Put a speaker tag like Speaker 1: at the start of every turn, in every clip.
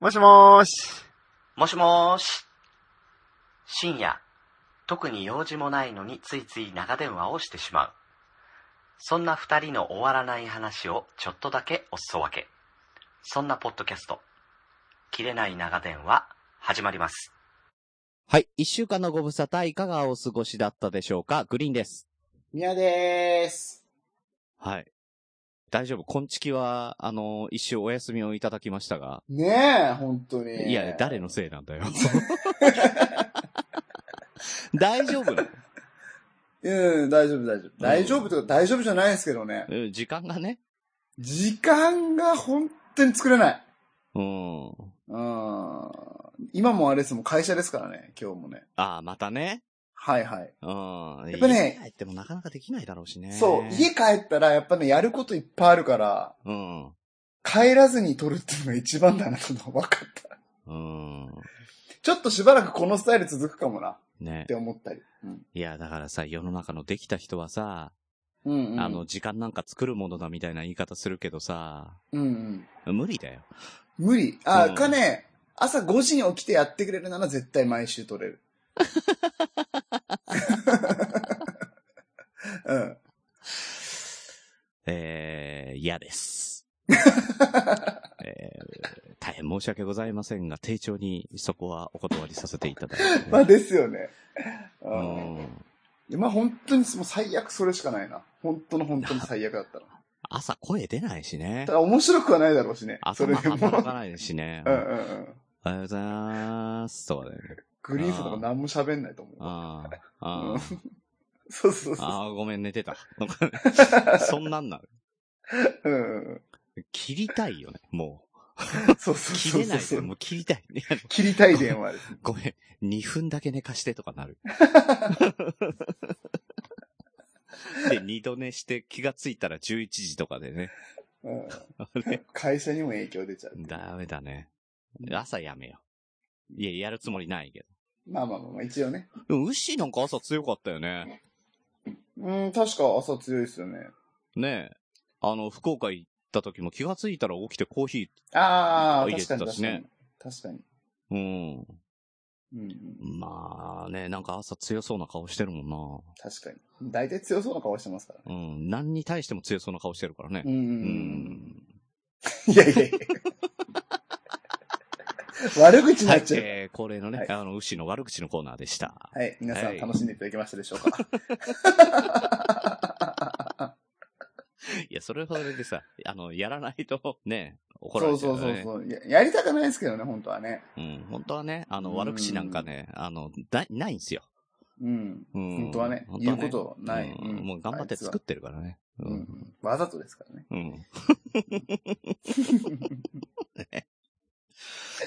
Speaker 1: もしもーし。
Speaker 2: もしもーし。深夜、特に用事もないのについつい長電話をしてしまう。そんな二人の終わらない話をちょっとだけおすそ分け。そんなポッドキャスト、切れない長電話、始まります。
Speaker 3: はい。一週間のご無沙汰、いかがお過ごしだったでしょうかグリーンです。
Speaker 4: みやでーす。
Speaker 3: はい。大丈夫。こんちきは、あの、一週お休みをいただきましたが。
Speaker 4: ねえ、本当に。
Speaker 3: いや、誰のせいなん だよ。大丈夫なの
Speaker 4: うん、大丈夫、大丈夫。大丈夫とか大丈夫じゃないですけどね。
Speaker 3: うん時間がね。
Speaker 4: 時間が本当に作れない。
Speaker 3: うん。
Speaker 4: うん。今もあれですもん、会社ですからね、今日もね。
Speaker 3: ああ、またね。
Speaker 4: はいはい。
Speaker 3: うん。や
Speaker 4: っぱね
Speaker 3: 帰ってもなかなかできないだろうしね。
Speaker 4: そう、家帰ったらやっぱね、やることいっぱいあるから、
Speaker 3: うん。
Speaker 4: 帰らずに撮るっていうのが一番だなと分かった。
Speaker 3: うん。
Speaker 4: ちょっとしばらくこのスタイル続くかもな、っ
Speaker 3: ね
Speaker 4: て。思ったり。うん。
Speaker 3: いや、だからさ、世の中のできた人はさ、
Speaker 4: うん、うん。
Speaker 3: あの、、時間なんか作るものだみたいな言い方するけどさ、
Speaker 4: うんうん。
Speaker 3: 無理だよ。
Speaker 4: 無理。あ、
Speaker 3: うん
Speaker 4: かね、朝5時に起きてやってくれるなら絶対毎週 撮れる。うん。
Speaker 3: えー、嫌 です。えー、大変申し訳ございませんが、丁重にそこはお断りさせていただいて、
Speaker 4: まあですよね。
Speaker 3: う
Speaker 4: うん
Speaker 3: ん。
Speaker 4: まあ本当にもう最悪それしかないな。本当の本当に最悪だったら。
Speaker 3: 朝声出ないしね
Speaker 4: た。だ面白くはないだろうしね。それ
Speaker 3: 頭
Speaker 4: でも。
Speaker 3: 働かないしね。
Speaker 4: う
Speaker 3: お
Speaker 4: ん
Speaker 3: は
Speaker 4: うんうん。
Speaker 3: ようございます。とかだよね。
Speaker 4: グリーンさんとか何も喋んないと思う。
Speaker 3: あーあー、
Speaker 4: そうそうそ
Speaker 3: あーごめん寝てた。とかね そんなんなる。
Speaker 4: う。うんうん
Speaker 3: 切りたいよね、もう。
Speaker 4: うん。そうそう
Speaker 3: 切
Speaker 4: そう
Speaker 3: れ
Speaker 4: そ
Speaker 3: ない
Speaker 4: う
Speaker 3: で、
Speaker 4: そう。
Speaker 3: もう切りたい。いや
Speaker 4: 切りたい電話です。
Speaker 3: ごめん、2分だけ寝かしてとかな る。で、二度寝して気がついたら11時とかでね。
Speaker 4: うん
Speaker 3: あれ
Speaker 4: 会社にも影響出ちゃう。
Speaker 3: ダメだね。朝やめよう。いや、やるつもりないけ
Speaker 4: まあまあまあまあ、一応ね。
Speaker 3: ど。でも、ウッシーなんか朝強かったよね。
Speaker 4: うん、確か朝強いですよね。
Speaker 3: ねえ。あの、福岡行った時も気がついたら起きてコーヒ
Speaker 4: ああ、
Speaker 3: 入れ
Speaker 4: 確
Speaker 3: てた
Speaker 4: かに確
Speaker 3: し
Speaker 4: か
Speaker 3: ね
Speaker 4: に。確かに。
Speaker 3: ー。うん。
Speaker 4: うんうん、
Speaker 3: まあね、なんか朝強そうな顔してるも
Speaker 4: 確かに。大体強そうな顔してますから
Speaker 3: んな。
Speaker 4: ね。
Speaker 3: うん。何に対しても強そうな顔してるからね
Speaker 4: う。んう
Speaker 3: う
Speaker 4: んうん。
Speaker 3: ん。
Speaker 4: いやいやいや。 悪口に
Speaker 3: は
Speaker 4: なっ
Speaker 3: い、
Speaker 4: ちゃう。はい
Speaker 3: えー、恒例のね、
Speaker 4: はい
Speaker 3: あの、牛の悪口のコーナーでした。
Speaker 4: 皆さ
Speaker 3: は
Speaker 4: ん
Speaker 3: い
Speaker 4: 楽しんでいただけましたでしょう か。
Speaker 3: いや、それはそれで さ、あの、やらないとね、怒ら
Speaker 4: そ
Speaker 3: れちゃ
Speaker 4: うそう
Speaker 3: うから
Speaker 4: そう
Speaker 3: ね。
Speaker 4: そう、や。やりたくないですけどね、本当はね。
Speaker 3: うん、本当はね、あ
Speaker 4: う
Speaker 3: の、
Speaker 4: ん
Speaker 3: 悪口なんかね、あの、なないんすよ。
Speaker 4: うん。
Speaker 3: うん
Speaker 4: 本当はね、言うことない。
Speaker 3: うんもう頑張って作っ
Speaker 4: あ
Speaker 3: てるからね。
Speaker 4: いつは
Speaker 3: う。
Speaker 4: うんん。わざとですからね。
Speaker 3: うん。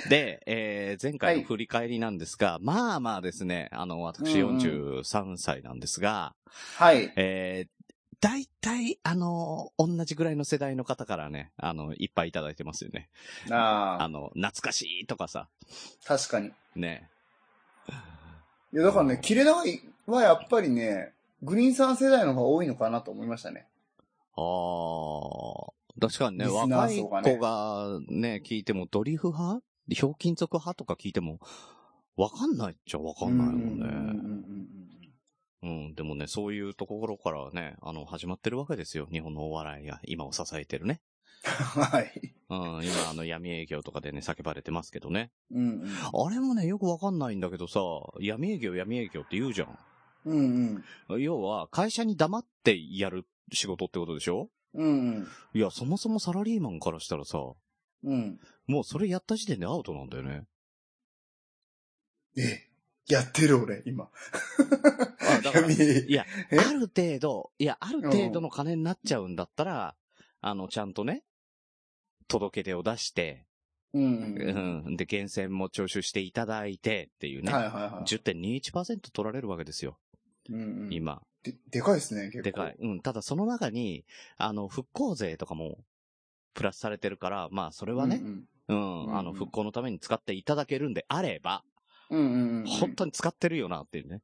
Speaker 3: で、えー前回の振り返りなんですが、まあまあですね、あの、私
Speaker 4: うんう
Speaker 3: 43歳なんですが、
Speaker 4: はい。
Speaker 3: えー、大体、あの、同じぐらいの世代の方からね、あの、いっぱいいただいてますよね。あ
Speaker 4: ああ、
Speaker 3: の、懐かしいとかさ、
Speaker 4: 確かに。い
Speaker 3: ね。
Speaker 4: や、だからね、切れないはやっぱりね、グリーンさん世代の方が多いのかなと思いましたね。
Speaker 3: ああ、確かにね、
Speaker 4: リスナ
Speaker 3: 若
Speaker 4: ー
Speaker 3: い
Speaker 4: 層
Speaker 3: 子
Speaker 4: がね
Speaker 3: がね、聞いてもドリフ派ひょうきん族派とか聞いても、わかんないっちゃわかんないもん
Speaker 4: うんうんうん
Speaker 3: ね。
Speaker 4: うんうんうん
Speaker 3: うん、でもね、そういうところからね、あの、始まってるわけですよ。日本のお笑いが、今を支えてるね。
Speaker 4: はい。
Speaker 3: うん、今、あの、闇営業とかでね、叫ばれてますけどね。
Speaker 4: うん
Speaker 3: あれもね、よくわかんないんだけどさ、闇営業、闇営業って言うじゃん。
Speaker 4: うん。うん
Speaker 3: 要は、会社に黙ってやる仕事ってことでしょ
Speaker 4: うん。うん
Speaker 3: いや、そもそもサラリーマンからしたらさ、も
Speaker 4: うん。うん。
Speaker 3: うそれやった時点でアウトなんだよね。
Speaker 4: え、やってる俺、今。
Speaker 3: あだから、
Speaker 4: 闇営業
Speaker 3: いや、あ
Speaker 4: え
Speaker 3: る程度、いや、ある程度の金になっちゃうんだったら、あの、ちゃんとね、届け出を出して、
Speaker 4: うん
Speaker 3: う
Speaker 4: うん。
Speaker 3: ん、で、厳選も徴収していただいてっていうね、
Speaker 4: はいはいはい。
Speaker 3: 10.21%取られるわけですよ、
Speaker 4: うんうん、
Speaker 3: 今。
Speaker 4: で。でかいですね、結構。
Speaker 3: でかい。。うん、ただその中に、あの、復興税とかも、プラスされてるから、まあ、それはね
Speaker 4: う、ん
Speaker 3: うん、
Speaker 4: うん
Speaker 3: あの、復興のために使っていただけるんであれば、
Speaker 4: うん。うんうんうん。
Speaker 3: 本当に使ってるよなって いうね。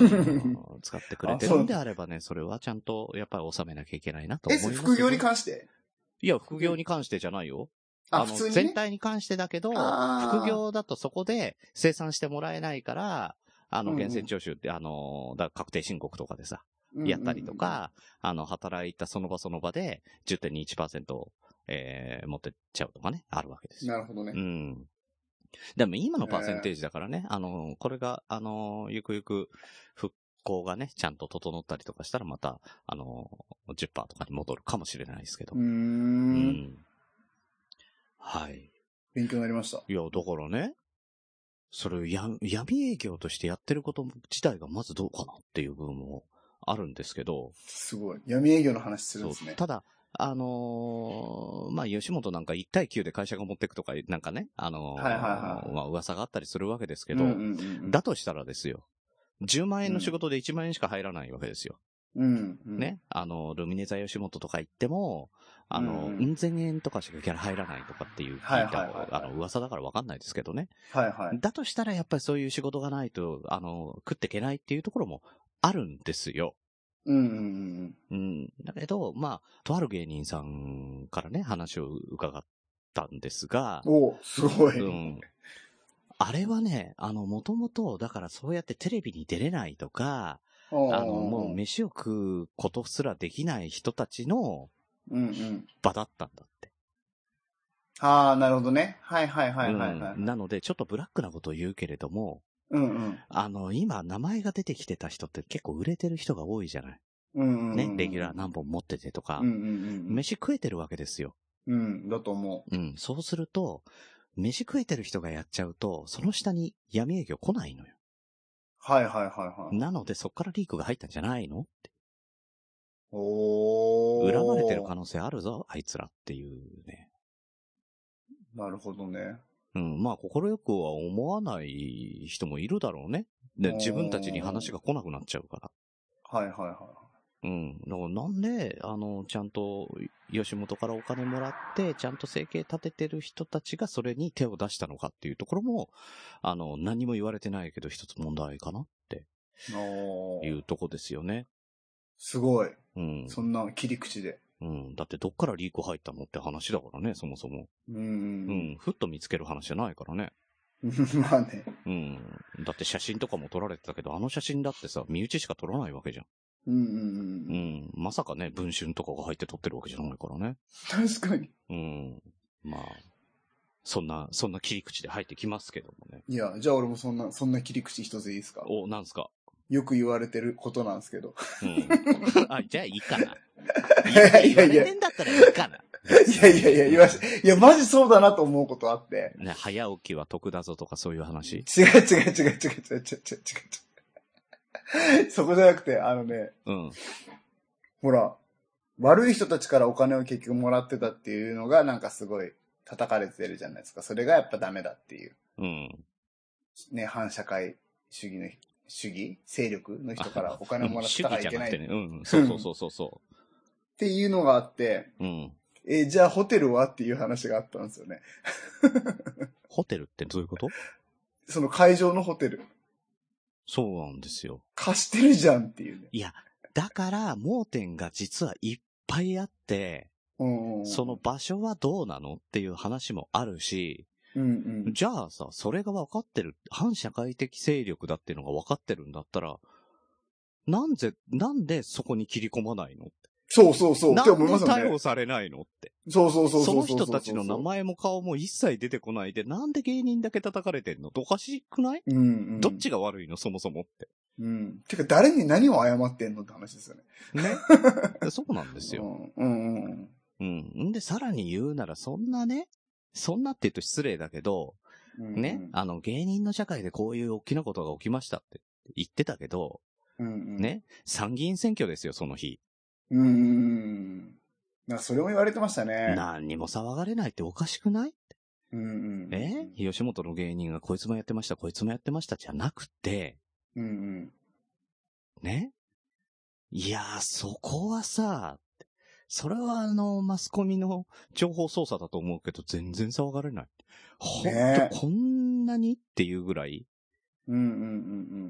Speaker 3: うん使ってくれてるんであればね、それはちゃんと、やっぱり納めなきゃいけないなと
Speaker 4: え、
Speaker 3: 思いますよ。
Speaker 4: 副業に関して
Speaker 3: いや、副業に関してじゃないよ。
Speaker 4: あ、
Speaker 3: の
Speaker 4: 普通に、ね。
Speaker 3: 全体に関してだけど、
Speaker 4: あー
Speaker 3: 副業だとそこで生産してもらえないから、あの、
Speaker 4: うんうん
Speaker 3: 源泉徴収って、あの、だ確定申告とかでさ、
Speaker 4: うんうん
Speaker 3: やったりと。か、あの、働いたその場その場で10.21%を、えー持ってっちゃうとかね、あるわけですよ。
Speaker 4: なるほどね。
Speaker 3: うん。でも今のパーセンテージだからね、あの、これが、あの、ゆくゆく復興がね、ちゃんと整ったりとかしたらまた、あの、10%とかに戻るかもしれないですけど
Speaker 4: うー。。
Speaker 3: うんんはい。
Speaker 4: 勉強になりました。
Speaker 3: いや、だからね、それをや闇営業としてやってること自体がまずどうかなっていう部分もあるんですけど、
Speaker 4: すごい。闇営業の話するんです
Speaker 3: そう
Speaker 4: ね。
Speaker 3: ただ、あのーまあ、吉本なんか1対9で会社が持ってくとか、なんかね、あのー
Speaker 4: はいはいはい
Speaker 3: まあ、噂があったりするわけですけ
Speaker 4: け
Speaker 3: ど、
Speaker 4: うんうんうん、
Speaker 3: だとしたらですよ、10万円の仕事で1万円しか入らないわけですよ。
Speaker 4: うん、うん。。
Speaker 3: ね、あの、ルミネ座吉本とか行っても、あの、
Speaker 4: う
Speaker 3: うんん、千円とかしかギャラ入らないとかっていう、
Speaker 4: はい
Speaker 3: 聞
Speaker 4: はいいは
Speaker 3: た、
Speaker 4: いはい
Speaker 3: あの、噂だからわかんないですけどね。
Speaker 4: はいはい。
Speaker 3: だとしたらやっぱりそういう仕事がないと、あの、食っていけないっていうところもあるんですよ。
Speaker 4: うんうんうん
Speaker 3: うん。だけど、まあ、とある芸人さんからね、話を伺ったんですが、
Speaker 4: うん。おすごい。
Speaker 3: うん。あれはね、あの、もともと、だからそうやってテレビに出れないとか、
Speaker 4: あー
Speaker 3: あの、もう飯を食うことすらできない人たちの
Speaker 4: うんうん。
Speaker 3: 場だったんだって。
Speaker 4: ああ、なるほどね。はいはいはいはいはい。
Speaker 3: うんなので、ちょっとブラックなことを言うけれども、
Speaker 4: うんうん。
Speaker 3: あの、今、名前が出てきてた人って結構売れてる人が多いじゃない。
Speaker 4: うんうん。
Speaker 3: ね、レギュラー何本持っててとか
Speaker 4: うん、うんうん。
Speaker 3: 飯食えてるわけですよ。
Speaker 4: うん、だと思
Speaker 3: うん、そうすると、飯食えてる人がやっちゃうと、その下に闇営業来ないのよ。
Speaker 4: う。はいはいはいはい。
Speaker 3: なので、そっからリークが入ったんじゃないの
Speaker 4: おお。
Speaker 3: 恨まれてる可能性あるぞ、あいつらっていうね。
Speaker 4: なるほどね。
Speaker 3: うん、まあ、心よくは思わない人もいるだろうね。で、自分たちに話が来なくなっちゃうから。
Speaker 4: はいはいは
Speaker 3: うん。だからなんで、あの、ちゃんと、吉本からお金もらって、ちゃんと生計立ててる人たちがそれに手を出したのかっていうところも、あの、何も言われてないけど一つ問題かなって
Speaker 4: い。お
Speaker 3: い
Speaker 4: ー
Speaker 3: うとこですよね。
Speaker 4: すごい。
Speaker 3: うん。
Speaker 4: そんな切り口で。
Speaker 3: うん。だってどっからリーク入ったのって話だからね、そもそも。
Speaker 4: う。
Speaker 3: うんん。ふっと見つける話じゃないからね。
Speaker 4: まあね。
Speaker 3: うん。だって写真とかも撮られてたけど、あの写真だってさ、身内しか撮らないわけじゃん。
Speaker 4: うんうんう。
Speaker 3: うんん。まさかね、文春とかが入って撮ってるわけじゃないからね。
Speaker 4: 確かに。
Speaker 3: うん。まあ、そんな、そんな切り口で入ってきますけどもね。
Speaker 4: いや、じゃあ俺もそんな、そんな切り口一ついいですか
Speaker 3: お、なんすか。
Speaker 4: よく言われてることなんですけど。
Speaker 3: うん。 あ、じゃあいいかな。
Speaker 4: いやいや
Speaker 3: 言
Speaker 4: いや
Speaker 3: われてんだったらいいかな。
Speaker 4: いやいやいや、言わし、いや、マジそうだなと思うことあって。
Speaker 3: ね、早起きは得だぞとかそういう話。
Speaker 4: 違う違う違う違う違う違う違う違う違う。そこじゃなくて、あのね、
Speaker 3: うん。
Speaker 4: ほら、悪い人たちからお金を結局もらってたっていうのがなんかすごい叩かれてるじゃないですか。それがやっぱダメだっていう。
Speaker 3: うん。
Speaker 4: ね、反社会主義の、主義勢力の 人からお
Speaker 3: お
Speaker 4: 金をもらってたらいけない
Speaker 3: て
Speaker 4: っ
Speaker 3: ね。うん。そうそうそうそうそ
Speaker 4: ていうのがあって、
Speaker 3: う。うん。
Speaker 4: えーじゃあホテルはっていう話があったんですよね。
Speaker 3: ホテルってどういうこと
Speaker 4: その会場のホテル、
Speaker 3: そうなんですよ。
Speaker 4: 貸してるじゃんっていうね。
Speaker 3: いや、だから、盲点が実はいっぱいあって、
Speaker 4: うんうん、
Speaker 3: その、場所はどうなのっていう話もあるし、
Speaker 4: うんうん。
Speaker 3: じゃあさ、それが分かってる、反社会的勢力だっていうのが分かってるんだったら、なんで、なんでそこに切り込まないの
Speaker 4: そうそうそう。
Speaker 3: な
Speaker 4: っ
Speaker 3: ん
Speaker 4: て
Speaker 3: で
Speaker 4: 思いますよ
Speaker 3: 逮
Speaker 4: ね
Speaker 3: 捕。されないのって。
Speaker 4: そうそうそう
Speaker 3: そうの
Speaker 4: ううう
Speaker 3: 人たちの名。前も顔も一切出てこないで、なんで芸人だけ叩かれてんのっておかしくない、
Speaker 4: うん、うん。
Speaker 3: どっちが悪いのそもそもって。
Speaker 4: うん。てか、誰に何を謝ってんのって話ですよね。
Speaker 3: ね。 そうなんですよ。
Speaker 4: うんうんうん。
Speaker 3: うん。んで、さらに言うなら、そんなね、そんなって言うと失礼だけど、
Speaker 4: うんうん
Speaker 3: ね、あの、芸人の社会でこういう大きなことが起きましたって言ってたけど、
Speaker 4: うんうん。。
Speaker 3: ね、参議院選挙ですよ、その日。
Speaker 4: うんうんうん。なんかそれも言われてましたね。
Speaker 3: 何にも騒がれないっておかしくない
Speaker 4: うんうん。
Speaker 3: え吉本の芸人がこいつもやってました、こいつもやってましたじゃなくて、
Speaker 4: うんうん。
Speaker 3: ねいやー、そこはさ、それはあの、マスコミの情報操作だと思うけど、全然騒がれない。ほん
Speaker 4: ね
Speaker 3: と、こんなにっていうぐらい、
Speaker 4: うんうん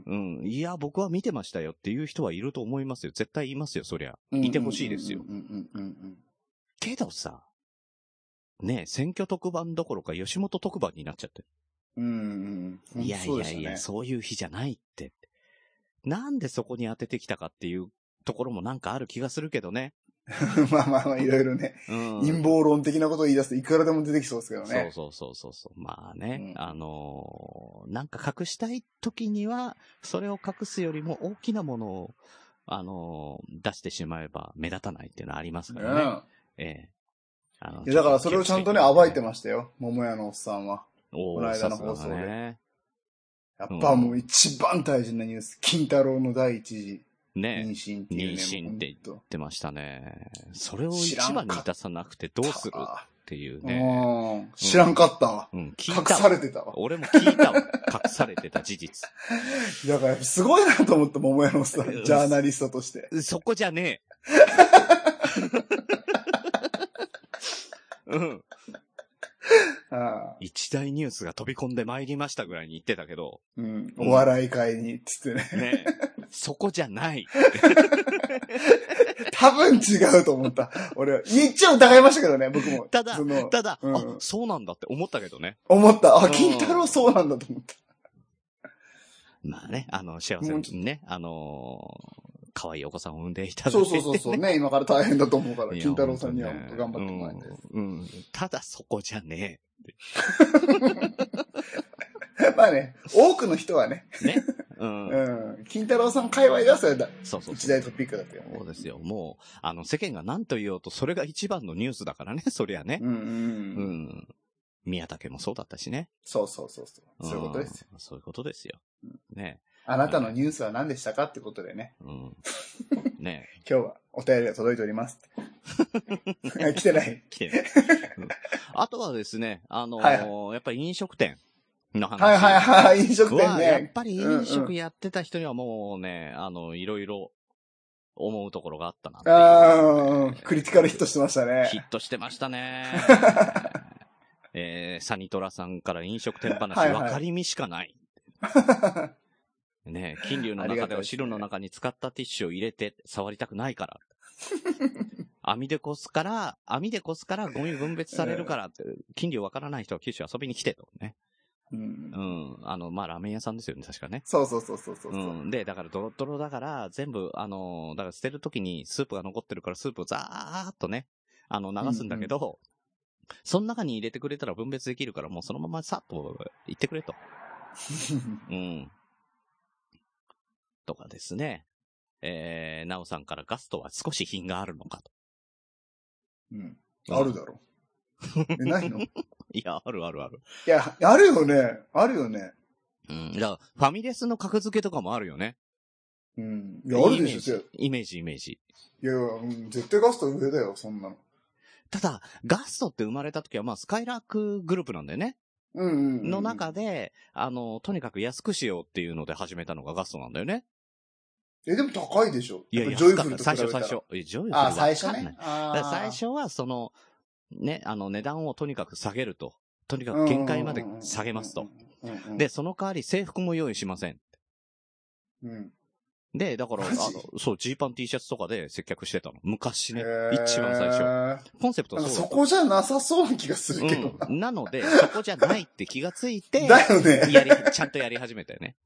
Speaker 4: うん
Speaker 3: うん、いや、僕は見てましたよっていう人はいると思いますよ。絶対いますよ、そりゃ。
Speaker 4: うん。
Speaker 3: いてほしいですよ
Speaker 4: うんうんうんうん
Speaker 3: けどさ、ね、選挙特番どころか吉本特番になっちゃって。
Speaker 4: うんうん。
Speaker 3: いやい
Speaker 4: 本
Speaker 3: や
Speaker 4: 当そうでした
Speaker 3: いや、
Speaker 4: ね。
Speaker 3: そういう日じゃないって。なんでそこに当ててきたかっていうところもなんかある気がするけどね。
Speaker 4: まあまあまあ、いろいろね、
Speaker 3: うん。
Speaker 4: 陰謀論的なことを言い出すといくらでも出てきそうですけどね。
Speaker 3: そうそうそうそうそう。まあね、
Speaker 4: うん
Speaker 3: あのーなんか隠したい時には、それを隠すよりも大きなものを、あのー出してしまえば目立たないっていうのはありますからね。ええあの
Speaker 4: うん。いや、だからそれをちゃんとね、暴いてました
Speaker 3: よ。
Speaker 4: よ。桃屋のおっさんは。
Speaker 3: お
Speaker 4: この
Speaker 3: ー
Speaker 4: 間
Speaker 3: さ
Speaker 4: の
Speaker 3: すが
Speaker 4: 放送
Speaker 3: だ
Speaker 4: で
Speaker 3: ね。
Speaker 4: やっぱもう一番大事なニュース。金太郎の第一次妊
Speaker 3: ね
Speaker 4: 娠っていうね。
Speaker 3: 妊娠って
Speaker 4: もうほんと
Speaker 3: 出ましたね。それを一
Speaker 4: 知らんか
Speaker 3: 番
Speaker 4: っ
Speaker 3: に
Speaker 4: た
Speaker 3: 出さなくてどうするっていうね。
Speaker 4: うん知らんかったわ。
Speaker 3: うん、聞い
Speaker 4: 隠
Speaker 3: た
Speaker 4: さ
Speaker 3: わ。
Speaker 4: れてたわ。
Speaker 3: 俺も聞いたわ。 隠されてた事実。
Speaker 4: だから、すごいなと思った、桃屋のおっさん。ジャーナリストとして。
Speaker 3: そこじゃねえ。うん。
Speaker 4: ああ
Speaker 3: 一大ニュースが飛び込んでまいりましたぐらいに言ってたけど、
Speaker 4: うん。お笑い界に、つってね。
Speaker 3: ねえそこじゃない。
Speaker 4: 多分違うと思った。俺は。一応疑いましたけどね、僕も。
Speaker 3: ただ
Speaker 4: その、
Speaker 3: ただ、
Speaker 4: うん
Speaker 3: あ、そうなんだって思ったけどね。
Speaker 4: 思った。
Speaker 3: う
Speaker 4: あ、
Speaker 3: ん
Speaker 4: 金太郎そうなんだと思った。
Speaker 3: まあね、あの、幸せにね、あのー可愛いお子さんを産んでいただいて
Speaker 4: そうそうそうそうね。今から大変だと思うから、
Speaker 3: いや
Speaker 4: 金太郎さんには
Speaker 3: 本
Speaker 4: 本
Speaker 3: 当
Speaker 4: 当
Speaker 3: ね
Speaker 4: 頑張ってもらいたいです。
Speaker 3: うんうんただそこじゃね
Speaker 4: まあね、多くの人はね、
Speaker 3: え。ね。うん。
Speaker 4: うん、金太郎さん界隈がそれだ。
Speaker 3: そうそう
Speaker 4: 一
Speaker 3: そう。
Speaker 4: 大トピックだったよね。
Speaker 3: そうですよ。もう、あの、世間が何と言おうと、それが一番のニュースだからね、 そりゃね
Speaker 4: う。んうん
Speaker 3: う
Speaker 4: うん。
Speaker 3: ん。宮武もそうだったしね。
Speaker 4: そうそうそうそう。そういうことですよ。
Speaker 3: うん。そういうことですよ。ね
Speaker 4: あなたのニュースは何でしたかってことでね、
Speaker 3: うん。ね
Speaker 4: 今日はお便りが届いており ます。あ来てない。
Speaker 3: 来 てね、うんあとはですね、あのー
Speaker 4: はい
Speaker 3: やっぱり飲食店の話。
Speaker 4: はいはいはい、飲食店
Speaker 3: は、やっ
Speaker 4: ね。
Speaker 3: ぱり飲食やってた人にはもうね、あの、いろいろ思うところがあったなっていう
Speaker 4: ああ、クリティカルヒットしてましたね
Speaker 3: ヒ。ットしてました ね。えー、サニトラさんから飲食店話、
Speaker 4: はいはい
Speaker 3: 分かりみしかない。ね金龍の
Speaker 4: あり
Speaker 3: 中
Speaker 4: がた
Speaker 3: で
Speaker 4: い
Speaker 3: は
Speaker 4: ですね
Speaker 3: 汁の中に使ったティッシュを入れて触りたくない から。網でこすから、網でこすからゴミ分別されるからって、金龍わからない人は九州遊びに来てとね。
Speaker 4: うん
Speaker 3: うん。あの、まあ、ラーメン屋さんですよね、確かね。
Speaker 4: そうそうそうそうそう。
Speaker 3: うん。で、だからドロッドロだから、全部、あのーだから捨てるときにスープが残ってるからスープをザーっとね、あの、流すんだけど、その中に入れてくれたら分別できるから、もうそのままさっと行ってくれと。うん。とかですね。えー、なおさんからガストは少し品があるのかと。
Speaker 4: うんあるだ ろ。え、ないのい
Speaker 3: いや、あるあるある。
Speaker 4: や、あるよね。あるよね。
Speaker 3: うん。だから、ファミレスの格付けとかもあるよね。
Speaker 4: うん。いや、あるで
Speaker 3: イメー
Speaker 4: し
Speaker 3: ジ
Speaker 4: ょ。
Speaker 3: イメージ、イメージ。
Speaker 4: いや、いやうん絶対ガスト上だよ、そんなの。
Speaker 3: ただ、ガストって生まれた時は、まあ、スカイラークグループなんだよね。
Speaker 4: うんうんうん。
Speaker 3: の中で、あの、とにかく安くしようっていうので始めたのがガストなんだよね。
Speaker 4: え、でも高いでしょ。
Speaker 3: いや、
Speaker 4: っぱ
Speaker 3: 安
Speaker 4: ジョイ
Speaker 3: か
Speaker 4: フ
Speaker 3: っ
Speaker 4: ルと
Speaker 3: た。
Speaker 4: 比べ
Speaker 3: 最
Speaker 4: たら
Speaker 3: 初、最初。。えジョイフル
Speaker 4: あ
Speaker 3: は
Speaker 4: あ、最初
Speaker 3: わかんな
Speaker 4: ね
Speaker 3: い。だから
Speaker 4: あ
Speaker 3: 最初は、その、ね、あの、値段をとにかく下げると。とにかく限界まで下げますと。。で、、その代わり制服も用意しません。
Speaker 4: うん。
Speaker 3: で、だから、あ
Speaker 4: マジ
Speaker 3: の、そう、ジーパン T シャツとかで接客してたの。昔ね
Speaker 4: へ。ー
Speaker 3: 一番最初。コンセプト
Speaker 4: な
Speaker 3: は
Speaker 4: んか
Speaker 3: そ
Speaker 4: そうこじゃなさそうな気がする
Speaker 3: だ
Speaker 4: けど
Speaker 3: った。うん。なので、そこじゃないって気がついて
Speaker 4: な。、だよね。
Speaker 3: やり、ちゃんとやり始めたよね。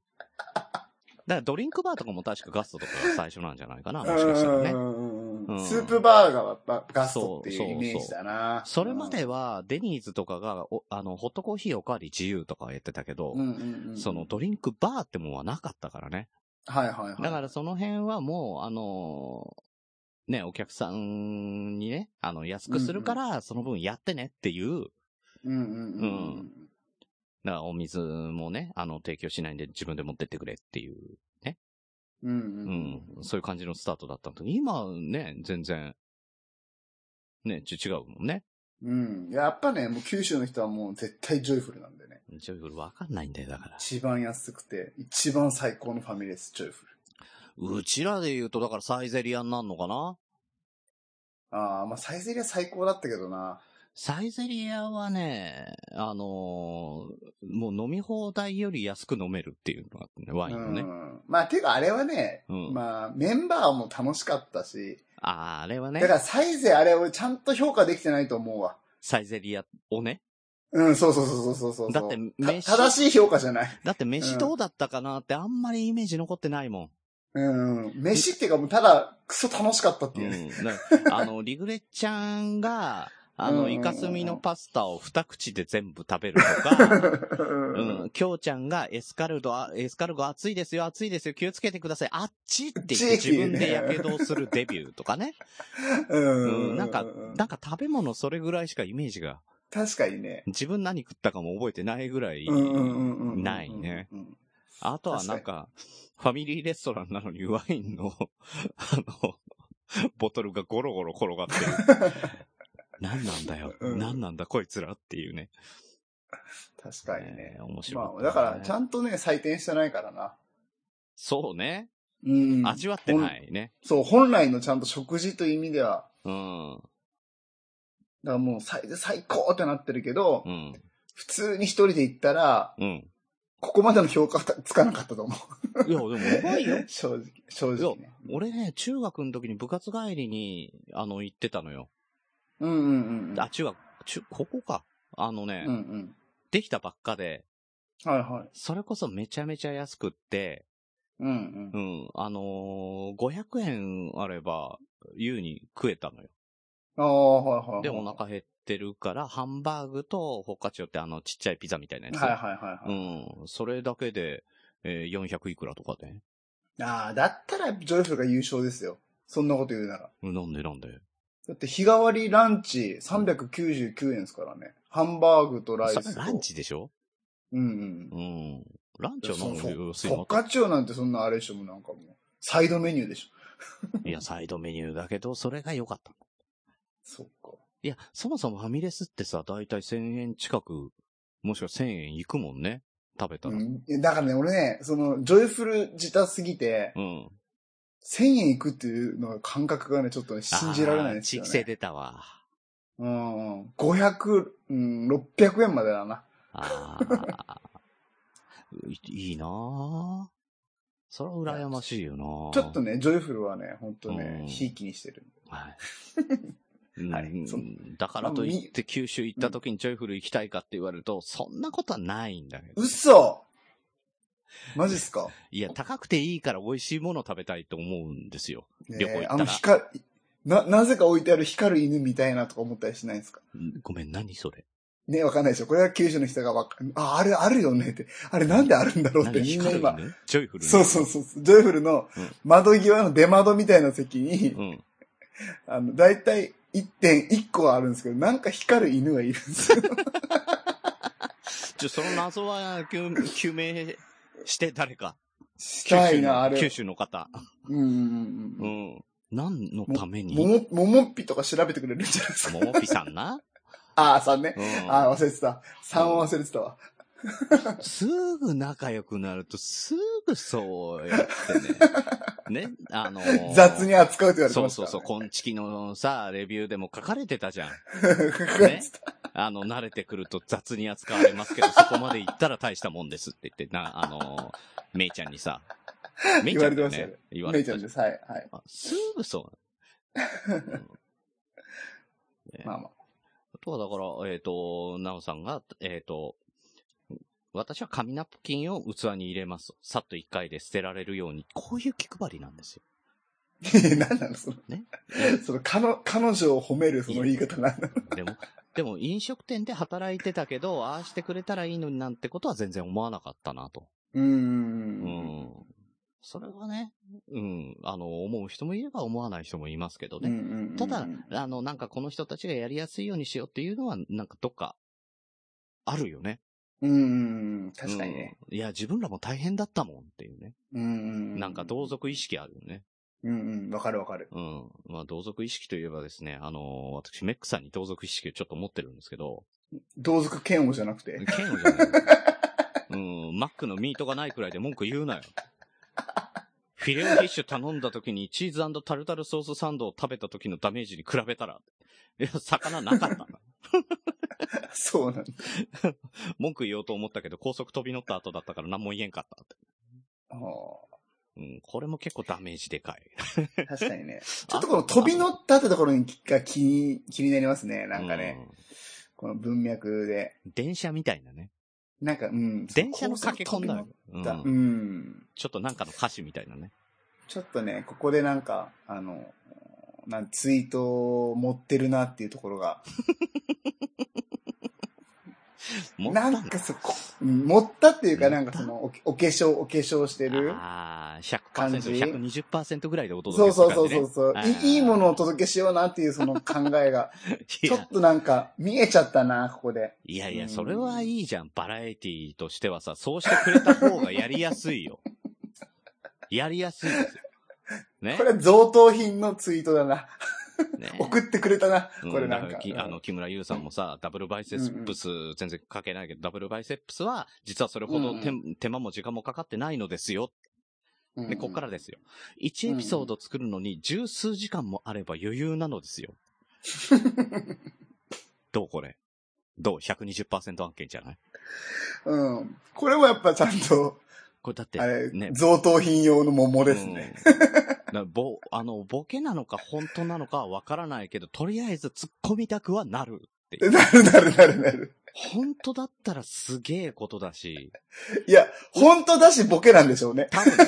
Speaker 3: だからドリンクバーとかも確かガストとかが最初なんじゃないかな、もしかしたら
Speaker 4: う
Speaker 3: ね。
Speaker 4: んうんうん
Speaker 3: うん
Speaker 4: スープバーガーはやっぱガストっていうイメージだな。
Speaker 3: それまでは、デニーズとかが、おあの、ホットコーヒーおかわり自由とかやってたけど
Speaker 4: うん、うんうん、
Speaker 3: その、ドリンクバーってもんはなかったからね。
Speaker 4: はいはいはい。
Speaker 3: だからその辺はもう、あのーね、お客さんにね、あの、安くするから、その分やってねっていう、
Speaker 4: うんうんうんうん。
Speaker 3: だからお水もね、あの、提供しないんで自分で持ってってくれっていう
Speaker 4: うんう
Speaker 3: うんん、そういう感じのスタートだったんだけど、今ね、全然、ね、ち違うもんね。
Speaker 4: うん。やっぱね、もう九州の人はもう絶対ジョイフルなんでね。
Speaker 3: ジョイフルわかんないんだよ、だから。
Speaker 4: 一番安くて、一番最高のファミレス、ジョイフル。
Speaker 3: うちらで言うと、だからサイゼリアになんのかな
Speaker 4: ああ、まあサイゼリア最高だったけどな。
Speaker 3: サイゼリアはね、あのーもう飲み放題より安く飲めるっていうのがあってね、ワインをね。
Speaker 4: うん。まあ、ていうかあれはね、
Speaker 3: うん
Speaker 4: まあ、メンバーも楽しかったし、
Speaker 3: あーあれはね
Speaker 4: だか。らサイゼあれをちゃんと評価できてないと思うわ。
Speaker 3: サイゼリアをね。
Speaker 4: うん、そうそうそうそうそうそう。
Speaker 3: だって飯
Speaker 4: た正しい評価じゃない。
Speaker 3: だって飯どうだったかなってあんまりイメージ残ってないもん。
Speaker 4: うん、うん。飯っていうかもうただ、クソ楽しかったっ
Speaker 3: う
Speaker 4: ていうね。
Speaker 3: ん。だからあの、リグレちゃんが、あ
Speaker 4: う
Speaker 3: の、
Speaker 4: ん
Speaker 3: イカスミのパスタを二口で全部食べると か、
Speaker 4: うん。
Speaker 3: うん、きょうちゃんがエスカルド、あエスカルゴ熱いですよ、熱いですよ、気をつけてください、あっちって言って
Speaker 4: 熱い
Speaker 3: 自分で火傷するデビューとかね。
Speaker 4: うん
Speaker 3: うん、なんか、なんか食べ物それぐらいしかイメージが、
Speaker 4: 確かにね。
Speaker 3: 自分何食ったかも覚えてないぐらい、
Speaker 4: うんうんうんうんうん
Speaker 3: ないね。
Speaker 4: うん
Speaker 3: あとはなんか、ファミリーレストランなのにワインの、 あの、ボトルがゴロゴロ転がって る。何なんだよ。
Speaker 4: うん
Speaker 3: 何なんだこいつらっていうね。
Speaker 4: 確かにね
Speaker 3: え。ー面白い、
Speaker 4: まあ、だから、ちゃんとね、採点してないからな。
Speaker 3: そうね。
Speaker 4: うん。
Speaker 3: 味わってないね。
Speaker 4: そう、本来のちゃんと食事という意味では、
Speaker 3: うん。
Speaker 4: だからもう最最高ってなってるけど、
Speaker 3: うん。
Speaker 4: 普通に一人で行ったら、
Speaker 3: うん。
Speaker 4: ここまでの評価つかなかったと思
Speaker 3: いや、でもうまいよ
Speaker 4: う。。 正直、正直ね。
Speaker 3: 俺ね、中学の時に部活帰りに、あの、行ってたのよ。
Speaker 4: うんうんうん。
Speaker 3: あ、中学、中、ここか。あのね、
Speaker 4: うんうん。
Speaker 3: できたばっかで、
Speaker 4: はいはい。
Speaker 3: それこそめちゃめちゃ安くって、
Speaker 4: うんうん
Speaker 3: う。ん、あのー500円あれば、優に食えたのよ。
Speaker 4: ああ、はいはいはい。
Speaker 3: で、お腹減ってるから、ハンバーグとホッカチオってあの、ちっちゃいピザみたいなやつ。
Speaker 4: はいはいはいはい。
Speaker 3: うん、それだけで、えー400いくらとかで。
Speaker 4: ああ、だったらジョイフルが優勝ですよ。そんなこと言うなら。
Speaker 3: うんなんでなんで。
Speaker 4: だって日替わりランチ399円ですからね。ハンバーグとライ
Speaker 3: さ
Speaker 4: スと。
Speaker 3: ランチでしょ
Speaker 4: うんうん。
Speaker 3: うん。ランチはなんか安い
Speaker 4: フォ
Speaker 3: の
Speaker 4: ッカチオなんてそんなあれでしょ、もうなんかもう。サイドメニューでしょ。
Speaker 3: いや、サイドメニューだけど、それが良かった。
Speaker 4: そっか。
Speaker 3: いや、そもそもファミレスってさ、だいたい1000円近く、もしくは1000円いくもんね。食べたら。
Speaker 4: う
Speaker 3: うん。
Speaker 4: ん、いやだからね、俺ね、その、ジョイフル自他すぎて、1000円いくっていうのが感覚がね、ちょっとね、信じられない
Speaker 3: あー
Speaker 4: んです
Speaker 3: 地
Speaker 4: よ、
Speaker 3: 域
Speaker 4: ね。
Speaker 3: 性出たわ。
Speaker 4: うんうん。500、うん、600円までだな。
Speaker 3: ああ。いいいなぁ。それは羨ましいよなぁ。
Speaker 4: ちょっとね、ジョイフルはね、ほんと
Speaker 3: う
Speaker 4: ね
Speaker 3: ん、
Speaker 4: ひいきにしてる。
Speaker 3: はい。
Speaker 4: は
Speaker 3: う
Speaker 4: い
Speaker 3: ん
Speaker 4: そ
Speaker 3: だからといって九州行った時にジョイフル行きたいかって言われると、そんなことはないんだけど。
Speaker 4: 嘘マジっすか
Speaker 3: いや、高くていいから美味しいもの食べたいと思うんですよ。
Speaker 4: ね え
Speaker 3: 旅行行ったら
Speaker 4: あの光る、な、なぜか置いてある光る犬みたいなとか思ったりしないんですか
Speaker 3: んごめん、何それ。
Speaker 4: ね、わかんないでしょ。これは九州の人がわかあ、あれあるよねって。あれなんであるんだろうって
Speaker 3: 何
Speaker 4: みんな
Speaker 3: 光る
Speaker 4: 今。
Speaker 3: 犬ジョイフルの
Speaker 4: そうそうそうそう。ジョイフルの
Speaker 3: うん
Speaker 4: 窓際の出窓みたいな席に、
Speaker 3: うん。
Speaker 4: あの、だいたい1.1個はあるんですけど、なんか光る犬がいるんですよ。
Speaker 3: じゃ、その謎は、究究明して誰か。
Speaker 4: したいな、あ
Speaker 3: 九
Speaker 4: れ。
Speaker 3: 州の方。
Speaker 4: うんうんう
Speaker 3: うんん。何のため
Speaker 4: うん。
Speaker 3: に
Speaker 4: もも、ももっぴとか調べてくれるんじゃないですか。
Speaker 3: ももぴさんな。
Speaker 4: ああ、3ね。
Speaker 3: うん
Speaker 4: ああ、忘れてた。3を忘れてたわ。
Speaker 3: すぐ仲良くなると、すぐそうやってね。ね、あのー
Speaker 4: 雑に扱うって言われて
Speaker 3: そ
Speaker 4: ま
Speaker 3: う
Speaker 4: す
Speaker 3: そ
Speaker 4: か
Speaker 3: う
Speaker 4: ら、ね。
Speaker 3: そう、こんちきのさ、レビューでも書かれてたじゃん。ね。あの、慣れてくると雑に扱われますけど、そこまで行ったら大したもんですって言って、な、あのー、めいちゃんにさ、めいちゃんだよね。言わ
Speaker 4: メ
Speaker 3: れ
Speaker 4: イち
Speaker 3: て
Speaker 4: ゃ
Speaker 3: たじゃ
Speaker 4: んで
Speaker 3: ん。
Speaker 4: す。はい、はい。
Speaker 3: あすぐそう。うんね
Speaker 4: まあま あ。
Speaker 3: あとはだから、えっ、と、なおさんが、えっ、と、私は紙ナプキンを器に入れます。さっと一回で捨てられるように。こういう気配りなんですよ。
Speaker 4: 何なのその、
Speaker 3: ね
Speaker 4: その、彼女彼女を褒めるその言い方なんだ。
Speaker 3: でも、 でも飲食店で働いてたけど、ああしてくれたらいいのになんてことは全然思わなかったなと。
Speaker 4: う。
Speaker 3: うんん。それはね、うん、あの、思う人もいれば思わない人もいますけど
Speaker 4: うんう
Speaker 3: ね。
Speaker 4: ん。
Speaker 3: ただ、あの、なんかこの人たちがやりやすいようにしようっていうのは、なんかどっか、あるよね。
Speaker 4: うんうん。確かにね。
Speaker 3: うん。いや、自分らも大変だったもんっていうね。
Speaker 4: うんうん。
Speaker 3: なんか同。族意識あるよね。
Speaker 4: うんうん。わかるわかる。
Speaker 3: うん。まあ同族意識といえばですね、あのー私メックさんに同族意識をちょっと持ってるんですけど、
Speaker 4: 同族嫌悪じゃなくて。
Speaker 3: 嫌悪じゃない。うん、マックのミートがないくらいで文句言うなよ。フィレオフィッシュ頼んだ時にチーズタルタルソースサンドを食べた時のダメージに比べたら、いや、魚なか ったな。
Speaker 4: そうなんだ。
Speaker 3: 文句言おうと思ったけど高速飛び乗った後だったから何も言えんかったって。
Speaker 4: あー
Speaker 3: うん、これも結構ダメージでかい。
Speaker 4: 確か にね。ちょっとこの飛び乗ったってところにきが気に、気になりますね。なんかね。この文脈で。
Speaker 3: うん。電車みたいなね。
Speaker 4: なんか、うん。
Speaker 3: 電車の駆け込んだよ
Speaker 4: 高速飛び
Speaker 3: う。
Speaker 4: 乗った。うんん。
Speaker 3: ちょっとなんかの歌詞みたいなね。
Speaker 4: ちょっとね、ここでなんか、あの、なんツイートを持ってるなっていうところが。
Speaker 3: 持った
Speaker 4: なんん
Speaker 3: だ
Speaker 4: かそこ、うん持ったっていうか、
Speaker 3: 持っ
Speaker 4: なんかその、おお化粧、お化粧してる。
Speaker 3: ああ、
Speaker 4: 感じ
Speaker 3: 100%、120%ぐらいでお届
Speaker 4: そ
Speaker 3: けす
Speaker 4: う
Speaker 3: る感
Speaker 4: そうそう
Speaker 3: じね。
Speaker 4: そうそう
Speaker 3: あ、ー
Speaker 4: い。いいものをお届けしようなっていうその考えが、
Speaker 3: い
Speaker 4: ちょ
Speaker 3: や
Speaker 4: っとなんか見えちゃったな、ここで。
Speaker 3: いやいうや、
Speaker 4: ん
Speaker 3: それはいいじゃん。バラエティとしてはさ、そうしてくれた方がやりやすいよ。 やりやすいですよ。ね
Speaker 4: こ。れ贈答品のツイートだな。
Speaker 3: ね
Speaker 4: 送ってくれたな、
Speaker 3: うん
Speaker 4: これなん
Speaker 3: だ
Speaker 4: か。
Speaker 3: らきあの、木村優さんもさ、ダブルバイセップス、全然書けないけど、ダブルバイセップスは、実はそれほど手,、
Speaker 4: う
Speaker 3: 手間も時間もかかってないのですよ。
Speaker 4: うん
Speaker 3: で、こっからですよ。1エピソード作るのに十数時間もあれば余裕なのですよ。どうこれどう ?120% 案件じゃない
Speaker 4: うん。これもやっぱちゃんと、
Speaker 3: これだって、
Speaker 4: あれ、
Speaker 3: ね、
Speaker 4: 贈答品用の桃で すね。
Speaker 3: うん。だからぼ、あの、ボケなのか本当なのかはわからないけど、とりあえず突っ込みたくはなるっていう。
Speaker 4: なるなるなるなる。
Speaker 3: 本当だったらすげえことだし、
Speaker 4: いや、本当だしボケなんでしょうね。
Speaker 3: 多分ね、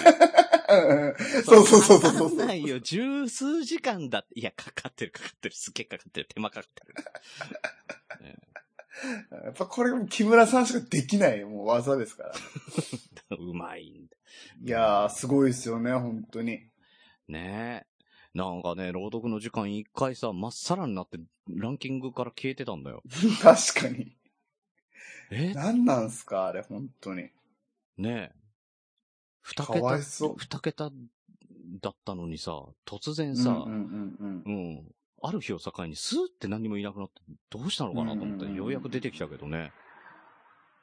Speaker 4: うんうん そうそうそうそうそ
Speaker 3: わかんな
Speaker 4: う。
Speaker 3: いよ、十数時間だって。いや、かかってる、かかってる、すげえかかってる、手間かかってる。
Speaker 4: やっぱこれも木村さんしかできないもう技ですから。
Speaker 3: うまいんだ。
Speaker 4: いやー、すごいですよね、本当に。
Speaker 3: ねえ。なんかね、朗読の時間一回さ、まっさらになって、ランキングから消えてたんだよ。
Speaker 4: 確かに。
Speaker 3: え
Speaker 4: 何なんすか、あれ、本当に。
Speaker 3: ねえ。二
Speaker 4: かわ
Speaker 3: 桁
Speaker 4: いそう、
Speaker 3: 二桁だったのにさ、突然さ、
Speaker 4: うんうんうん
Speaker 3: う。ん。ある日を境にスーって何もいなくなって、どうしたのかなと思って、
Speaker 4: うんうんうん
Speaker 3: ようやく出てきたけどね。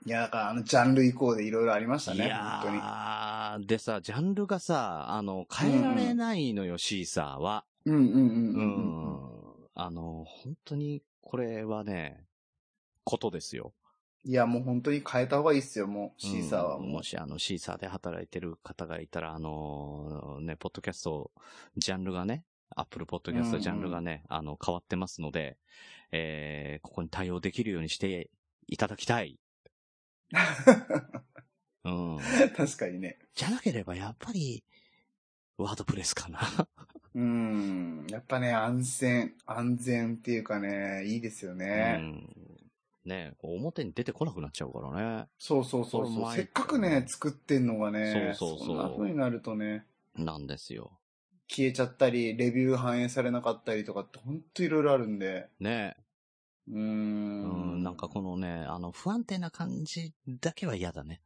Speaker 4: いや、だからあの、ジャンル以降でいろいろありました
Speaker 3: い
Speaker 4: ね、
Speaker 3: や
Speaker 4: 本
Speaker 3: ー、でさ、ジャンルがさ、あの、変えられないのよ、シーサーは。
Speaker 4: 当に。うん
Speaker 3: う
Speaker 4: うんうんうんうん。
Speaker 3: ん。あの、本当に、これはね、ことですよ。
Speaker 4: いや、もう本当に変えた方がいいっすよ、もう、シーサーは
Speaker 3: うん
Speaker 4: もう
Speaker 3: も。し、あの、シーサーで働いてる方がいたら、あのーね、ポッドキャスト、ジャンルがね、アップルポッドキャス
Speaker 4: うん
Speaker 3: ト
Speaker 4: うん
Speaker 3: ジャンルがね、あの、変わってますので、えー、ここに対応できるようにしていただき たい。うん。
Speaker 4: 確かにね。
Speaker 3: じゃなければ、やっぱり、ワードプレスかな。
Speaker 4: うん。やっぱね、安全、安全っていうかね、いいですよね。
Speaker 3: うん。ねこう表に出てこなくなっちゃうからね。
Speaker 4: そうそう
Speaker 3: こ
Speaker 4: そう
Speaker 3: れう
Speaker 4: そ
Speaker 3: ま
Speaker 4: う。
Speaker 3: い
Speaker 4: せっかくね、作ってんのがね、
Speaker 3: そうそうそうん
Speaker 4: な風になるとね、
Speaker 3: なんですよ。
Speaker 4: 消えちゃったり、レビュー反映されなかったりとかって、ほんといろいろあるんで。
Speaker 3: ね
Speaker 4: うー。
Speaker 3: うんん、なんかこのね、あの、不安定な感じだけは嫌だね。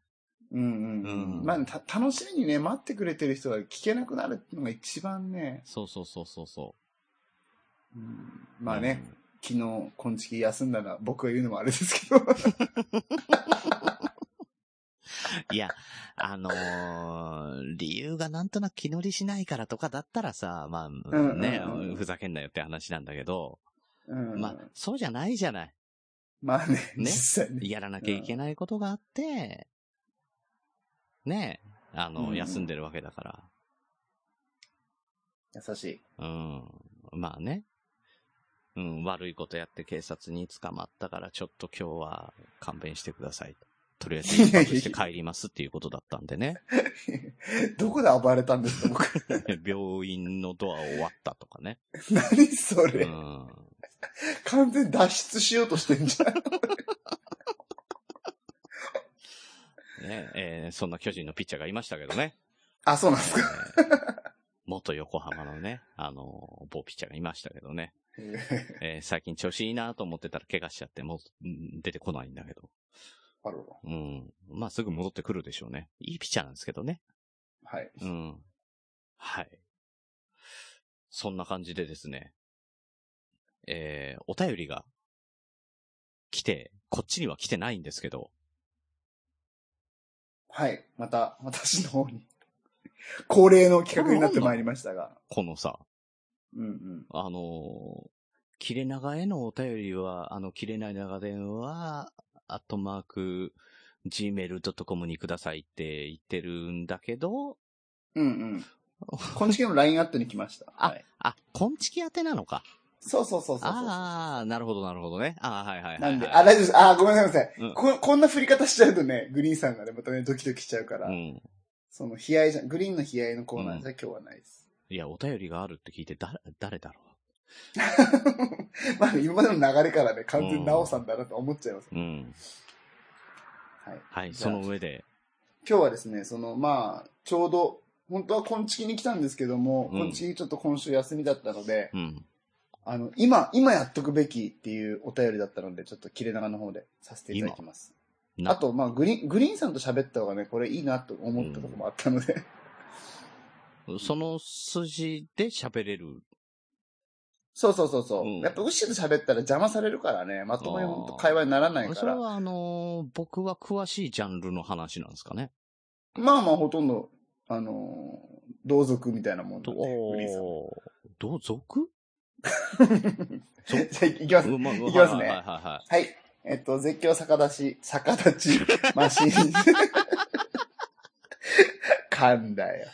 Speaker 4: うんうん、
Speaker 3: う
Speaker 4: うんん。まあ、た、楽しみにね、待ってくれてる人が聞けなくなるっていうのが一番ね、
Speaker 3: そうそうそうそうそ
Speaker 4: うん、
Speaker 3: う。
Speaker 4: まあね、
Speaker 3: うん
Speaker 4: 昨日、今月休んだら僕が言うのもあれですけど。
Speaker 3: いや、あのー理由がなんとなく気乗りしないからとかだったらさ、まあ、
Speaker 4: んうん
Speaker 3: ね、ふざけんなよって話なんだけど、
Speaker 4: うん、
Speaker 3: ま
Speaker 4: ま
Speaker 3: あ
Speaker 4: あ、、
Speaker 3: そうじゃないじゃない。
Speaker 4: ね、
Speaker 3: ね
Speaker 4: 実際ね。
Speaker 3: やらなきゃいけないことがあって、ね、あ
Speaker 4: うんう
Speaker 3: の、
Speaker 4: ん
Speaker 3: 休んでるわけだか
Speaker 4: 優しい。
Speaker 3: ら。うん。まあね。うん、悪いことやって警察に捕まったから、ちょっと今日は勘弁してください。とりあえず、一泊して帰りますっていうことだったんでね。
Speaker 4: どこで暴れたんですか、 僕。
Speaker 3: 病院のドアを割ったとかね。
Speaker 4: 何そうれ。
Speaker 3: ん。
Speaker 4: 完全に脱出しようとしてんじゃん。
Speaker 3: ねえーそんな巨人のピッチャーがいましたけどね。
Speaker 4: あ、そうなんですか。
Speaker 3: えー元横浜のね、あのー某ピッチャーがいましたけどね。えー最近調子いいなと思ってたら怪我しちゃって、もううん出てこないんだけど。
Speaker 4: ある
Speaker 3: うん。まあ、すぐ戻ってくるでしょうね。いいピッチャーなんですけどね。
Speaker 4: はい。
Speaker 3: うん。はい。そんな感じでですね。えーお便りが来て、こっちには来てないんですけど。
Speaker 4: はい。また、私の方に。恒例の企画になってまいりましたが。
Speaker 3: このさ、
Speaker 4: うんうん。
Speaker 3: あの、切れ長へのお便りは、あの、切れない長電話、アットマーク、gmail.com にくださいって言ってるんだけど、
Speaker 4: うん うん。こんちきの LINE アットに来ました。
Speaker 3: あ
Speaker 4: はい。
Speaker 3: あ、こんちき宛てなのか。
Speaker 4: そうそうそうそうそう。
Speaker 3: ああ、なるほど、なるほどね。ああ、はいはいはい、は。
Speaker 4: ないんで、あ、大丈夫です。あー、ごめんなさい、
Speaker 3: う
Speaker 4: ごめ
Speaker 3: ん
Speaker 4: んなさい。ここんな振り方しちゃうとね、グリーンさんがね、またね、ドキドキしちゃうから、
Speaker 3: うん。
Speaker 4: その、悲哀じゃん、グリーンの悲哀のコーナーじゃ今日はないです。
Speaker 3: いや、お便りがあるって聞いて、誰、誰だろ
Speaker 4: まあ、今までの流れからね、完全にナオさんだなと思っちゃいます。
Speaker 3: う。うん。
Speaker 4: はい。
Speaker 3: はい、
Speaker 4: じ
Speaker 3: そ
Speaker 4: ゃあ
Speaker 3: の上で。
Speaker 4: 今日はですね、その、まあ、ちょうど、本当はこんちきに来たんですけども、
Speaker 3: うん
Speaker 4: こんちきちょっと今週休みだったので、
Speaker 3: うん。
Speaker 4: あの、今、今やっとくべきっていうお便りだったので、ちょっと切れ長の方でさせていただきます。
Speaker 3: な
Speaker 4: あと、まあ、グリーン、グリーンさんと喋った方がね、これいいなと思ったところもあったので、
Speaker 3: その筋で喋れる。
Speaker 4: そうそうそうそう。
Speaker 3: うん
Speaker 4: やっぱ、ウッシーと喋ったら邪魔されるからね、まともに本当会話にならないか
Speaker 3: それ
Speaker 4: ら。
Speaker 3: はあのー僕は詳しいジャンルの話なんですかね。
Speaker 4: まあまあ、ほとんど、あのー同族みたいなもん
Speaker 3: と
Speaker 4: だね、グリーンさん。
Speaker 3: おーどう、族
Speaker 4: じゃあ、いきます。
Speaker 3: うんまあ
Speaker 4: いきます
Speaker 3: はいはいはい
Speaker 4: ね
Speaker 3: はい。
Speaker 4: はい。えっと、絶叫逆立ち、逆 立ち、マシン。噛んだよ。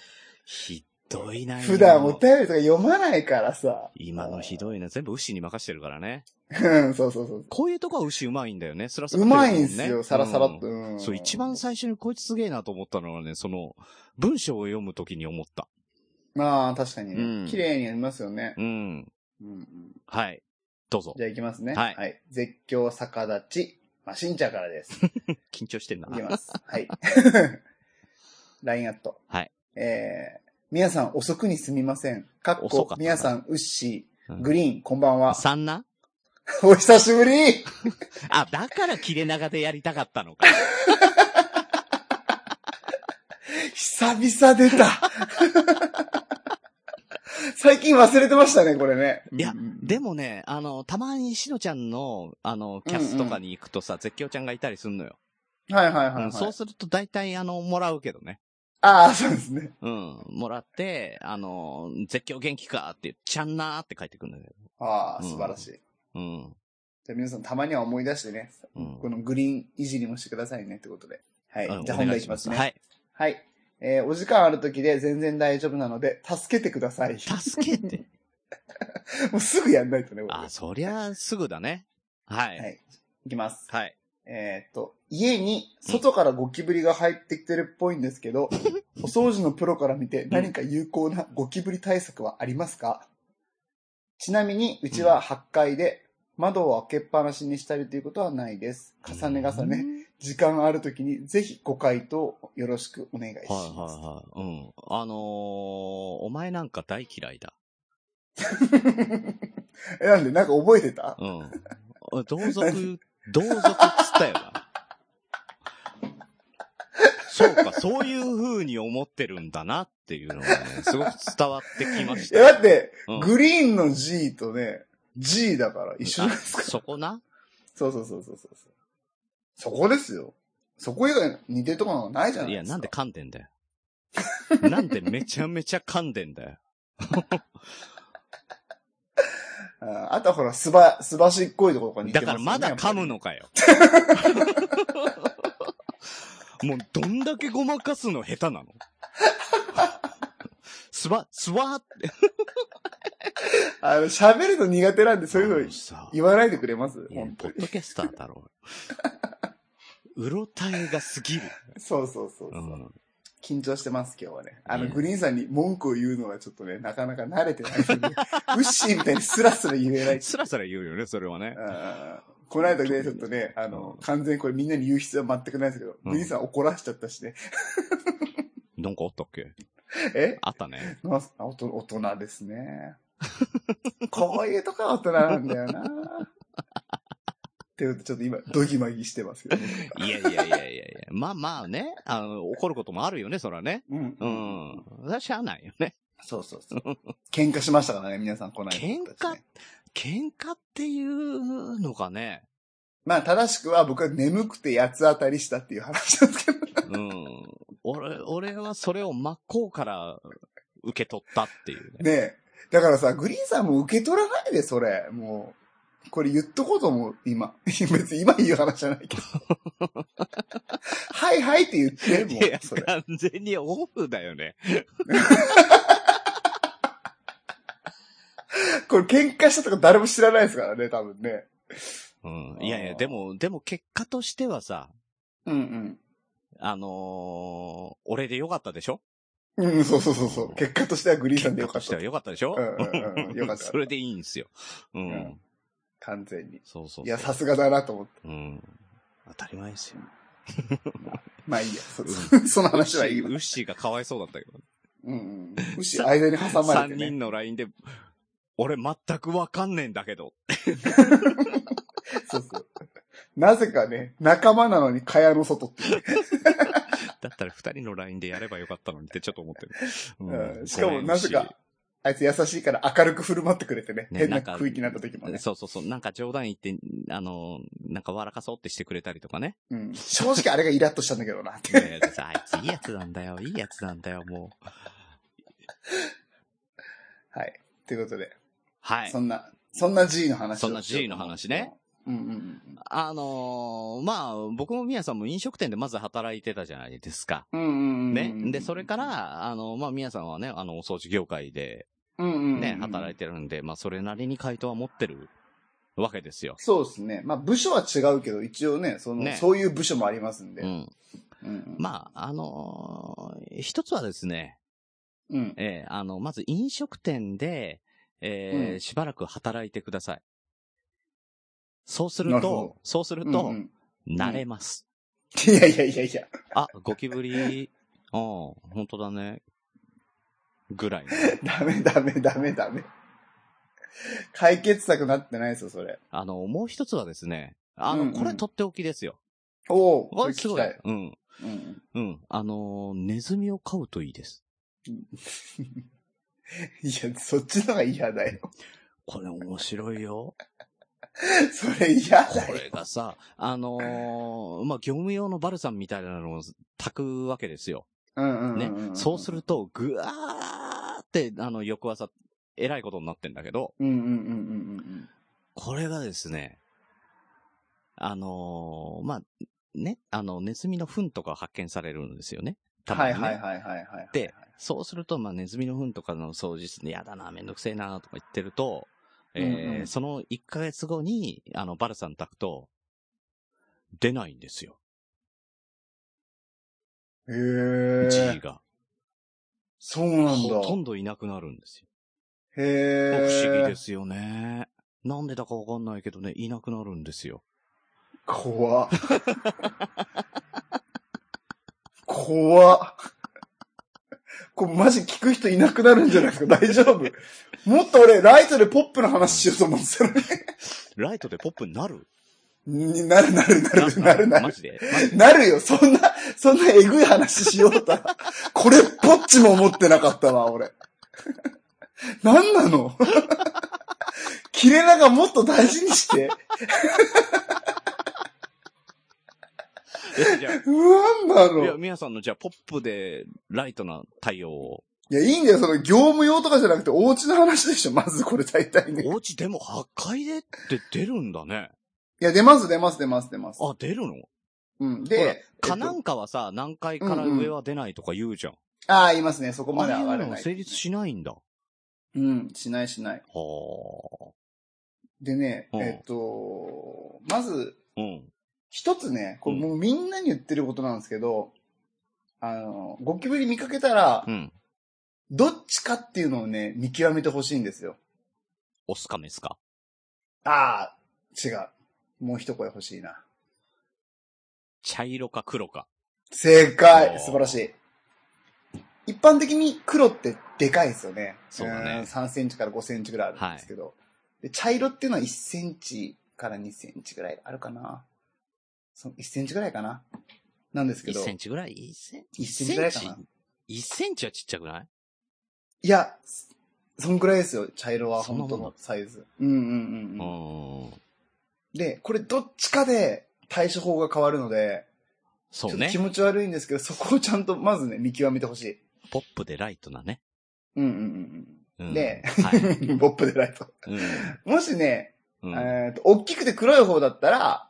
Speaker 3: ひどいな
Speaker 4: 普段お便りとか読まないからさ。
Speaker 3: 今のひどいな。全部牛に任してるからね。
Speaker 4: うん、そうそうそう。
Speaker 3: こういうとこは牛うまいんだよね。スラスラ
Speaker 4: う
Speaker 3: 食
Speaker 4: ま
Speaker 3: べ
Speaker 4: い
Speaker 3: るも
Speaker 4: ん
Speaker 3: ね
Speaker 4: すよ、さらさらっと。
Speaker 3: うん
Speaker 4: うん。
Speaker 3: そう、一番最初にこいつすげえなと思ったのはね、その、文章を読むときに思った。
Speaker 4: まあ、確かに
Speaker 3: うん
Speaker 4: ね。綺麗にやりますよね。
Speaker 3: うん。
Speaker 4: うんうん
Speaker 3: はい。どうぞ
Speaker 4: じ。ゃあ、いきますね。
Speaker 3: はい
Speaker 4: はい。絶叫逆立ち、マシンチャからです。
Speaker 3: 緊張してんな。
Speaker 4: いきます。はい。LINE アット。
Speaker 3: はい。
Speaker 4: えー、皆さん遅くにすみません。かっ
Speaker 3: 遅か
Speaker 4: こ
Speaker 3: っ、たな
Speaker 4: 皆さん、ウッシ
Speaker 3: う
Speaker 4: ー、
Speaker 3: ん
Speaker 4: グリーン、こんばんは。
Speaker 3: 3な
Speaker 4: お久しぶり
Speaker 3: あ、だから切れ長でやりたかったの か。
Speaker 4: 久々出た 最近忘れてましたね、これね。
Speaker 3: いや
Speaker 4: うんうん、
Speaker 3: でもね、あの、たまにしのちゃんの、あの、キャスとかに行くとさ、絶叫ちゃんがいたりすんのよ。
Speaker 4: はいはいはい、は
Speaker 3: う
Speaker 4: い
Speaker 3: んそうすると大体、あの、もらうけどね。
Speaker 4: ああ、そうですね。
Speaker 3: うん。もらって、あの、絶叫元気かって、ちゃんなーって書いてくるんだよ。
Speaker 4: ああ、
Speaker 3: うん
Speaker 4: 素晴らしい。
Speaker 3: うん。
Speaker 4: じゃあ皆さん、たまには思い出してね、
Speaker 3: うん
Speaker 4: このグリーンいじりもしてくださいね、ってことで。はい。
Speaker 3: うん
Speaker 4: じゃ
Speaker 3: お
Speaker 4: あ本
Speaker 3: 願
Speaker 4: 題
Speaker 3: い
Speaker 4: いきますね。
Speaker 3: はい。
Speaker 4: はい。えーお時間ある時で全然大丈夫なので、助けてください。
Speaker 3: 助けて。
Speaker 4: もうすぐやんないとね、
Speaker 3: あ、
Speaker 4: 僕。
Speaker 3: そりゃ、すぐだね。は。
Speaker 4: はいいいきます。
Speaker 3: はい。
Speaker 4: えーっと、家に外からゴキブリが入ってきてるっぽいんですけ ど、お掃除のプロから見て何か有効なゴキブリ対策はありますかちなみに、うちは8階で、窓を開けっぱなしにしたりということはないです。重ね重ね、
Speaker 3: ね。
Speaker 4: 時間あるときにぜひご回答よろしくお願いし
Speaker 3: はい
Speaker 4: ます。
Speaker 3: はいはい。うん。あのー、お前なんか大嫌いだ。
Speaker 4: え、なんで、なんか覚えてた
Speaker 3: うん。 お同族、同族っつったよな。 そうか、そういう風に思ってるんだなっていうのがね、すごく伝わってきまし
Speaker 4: い
Speaker 3: た。
Speaker 4: や、だって、
Speaker 3: うん
Speaker 4: グリーンの G とね、G だから一緒じゃないですか
Speaker 3: あ。そこな
Speaker 4: そうそうそうそうそうそう。そこですよ。そこ以外似てるところなんかないじゃない
Speaker 3: い
Speaker 4: で
Speaker 3: や、
Speaker 4: すか。
Speaker 3: なんで噛んで んだよ。なんでめちゃめちゃ噛んでんだよ。
Speaker 4: ああとはほら、すば、すばしっこいところが似て
Speaker 3: だ
Speaker 4: ます
Speaker 3: から
Speaker 4: よ
Speaker 3: まだ
Speaker 4: ね。
Speaker 3: 噛む
Speaker 4: やっ
Speaker 3: のかよ。もうどんだけごまかすの下手なの すわ、すわーって。
Speaker 4: ぱり。あの、喋るの苦手なんで、そういうの
Speaker 3: さ
Speaker 4: 言わないでくれます
Speaker 3: いや
Speaker 4: 本当
Speaker 3: ポ
Speaker 4: に
Speaker 3: ッ。ドキャスターだろう。うろたえが過ぎる。
Speaker 4: そうそうそうそうう、
Speaker 3: ん。
Speaker 4: 緊張してます、今日はね。あの、
Speaker 3: ね
Speaker 4: グリーンさんに文句を言うのはちょっとね、なかなか慣れてないんでね、ウッシーみたいにスラスラ言 えない。
Speaker 3: すらすら言うよね、それはね。
Speaker 4: あーこの間ね、ちょっとね、あの、完全にこれみんなに言う必要は全くないですけど、
Speaker 3: うん
Speaker 4: グリーンさん怒らしちゃったしね。
Speaker 3: なんかあったっけ
Speaker 4: え
Speaker 3: あったね。
Speaker 4: まあ、おと大人ですね。 こういうとこが大人なんだよな。っていうことでちょっと今、ドギマギしてますけど、ね。
Speaker 3: いやいやいやいやいや。まあまあね。あの、怒ることもあるよね、そらね。
Speaker 4: うん。
Speaker 3: うん。それはしゃあないよね。
Speaker 4: そうそうそう。喧嘩しましたからね、皆さんこの間。
Speaker 3: 喧嘩、喧嘩っていうのかね。
Speaker 4: まあ、正しくは僕は眠くて八つ当たりしたっていう話なんですけど。
Speaker 3: うん。俺、俺はそれを真っ向から受け取ったっていうね。
Speaker 4: ねえ。だからさ、グリーンさんも受け取らないで、それ。もう。これ言っとこうと思う、今。 別に今言う話じゃな いけど。はいはいって言って、も
Speaker 3: いや
Speaker 4: う、それ。
Speaker 3: 完全にオフだよね。
Speaker 4: これ喧嘩したとか誰も知らないですからね、多分ね。
Speaker 3: うん。
Speaker 4: あー
Speaker 3: いやいや、でも、でも結果としてはさ、
Speaker 4: うん
Speaker 3: あのー俺でよかったでしょ
Speaker 4: うん。うん、そうそうそうそう。結果としてはグリーンさんでよかっ
Speaker 3: 結果として
Speaker 4: た
Speaker 3: は。よかったでしょ
Speaker 4: うんうんうんよかった
Speaker 3: それでいいんですよ。うん。
Speaker 4: うん完全に。
Speaker 3: そうそうそう。
Speaker 4: いや、さすがだなと思って。
Speaker 3: うん。当たり前ですよ。
Speaker 4: まあいいや、そ
Speaker 3: う
Speaker 4: その 話はいい
Speaker 3: ウ
Speaker 4: わ。
Speaker 3: ッシーがかわいそうだったけど。
Speaker 4: うんうん。むしろ間に挟ま
Speaker 3: 3
Speaker 4: れてね
Speaker 3: 人。の LINE で、俺全くわかんねえんだけど。
Speaker 4: そうそう。なぜかね、仲間なのに蚊帳の外っていうね。
Speaker 3: だったら2人の LINE でやればよかったのにってちょっと思ってる。
Speaker 4: うんしかもなぜか、あいつ優しいから明るく振る舞ってくれてね。
Speaker 3: ね
Speaker 4: 変
Speaker 3: な
Speaker 4: なん
Speaker 3: か
Speaker 4: 空気になった時もね。
Speaker 3: そうそうそう。なんか冗談言って、あの、なんか笑かそうってしてくれたりとか ね。
Speaker 4: うん。正直あれがイラッとしたんだけどなって。
Speaker 3: いやいやあいついいやつなんだよ、いいやつなんだよ、もう。
Speaker 4: はい。ということで、
Speaker 3: はい
Speaker 4: そ。んな、そんな G の話を
Speaker 3: そんな G の話ね。
Speaker 4: うんうんうん。
Speaker 3: あのーまあ、僕もみやさんも飲食店でまず働いてたじゃないですか。
Speaker 4: うんうんうん。
Speaker 3: ね。で、それから、あの、まあ、みやさんはね、あの、お掃除業界で
Speaker 4: うんうんうん、
Speaker 3: ね、働いてるんで、まあ、それなりに回答は持ってるわけですよ。
Speaker 4: そうですね。まあ、部署は違うけど、一応ね、その、
Speaker 3: ね
Speaker 4: そういう部署もありますんで。
Speaker 3: う
Speaker 4: うん
Speaker 3: ん。
Speaker 4: うん、
Speaker 3: まあ、あのー一つはですね、
Speaker 4: うん。
Speaker 3: えーあの、まず飲食店で、えー
Speaker 4: うん
Speaker 3: しばらく働いてください。そうする
Speaker 4: なるほ
Speaker 3: と
Speaker 4: ど、
Speaker 3: そうする
Speaker 4: うん
Speaker 3: と
Speaker 4: う、ん
Speaker 3: 慣れます。
Speaker 4: いやいやいやい や。
Speaker 3: あ、ゴキブリ、 ああ、本当だね。ぐらいの。
Speaker 4: ダメダメダメダメ。解決策なってないですよ、それ。
Speaker 3: あの、もう一つはですね、あの、
Speaker 4: うんうん
Speaker 3: これとっておきですよ。
Speaker 4: おお、
Speaker 3: こ
Speaker 4: そ
Speaker 3: れ
Speaker 4: れ聞
Speaker 3: す
Speaker 4: き
Speaker 3: ごい
Speaker 4: たい。。
Speaker 3: うん。
Speaker 4: うん
Speaker 3: うん。あのー、ネズミを飼うといいです。
Speaker 4: うん。いや、そっちのが嫌だよ。
Speaker 3: これ面白いよ。
Speaker 4: それ嫌
Speaker 3: こ
Speaker 4: だよ。
Speaker 3: れがさ、あのーまあ、業務用のバルサンみたいなのを炊くわけですよ。
Speaker 4: うんうん
Speaker 3: ね
Speaker 4: ん。ん
Speaker 3: そうす。ると、ぐわーって、あの、翌朝、えらいことになってんだけど、
Speaker 4: うんうんうんうん
Speaker 3: これがですね、あのーまあ、ね、あの、ネズミの糞とか発見されるんですよね。
Speaker 4: う
Speaker 3: た
Speaker 4: ん。
Speaker 3: ま
Speaker 4: は
Speaker 3: に
Speaker 4: い
Speaker 3: ね
Speaker 4: はいはいはいはい。
Speaker 3: で、そうすると、まあ、ネズミの糞とかの掃除室で、やだな、めんどくせえな、とか言ってると、えー
Speaker 4: うんうん
Speaker 3: その1ヶ月後に、あの、バルサン炊くと、出ないんですよ、
Speaker 4: へ
Speaker 3: G
Speaker 4: え。
Speaker 3: が。
Speaker 4: そうなんだ。
Speaker 3: ほとんどいなくなるんですよ。
Speaker 4: へ
Speaker 3: 不
Speaker 4: え。
Speaker 3: 思議ですよね。なんでだかわかんないけどね、いなくなるんですよ。
Speaker 4: 怖っ怖っこれマジ聞く人いなくなるんじゃないですか大丈夫もっと俺、ライトでポップの話しようと思ってたの
Speaker 3: ライトでポップになる
Speaker 4: に。になるな るなるなるな
Speaker 3: マ
Speaker 4: る。
Speaker 3: ジでマジで
Speaker 4: なるよ、そんな、そんなえぐい話しようとは。これっぽっちも思ってなかったわ、俺。なんなの切れ長もっと大事にして。
Speaker 3: えじゃ
Speaker 4: なんだ
Speaker 3: あ
Speaker 4: ろ
Speaker 3: いうや、。みやさんの、じゃあ、ポップで、ライトな対応 を。
Speaker 4: いや、いいんだよ、その業務用とかじゃなくて、お家の話でしょ、まずこれ大体ね。
Speaker 3: お家でも破壊でって出るんだね。
Speaker 4: いや、出ます、出ます、出ます、出ます。
Speaker 3: あ、出るの
Speaker 4: うん。
Speaker 3: ほら
Speaker 4: で、
Speaker 3: かな
Speaker 4: えっ
Speaker 3: んかはさ、何階から上は出ないとか言うじゃん。
Speaker 4: とああ、いますね、そこまで
Speaker 3: ああい
Speaker 4: 上
Speaker 3: う
Speaker 4: がれ
Speaker 3: の
Speaker 4: な。
Speaker 3: はい成立しないんだ。は
Speaker 4: うん、しないしない。でね、
Speaker 3: うん
Speaker 4: えっと、まず、
Speaker 3: あ。うん。
Speaker 4: 一つね、これ
Speaker 3: うん
Speaker 4: もうみんなに言ってることなんですけど、あの、ゴキブリ見かけたら
Speaker 3: う、ん。
Speaker 4: どっちかっていうのをね、見極めてほしいんですよ。
Speaker 3: オスかメスか。
Speaker 4: ああ、違う。もう一声欲しいな。
Speaker 3: 茶色か黒か。
Speaker 4: 正
Speaker 3: おー
Speaker 4: 解素晴らしい。一般的に黒ってでかいですよね。
Speaker 3: そうだね
Speaker 4: ん3センチから5センチぐらいあるんですけど、で。茶色っていうのは1センチから2センチぐらいあるかな。その1センチぐらいかな。なんですけ
Speaker 3: 1
Speaker 4: ど。
Speaker 3: センチぐらい ?1 センチ
Speaker 4: 1センチぐらいかな
Speaker 3: ?1 センチはちっちゃくない
Speaker 4: いや、そんぐらいですよ。茶色は本
Speaker 3: そ
Speaker 4: 当
Speaker 3: んなもん
Speaker 4: のサイズ。うんう
Speaker 3: う
Speaker 4: んうんうん。
Speaker 3: ーん。
Speaker 4: で、これどっちかで対処法が変わるので、
Speaker 3: そう
Speaker 4: ちょっと
Speaker 3: ね
Speaker 4: 気。持ち悪いんですけど、そこをちゃんとまずね、見極めてほしい。
Speaker 3: ポップでライトなね。
Speaker 4: うんうんうんうん。
Speaker 3: うん
Speaker 4: で
Speaker 3: はい。
Speaker 4: ボップでライト。
Speaker 3: うん
Speaker 4: もしね、
Speaker 3: うん。
Speaker 4: えっと、大きくて黒い方だったら、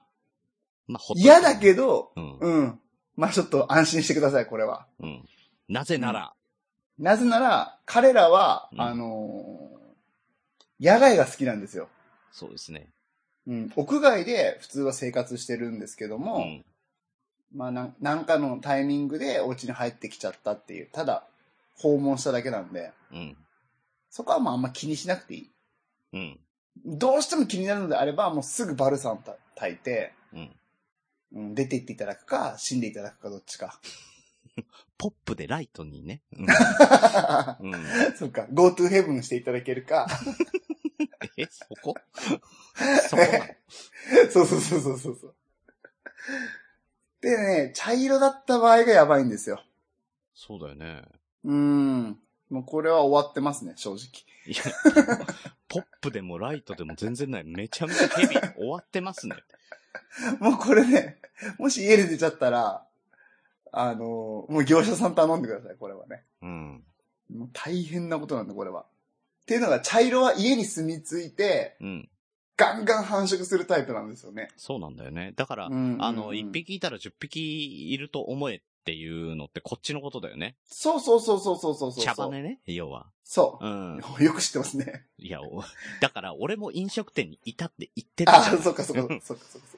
Speaker 3: まあ、ほっと
Speaker 4: 嫌だけど、
Speaker 3: うん。
Speaker 4: うん。まあちょっと安心してください、これは。
Speaker 3: うん。なぜなら、
Speaker 4: なぜなら、彼らは、
Speaker 3: うん
Speaker 4: あのー野外が好きなんですよ。
Speaker 3: そうですね。
Speaker 4: うん。屋外で普通は生活してるんですけど
Speaker 3: う
Speaker 4: も、
Speaker 3: ん。
Speaker 4: まあなん、なんかのタイミングでお家に入ってきちゃったっていう、ただ、訪問しただけなんで、
Speaker 3: うん。
Speaker 4: そこはもうあんま気にしなくていい。
Speaker 3: うん。
Speaker 4: どうしても気になるのであれば、もうすぐバルサン炊いて、
Speaker 3: うん。
Speaker 4: うん、出て行っていただくか、死んでいただくか、どっちか。
Speaker 3: ポップでライトにね。うん。うん、
Speaker 4: そっか、GoTo Heaven していただけるか。
Speaker 3: え、そこ そこなの
Speaker 4: そうそうそうそうそうそう。でね、茶色だった場合がやばいんですよ。
Speaker 3: そうだよね。
Speaker 4: うーん。もうこれは終わってますね、正直。
Speaker 3: いや、 ポップでもライトでも全然ない。めちゃめちゃヘビー。終わってますね。
Speaker 4: もうこれね、もし家で出ちゃったら、あのーもう業者さん頼んでください、これはね。
Speaker 3: うん。
Speaker 4: もう大変なことなんで、これは。っていうのが、茶色は家に住み着いて、
Speaker 3: うん。
Speaker 4: ガンガン繁殖するタイプなんですよね。
Speaker 3: そうなんだよね。だから、
Speaker 4: うん
Speaker 3: あ
Speaker 4: うんう
Speaker 3: の、
Speaker 4: ん
Speaker 3: 一匹いたら十匹いると思えっていうのってこっちのことだよね。
Speaker 4: そうそうそうそうそうそうそう。
Speaker 3: 茶羽ね、要は。
Speaker 4: そうう。
Speaker 3: ん。
Speaker 4: よく知ってますね。
Speaker 3: いや、 おだから俺も飲食店にいたって言 ってた
Speaker 4: あ
Speaker 3: じゃん。、
Speaker 4: そっかそっかそっかそっかそっか。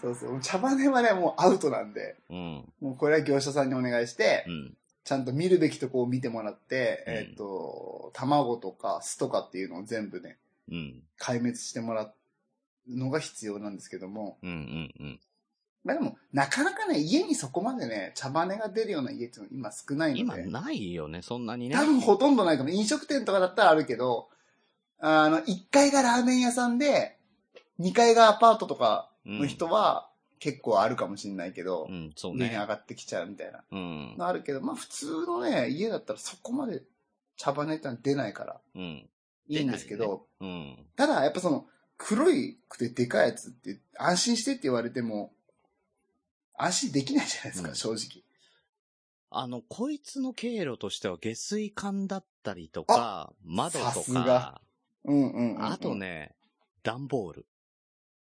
Speaker 4: そうそう。茶羽はね、もうアウトなんで、
Speaker 3: うん。
Speaker 4: もうこれは業者さんにお願いして、
Speaker 3: うん。
Speaker 4: ちゃんと見るべきとこを見てもらって、
Speaker 3: うん
Speaker 4: えっ、と、卵とか巣とかっていうのを全部ね、
Speaker 3: うん。
Speaker 4: 壊滅してもらうのが必要なんですけども、
Speaker 3: うん。うん。うん。
Speaker 4: まあでも、なかなかね、家にそこまでね、茶羽が出るような家っていうのは今少ないの
Speaker 3: 今
Speaker 4: で、
Speaker 3: ないよね、そんなにね。
Speaker 4: 多分ほとんどないかも。飲食店とかだったらあるけど、あの、1階がラーメン屋さんで、2階がアパートとかの人は結構あるかもしれないけど
Speaker 3: う、ん、そう
Speaker 4: 上に
Speaker 3: ね
Speaker 4: 上。がってきちゃうみたいな
Speaker 3: うん。
Speaker 4: のあるけど、まあ普通のね、家だったらそこまで茶羽ってのは出ないから、
Speaker 3: うん。
Speaker 4: いいんですけど、
Speaker 3: 出ないうん。
Speaker 4: ただ、やっぱその、黒いくてでかいやつって、安心してって言われても、安心できないじゃないですか、
Speaker 3: うん
Speaker 4: 正直。
Speaker 3: あの、こいつの経路としては下水管だったりとか、窓
Speaker 4: さ
Speaker 3: と
Speaker 4: すが
Speaker 3: か、
Speaker 4: うんうん、うん。
Speaker 3: あと。ね、段ボール。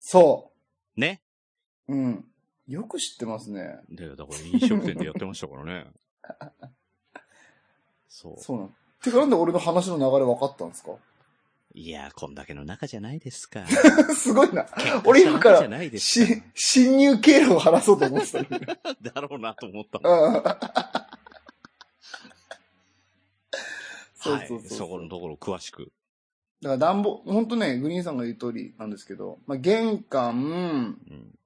Speaker 4: そ
Speaker 3: ね。
Speaker 4: う。うん。よく知ってますね。
Speaker 3: で、だから飲食店でやってましたから ね。そう。
Speaker 4: そうなの。てか、なんで俺の話の流れ分かったんですか
Speaker 3: いや、こんだけの中じゃないですか。
Speaker 4: すごいな。 俺今から
Speaker 3: じゃないです
Speaker 4: し、侵入経路を話そうと思ってたのに。
Speaker 3: か。だろうなと思った。
Speaker 4: うん。そう
Speaker 3: はい
Speaker 4: そうそう。。
Speaker 3: そこのところ詳しく。
Speaker 4: だから暖房、ほんとね、グリーンさんが言う通りなんですけど、まあ、玄関、
Speaker 3: うん。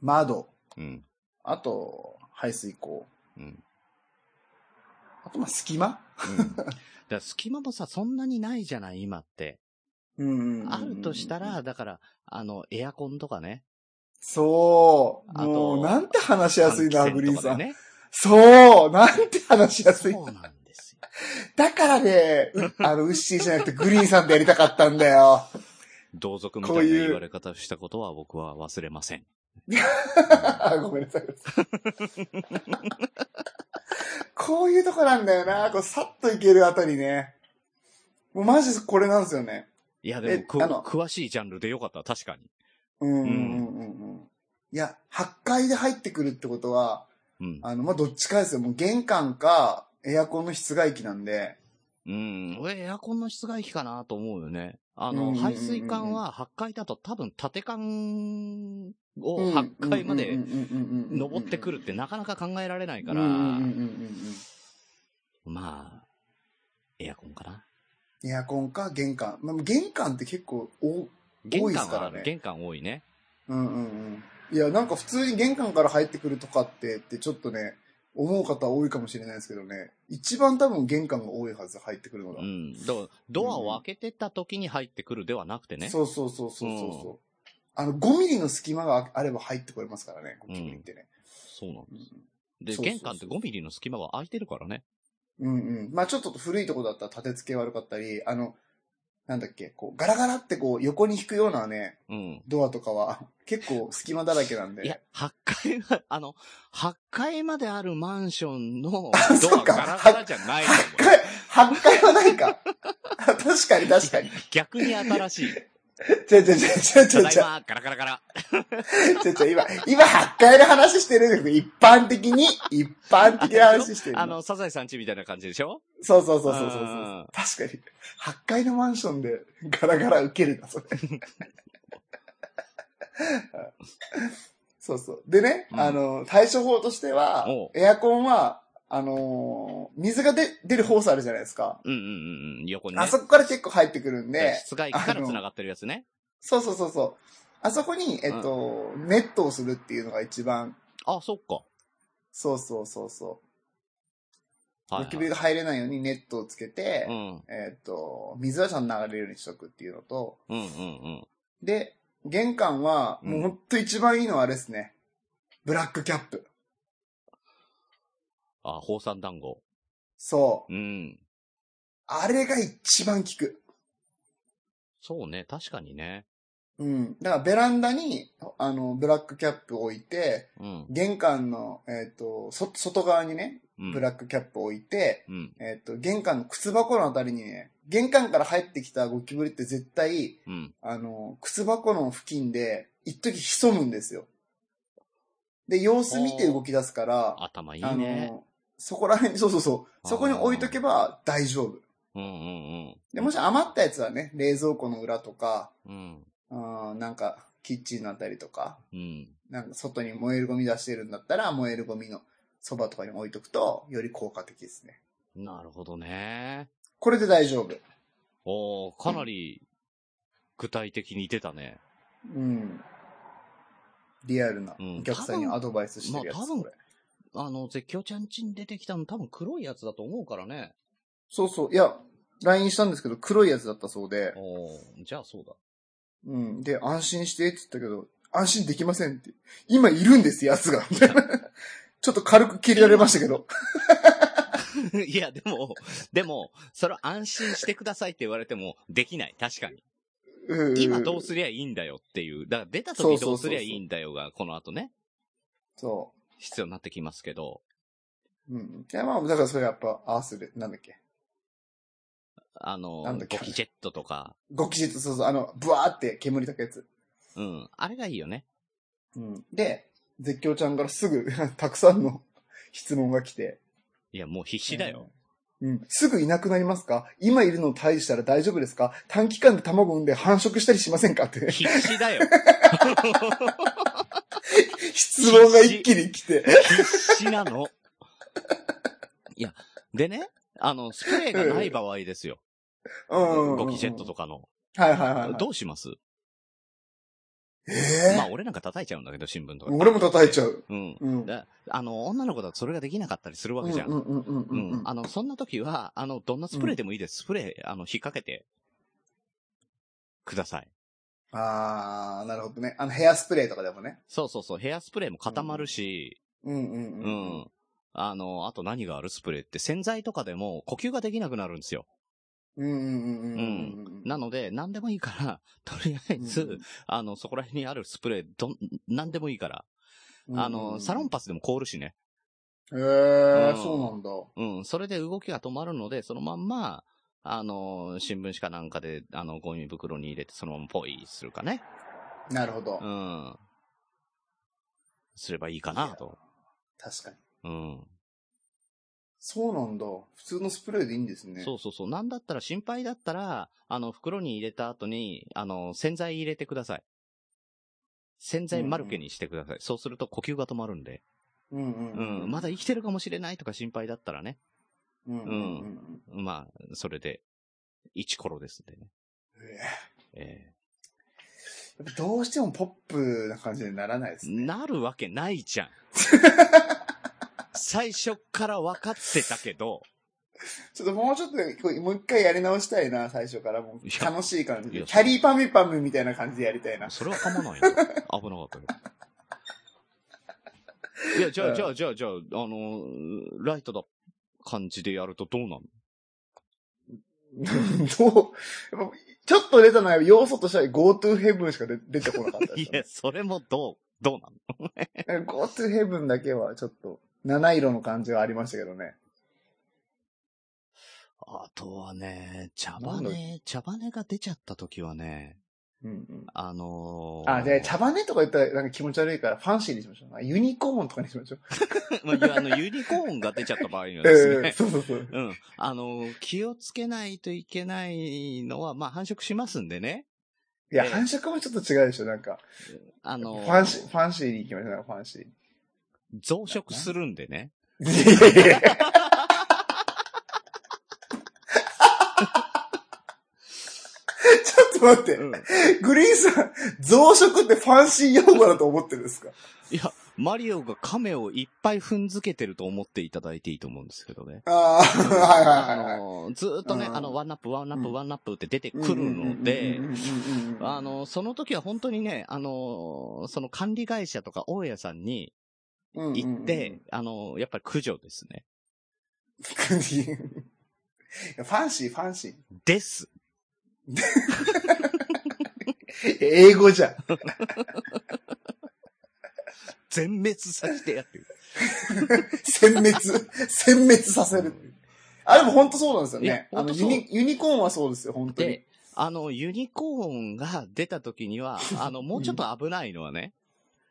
Speaker 4: 窓、
Speaker 3: うん。
Speaker 4: あと、排水口。
Speaker 3: うん。
Speaker 4: あと、まあ、隙間
Speaker 3: うん。だから隙間もさ、そんなにないじゃない、今って。
Speaker 4: うんうんうんうん
Speaker 3: あるとしたら、、だから、あの、エアコンとかね。
Speaker 4: そう。
Speaker 3: あと
Speaker 4: もう、なんて話しやすい
Speaker 3: 換
Speaker 4: な、
Speaker 3: 気扇
Speaker 4: グリーンさ
Speaker 3: とか
Speaker 4: ん。
Speaker 3: ね。
Speaker 4: そうなんて話しやすい
Speaker 3: そ。うなんですよ。
Speaker 4: だからね、うあの、ウッシーじゃなくてグリーンさんとやりたかったんだよ。
Speaker 3: 同族みた
Speaker 4: こう
Speaker 3: いな
Speaker 4: いう
Speaker 3: 言われ方をしたことは僕は忘れません。
Speaker 4: あ ごめんなさい。ごめんなさいこういうとこなんだよな。こう、さっといけるあたりね。もうマジこれなんですよね。
Speaker 3: いや、でも
Speaker 4: え
Speaker 3: く、
Speaker 4: あの
Speaker 3: 詳しいジャンルでよかった、確かに。
Speaker 4: うんうんうんうんうん。いや、8階で入ってくるってことは、
Speaker 3: うん。
Speaker 4: あの、まあ、どっちかですよ。もう玄関か、エアコンの室外機なんで。
Speaker 3: うん。俺、エアコンの室外機かなと思うよね。あ
Speaker 4: うんうん
Speaker 3: の、
Speaker 4: うんうん
Speaker 3: 排水管は8階だと多分縦管を8階まで登ってくるってなかなか考えられないから、
Speaker 4: うんうんうんうんうん
Speaker 3: まあ、エアコンかな。
Speaker 4: エアコンか玄関。まあ、玄関って結構お、多
Speaker 3: 玄
Speaker 4: いっす
Speaker 3: 関
Speaker 4: から
Speaker 3: は
Speaker 4: ね
Speaker 3: ある、玄関多いね。
Speaker 4: うんうんうん。いや、なんか普通に玄関から入ってくるとかって、ってちょっとね、思う方多いかもしれないですけどね。一番多分玄関が多いはず、入ってくるのが。
Speaker 3: うん。だからドアを開けてた時に入ってくるではなくてね。
Speaker 4: そうそうそうそうそうそう。あの、5ミリの隙間があれば入ってこれますからね、ゴキブリってね。
Speaker 3: そうなんです。で、
Speaker 4: そうそうそう
Speaker 3: 玄関って5ミリの隙間は空いてるからね。
Speaker 4: うんうん。まあちょっと古いとこだったら立て付け悪かったり、あの、なんだっけ、こう、ガラガラってこう、横に引くようなね、
Speaker 3: うん。
Speaker 4: ドアとかは、結構隙間だらけなん
Speaker 3: いや
Speaker 4: で。、
Speaker 3: 8階は、あの、8階まであるマンションのド
Speaker 4: そ
Speaker 3: ア
Speaker 4: うか
Speaker 3: ガラガラじゃないと思う
Speaker 4: 8階はないか。確かに確かに。
Speaker 3: 逆に新しい。
Speaker 4: ちょちょちょち
Speaker 3: た
Speaker 4: ょちょ
Speaker 3: だい
Speaker 4: ちょ、
Speaker 3: ま、ガラガラガラ。
Speaker 4: ちょちょ、今、今、8回の話してるんです一般的に、一般的な話してるの。
Speaker 3: あの、サザエさんちみたいな感じでしょ
Speaker 4: そうそうそうそうそうそう。
Speaker 3: ん
Speaker 4: 確かに。8階のマンションでガラガラ受けるな、それ。そうそう。でね、
Speaker 3: うん
Speaker 4: あの、対処法としては
Speaker 3: おう、
Speaker 4: エアコンは、あのー水が出、出るホースあるじゃないですか。
Speaker 3: うんうんうんうん、横にね。
Speaker 4: あそこから結構入ってくるんで、
Speaker 3: 室外機から繋がってるやつね。
Speaker 4: そうそうそうそう。あそこに、えっと、ネットをするっていうのが一番、
Speaker 3: あ、そっか。
Speaker 4: そうそうそうそう。
Speaker 3: はい
Speaker 4: ゴキブリ
Speaker 3: はい。
Speaker 4: が入れないようにネットをつけて、
Speaker 3: うん。
Speaker 4: えっと、水はちゃんと流れるようにしとくっていうのと、
Speaker 3: うんうん
Speaker 4: で、玄関は、
Speaker 3: うん
Speaker 4: もうほんと一番いいのはあれですね。ブラックキャップ。
Speaker 3: あ、宝山団子。
Speaker 4: そう。
Speaker 3: うん。
Speaker 4: あれが一番効く。
Speaker 3: そうね、確かにね。
Speaker 4: うん。だからベランダに、あの、ブラックキャップ置いて、
Speaker 3: うん。
Speaker 4: 玄関の、えっ、と、そ、外側にね、
Speaker 3: うん
Speaker 4: ブラックキャップ置いて、
Speaker 3: うん。
Speaker 4: えっ、と、玄関の靴箱のあたりにね、玄関から入ってきたゴキブリって絶対、
Speaker 3: うん。
Speaker 4: あの、靴箱の付近で、一時潜むんですよ。で、様子見て動き出すから、
Speaker 3: 頭いい
Speaker 4: あ
Speaker 3: ね。
Speaker 4: の、そこら辺に、そうそうそう、
Speaker 3: あー
Speaker 4: そこに置いとけば大丈夫。
Speaker 3: うんうん
Speaker 4: で、もし余ったやつはね、冷蔵庫の裏とか、
Speaker 3: うん。うん。
Speaker 4: うん、なんか、キッチンのあたりとか、
Speaker 3: うん。
Speaker 4: なんか外に燃えるゴミ出してるんだったら、燃えるゴミのそばとかに置いとくと、より効果的ですね。
Speaker 3: なるほどね。
Speaker 4: これで大丈夫。
Speaker 3: おー、かなり具体的に出たね。
Speaker 4: うん。リアルな
Speaker 3: うん
Speaker 4: お客さんにアドバイスしてるやつ。
Speaker 3: まあ多分
Speaker 4: これ
Speaker 3: あの、絶叫ちゃんちに出てきたの多分黒いやつだと思うからね。
Speaker 4: そうそう。いや、LINE したんですけど、黒いやつだったそうで、
Speaker 3: おー、じゃあそうだ。
Speaker 4: うん。で、安心してって言ったけど、安心できませんって。今いるんです、や つが。みたいなちょっと軽く切れられましたけど。
Speaker 3: いや、でも、でも、それは安心してくださいって言われても、できない。確かに。
Speaker 4: う ん
Speaker 3: 今どうすりゃいいんだよっていう。だから出た時どうすりゃいいんだよが、この後ね、
Speaker 4: そ
Speaker 3: 必要になってきますけど。
Speaker 4: う。うん。いや、まあ、だからそれやっぱ、アースで、なんだっけ。
Speaker 3: あの
Speaker 4: なんだっ、け
Speaker 3: ゴキジェットとか、
Speaker 4: ゴキジェット、そうそう、あの、ブワーって煙たくやつ。
Speaker 3: うん。あれがいいよね。
Speaker 4: うん。で、絶叫ちゃんからすぐ、 たくさんの質問が来て。
Speaker 3: いや、もう必死だよ。
Speaker 4: うん。うん。すぐいなくなりますか今いるのを退治したら大丈夫ですか短期間で卵産んで繁殖したりしませんかって。
Speaker 3: 必死だよ。
Speaker 4: 質問が一気に来て。
Speaker 3: 必死なの。いや、でね、あの、スプレーがない場合ですよ。
Speaker 4: うん。
Speaker 3: ゴキジェットとかの。
Speaker 4: か。はいはいはいはい。
Speaker 3: どうします
Speaker 4: え
Speaker 3: まあ、
Speaker 4: え
Speaker 3: 俺なんか叩いちゃうんだけど、新聞とか。
Speaker 4: 俺も叩いちゃう。
Speaker 3: うん。
Speaker 4: うん。
Speaker 3: だあの、女の子だとそれができなかったりするわけじゃん。
Speaker 4: うんうんうん
Speaker 3: う
Speaker 4: うんんうん。
Speaker 3: あの、そんな時は、あの、どんなスプレーでもいいです。スプレー、あの、引っ掛けて、ください。
Speaker 4: あー、なるほどね。あの、ヘアスプレーとかでもね。
Speaker 3: そうそうそう、ヘアスプレーも固まるし、
Speaker 4: うんうん
Speaker 3: うん。
Speaker 4: うん。
Speaker 3: あの、あと何があるスプレーって、洗剤とかでも呼吸ができなくなるんですよ。
Speaker 4: うんうんうんうんうん。
Speaker 3: なので、何でもいいから、とりあえず、
Speaker 4: うん
Speaker 3: あの、そこら辺にあるスプレー、どん、何でもいいから、
Speaker 4: うん
Speaker 3: あの、サロンパスでも凍るしね。
Speaker 4: へえ
Speaker 3: う
Speaker 4: ー、
Speaker 3: ん
Speaker 4: そうなんだ。
Speaker 3: うん、それで動きが止まるので、そのまんま、あの、新聞紙かなんかで、あの、ゴミ袋に入れて、そのままポイするかね。
Speaker 4: なるほど
Speaker 3: う。ん。すればいいかなと。
Speaker 4: 確かに。
Speaker 3: うん。
Speaker 4: そうなんだ。普通のスプレーでいいんですね。
Speaker 3: そうそうそう。なんだったら心配だったら、あの、袋に入れた後に、あの、洗剤入れてください。洗剤丸けにしてください。そうすると呼吸が止まるんで。
Speaker 4: う。うんうん
Speaker 3: う
Speaker 4: うん。
Speaker 3: ん。まだ生きてるかもしれないとか心配だったらね。
Speaker 4: うんうんうんうん。
Speaker 3: まあ、それで、一コロですんでね。
Speaker 4: え
Speaker 3: え
Speaker 4: ーやっぱどうしてもポップな感じにならないです
Speaker 3: え
Speaker 4: ね。
Speaker 3: なるわけないじゃ ん。最初っから分かってたけど、
Speaker 4: ちょっともうちょっと、こうもう一回やり直したいな、最初から。もう
Speaker 3: いや
Speaker 4: 楽しい感じ
Speaker 3: い
Speaker 4: で。
Speaker 3: や
Speaker 4: キャリーパミュパミュみたいな感じでやりたいな。
Speaker 3: それは噛まないよ。危なか ったけど。いや、じゃ
Speaker 4: う
Speaker 3: あ、
Speaker 4: ん
Speaker 3: じゃあ、じゃあ、じゃあ、あのー、ライトだ感じでやるとどうなの
Speaker 4: どう、やっぱちょっと出たのは要素としては GoTo Heaven しか出出てこなかったで
Speaker 3: い
Speaker 4: す、
Speaker 3: や、
Speaker 4: ね。
Speaker 3: それもどう、どうなの
Speaker 4: GoTo Heaven だけはちょっと、七色の感じがありましたけどね。
Speaker 3: あとはね、茶
Speaker 4: なんだ
Speaker 3: 羽、茶羽が出ちゃった時はね、
Speaker 4: うんうん。
Speaker 3: あのー
Speaker 4: あ、じゃあ、茶番ねとか言ったらなんか気持ち悪いから、ファンシーにしましょう。ユニコーンとかにしましょう。
Speaker 3: まあいやあの、ユニコーンが出ちゃった場合には
Speaker 4: え
Speaker 3: です
Speaker 4: え
Speaker 3: ね。
Speaker 4: そうそうそう。
Speaker 3: うん。あの、気をつけないといけないのは、まあ、繁殖しますんでね。
Speaker 4: いや、
Speaker 3: ええ
Speaker 4: 繁殖もちょっと違うでしょ、なんか。
Speaker 3: あ
Speaker 4: フ
Speaker 3: の、
Speaker 4: ァンシー、ファンシーに行きましょう、ファンシー。
Speaker 3: 増殖するんでね。
Speaker 4: いやいやいやちょっと待って
Speaker 3: う、ん。
Speaker 4: グリーンさん、増殖ってファンシー用語だと思ってるんですか
Speaker 3: いや、マリオが亀をいっぱい踏んづけてると思っていただいていいと思うんですけどね。
Speaker 4: ああ、はいはい
Speaker 3: あ
Speaker 4: はいはい。
Speaker 3: のずーっとね、
Speaker 4: うん
Speaker 3: あの、ワンナップ、ワンナッ
Speaker 4: う
Speaker 3: プ、
Speaker 4: ん
Speaker 3: ワンナップって出てくるので、あ、の、その時は本当にね、あの、その管理会社とか大家さんに行 って、、あの、やっぱり駆除ですね。
Speaker 4: ファンシー、ファンシー。
Speaker 3: です。
Speaker 4: 英語じゃん。
Speaker 3: 全滅させてやってる。
Speaker 4: 殲 滅、殲滅させる。あ、でも本当そうなんですよね。
Speaker 3: いや
Speaker 4: あ
Speaker 3: 本当
Speaker 4: のユ
Speaker 3: そう
Speaker 4: ニ、ユニコーンはそうですよ、本当に
Speaker 3: で。、あの、ユニコーンが出た時に は、あの、もうちょっと危ないのはね、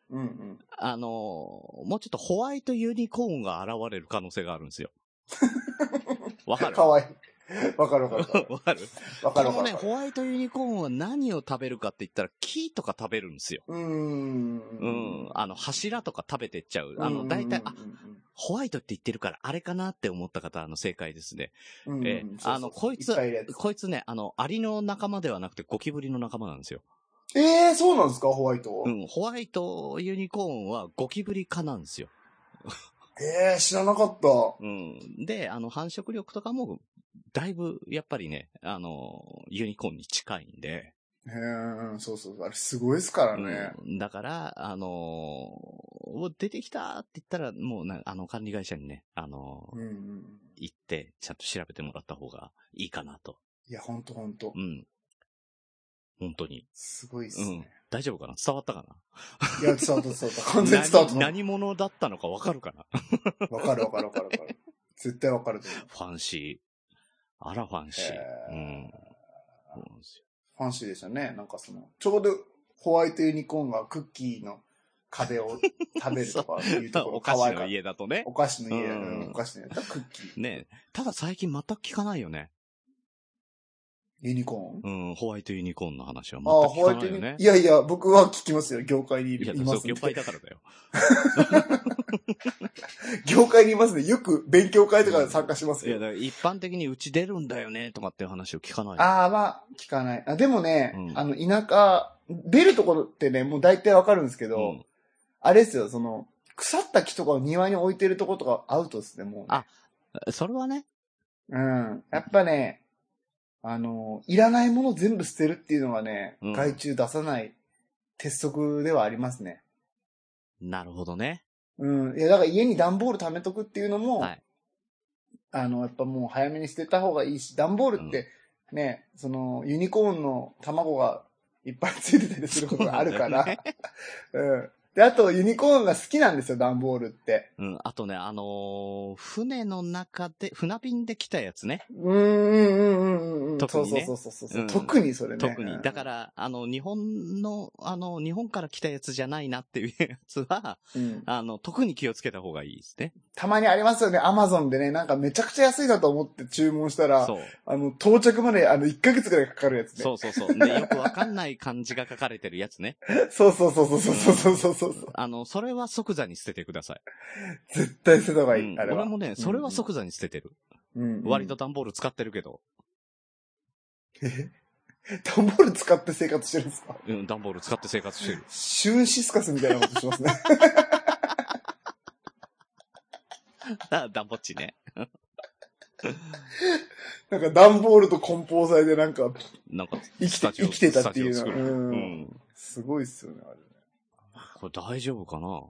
Speaker 4: うんうん。
Speaker 3: あの、もうちょっとホワイトユニコーンが現れる可能性があるんです よ。わかる
Speaker 4: かわいい。わかるわかるわかる。
Speaker 3: わかるこ
Speaker 4: わかるわか
Speaker 3: の
Speaker 4: る
Speaker 3: ね、
Speaker 4: わかる。
Speaker 3: ホワイトユニコーンは何を食べるかって言ったら、木とか食べるんですよ。
Speaker 4: うーん。
Speaker 3: うん。あの、柱とか食べてっちゃう。あ
Speaker 4: う
Speaker 3: の、
Speaker 4: ん
Speaker 3: 大体、
Speaker 4: う
Speaker 3: あ
Speaker 4: ん、
Speaker 3: ホワイトって言ってるから、あれかなって思った方、あの、正解ですね。
Speaker 4: うんうん
Speaker 3: ええ
Speaker 4: うんそうそうそう
Speaker 3: あのこいつ
Speaker 4: っぱるやつ
Speaker 3: こいつね、あの、アリの仲間ではなくて、ゴキブリの仲間なんですよ。
Speaker 4: ええそうなんですか、ホワイト。
Speaker 3: うん、ホワイトユニコーンはゴキブリ科なんですよ。
Speaker 4: ええ知らなかった。
Speaker 3: うん。で、あの、繁殖力とかも、だいぶ、やっぱりね、あの、ユニコーンに近いんで。
Speaker 4: へえ、そうそうそう。あれすごいですからね。
Speaker 3: うん、だから、あのーお出てきたって言ったら、もうな、あの、管理会社にね、あのー
Speaker 4: うんうん。
Speaker 3: 行って、ちゃんと調べてもらった方がいいかなと。
Speaker 4: いや、ほんとほんと
Speaker 3: う。ん。本当に。
Speaker 4: すごいっす
Speaker 3: う
Speaker 4: ね
Speaker 3: ん。。大丈夫かな伝わったかない
Speaker 4: や、伝わった伝わった。完全に伝わっ
Speaker 3: 何
Speaker 4: た。
Speaker 3: 何者だったのかわかるかな
Speaker 4: わかるわかるわかるわかる。絶対わかると思う。
Speaker 3: ファンシー。あら、ファンシー。
Speaker 4: へー
Speaker 3: うん。そうなんですよ
Speaker 4: ファンシーでしたね。なんかその、ちょうどホワイトユニコーンがクッキーの壁を食べるとかい うところ
Speaker 3: お菓子
Speaker 4: か
Speaker 3: の
Speaker 4: った
Speaker 3: 家だとね。
Speaker 4: お菓子の家、
Speaker 3: うん
Speaker 4: うんお菓子の家だったクッキー。
Speaker 3: ねただ最近全く聞かないよね。
Speaker 4: ユニコーン
Speaker 3: うん、ホワイトユニコーンの話は
Speaker 4: あ
Speaker 3: 全
Speaker 4: あ、ホ
Speaker 3: く
Speaker 4: ワ
Speaker 3: 聞
Speaker 4: イ
Speaker 3: かないよ
Speaker 4: トユニコー
Speaker 3: ね
Speaker 4: ン。い。やいや、僕は聞きますよ。業界にい
Speaker 3: いや、
Speaker 4: る
Speaker 3: そ
Speaker 4: いうますん
Speaker 3: 業
Speaker 4: で。
Speaker 3: 界だからだよ。
Speaker 4: 業界にいますね。よく勉強会とかで参加します
Speaker 3: いや、
Speaker 4: よ
Speaker 3: だ。から一般的にうち出るんだよね、とかっていう話を聞かない。
Speaker 4: ああ、まあ、聞かない。あでもね、
Speaker 3: うん
Speaker 4: あの、田舎、出るところってね、もう大体わかるんですけ
Speaker 3: う
Speaker 4: ど、
Speaker 3: ん
Speaker 4: あれですよ、その、腐った木とかを庭に置いてるところとかアウトですね、もう。
Speaker 3: あそれはね、
Speaker 4: うん。やっぱね、あの、いらないもの全部捨てるっていうのがね、
Speaker 3: うん
Speaker 4: 害虫出さない鉄則ではありますね。
Speaker 3: なるほどね。
Speaker 4: うん。いや、だから家に段ボール貯めとくっていうのも、
Speaker 3: はい
Speaker 4: あの、やっぱもう早めに捨てた方がいいし、段ボールってね、その、ユニコーンの卵がいっぱいついてたりすることがあるから、
Speaker 3: そうなんだよ
Speaker 4: うん。で、あと、ユニコーンが好きなんですよ、段ボールって。
Speaker 3: うん。あとね、あのー船の中で、船便で来たやつね。
Speaker 4: うんうんうんうんうん。
Speaker 3: 特にね
Speaker 4: そうそうそうそう。う
Speaker 3: うん
Speaker 4: 特にそれね。
Speaker 3: 特
Speaker 4: う
Speaker 3: に。
Speaker 4: ん
Speaker 3: だから、あの、日本の、あの、日本から来たやつじゃないなっていうやつは、
Speaker 4: うん
Speaker 3: あの、特に気をつけた方がいいですね。
Speaker 4: たまにありますよね、アマゾンでね、なんかめちゃくちゃ安いなと思って注文したら、
Speaker 3: そう。
Speaker 4: あの、到着まであの、1ヶ月くらいかかるやつね。
Speaker 3: そうそうそう。で、よくわかんない漢字が書かれてるやつね。
Speaker 4: そうそうそうそうそうそうそうそうそう。
Speaker 3: あの、それは即座に捨ててください。
Speaker 4: 絶対捨てた方がいい、
Speaker 3: うん
Speaker 4: あれは。
Speaker 3: 俺もね、それは即座に捨ててる。
Speaker 4: うん、
Speaker 3: 割と。段ボール使ってるけど。
Speaker 4: 段ボール使って生活してるんですか
Speaker 3: うん、段ボール使って生活して る。
Speaker 4: シュンシスカスみたいなことしますね。
Speaker 3: あダンボッチね。
Speaker 4: なんか段ボールと梱包材でなんか
Speaker 3: なんか、
Speaker 4: 生き
Speaker 3: ス
Speaker 4: て
Speaker 3: タ、ジオ
Speaker 4: 生きてたっていう
Speaker 3: スタジオ
Speaker 4: の
Speaker 3: 作る
Speaker 4: う。
Speaker 3: うんん。
Speaker 4: すごいっすよね、あれ。
Speaker 3: これ大丈夫かな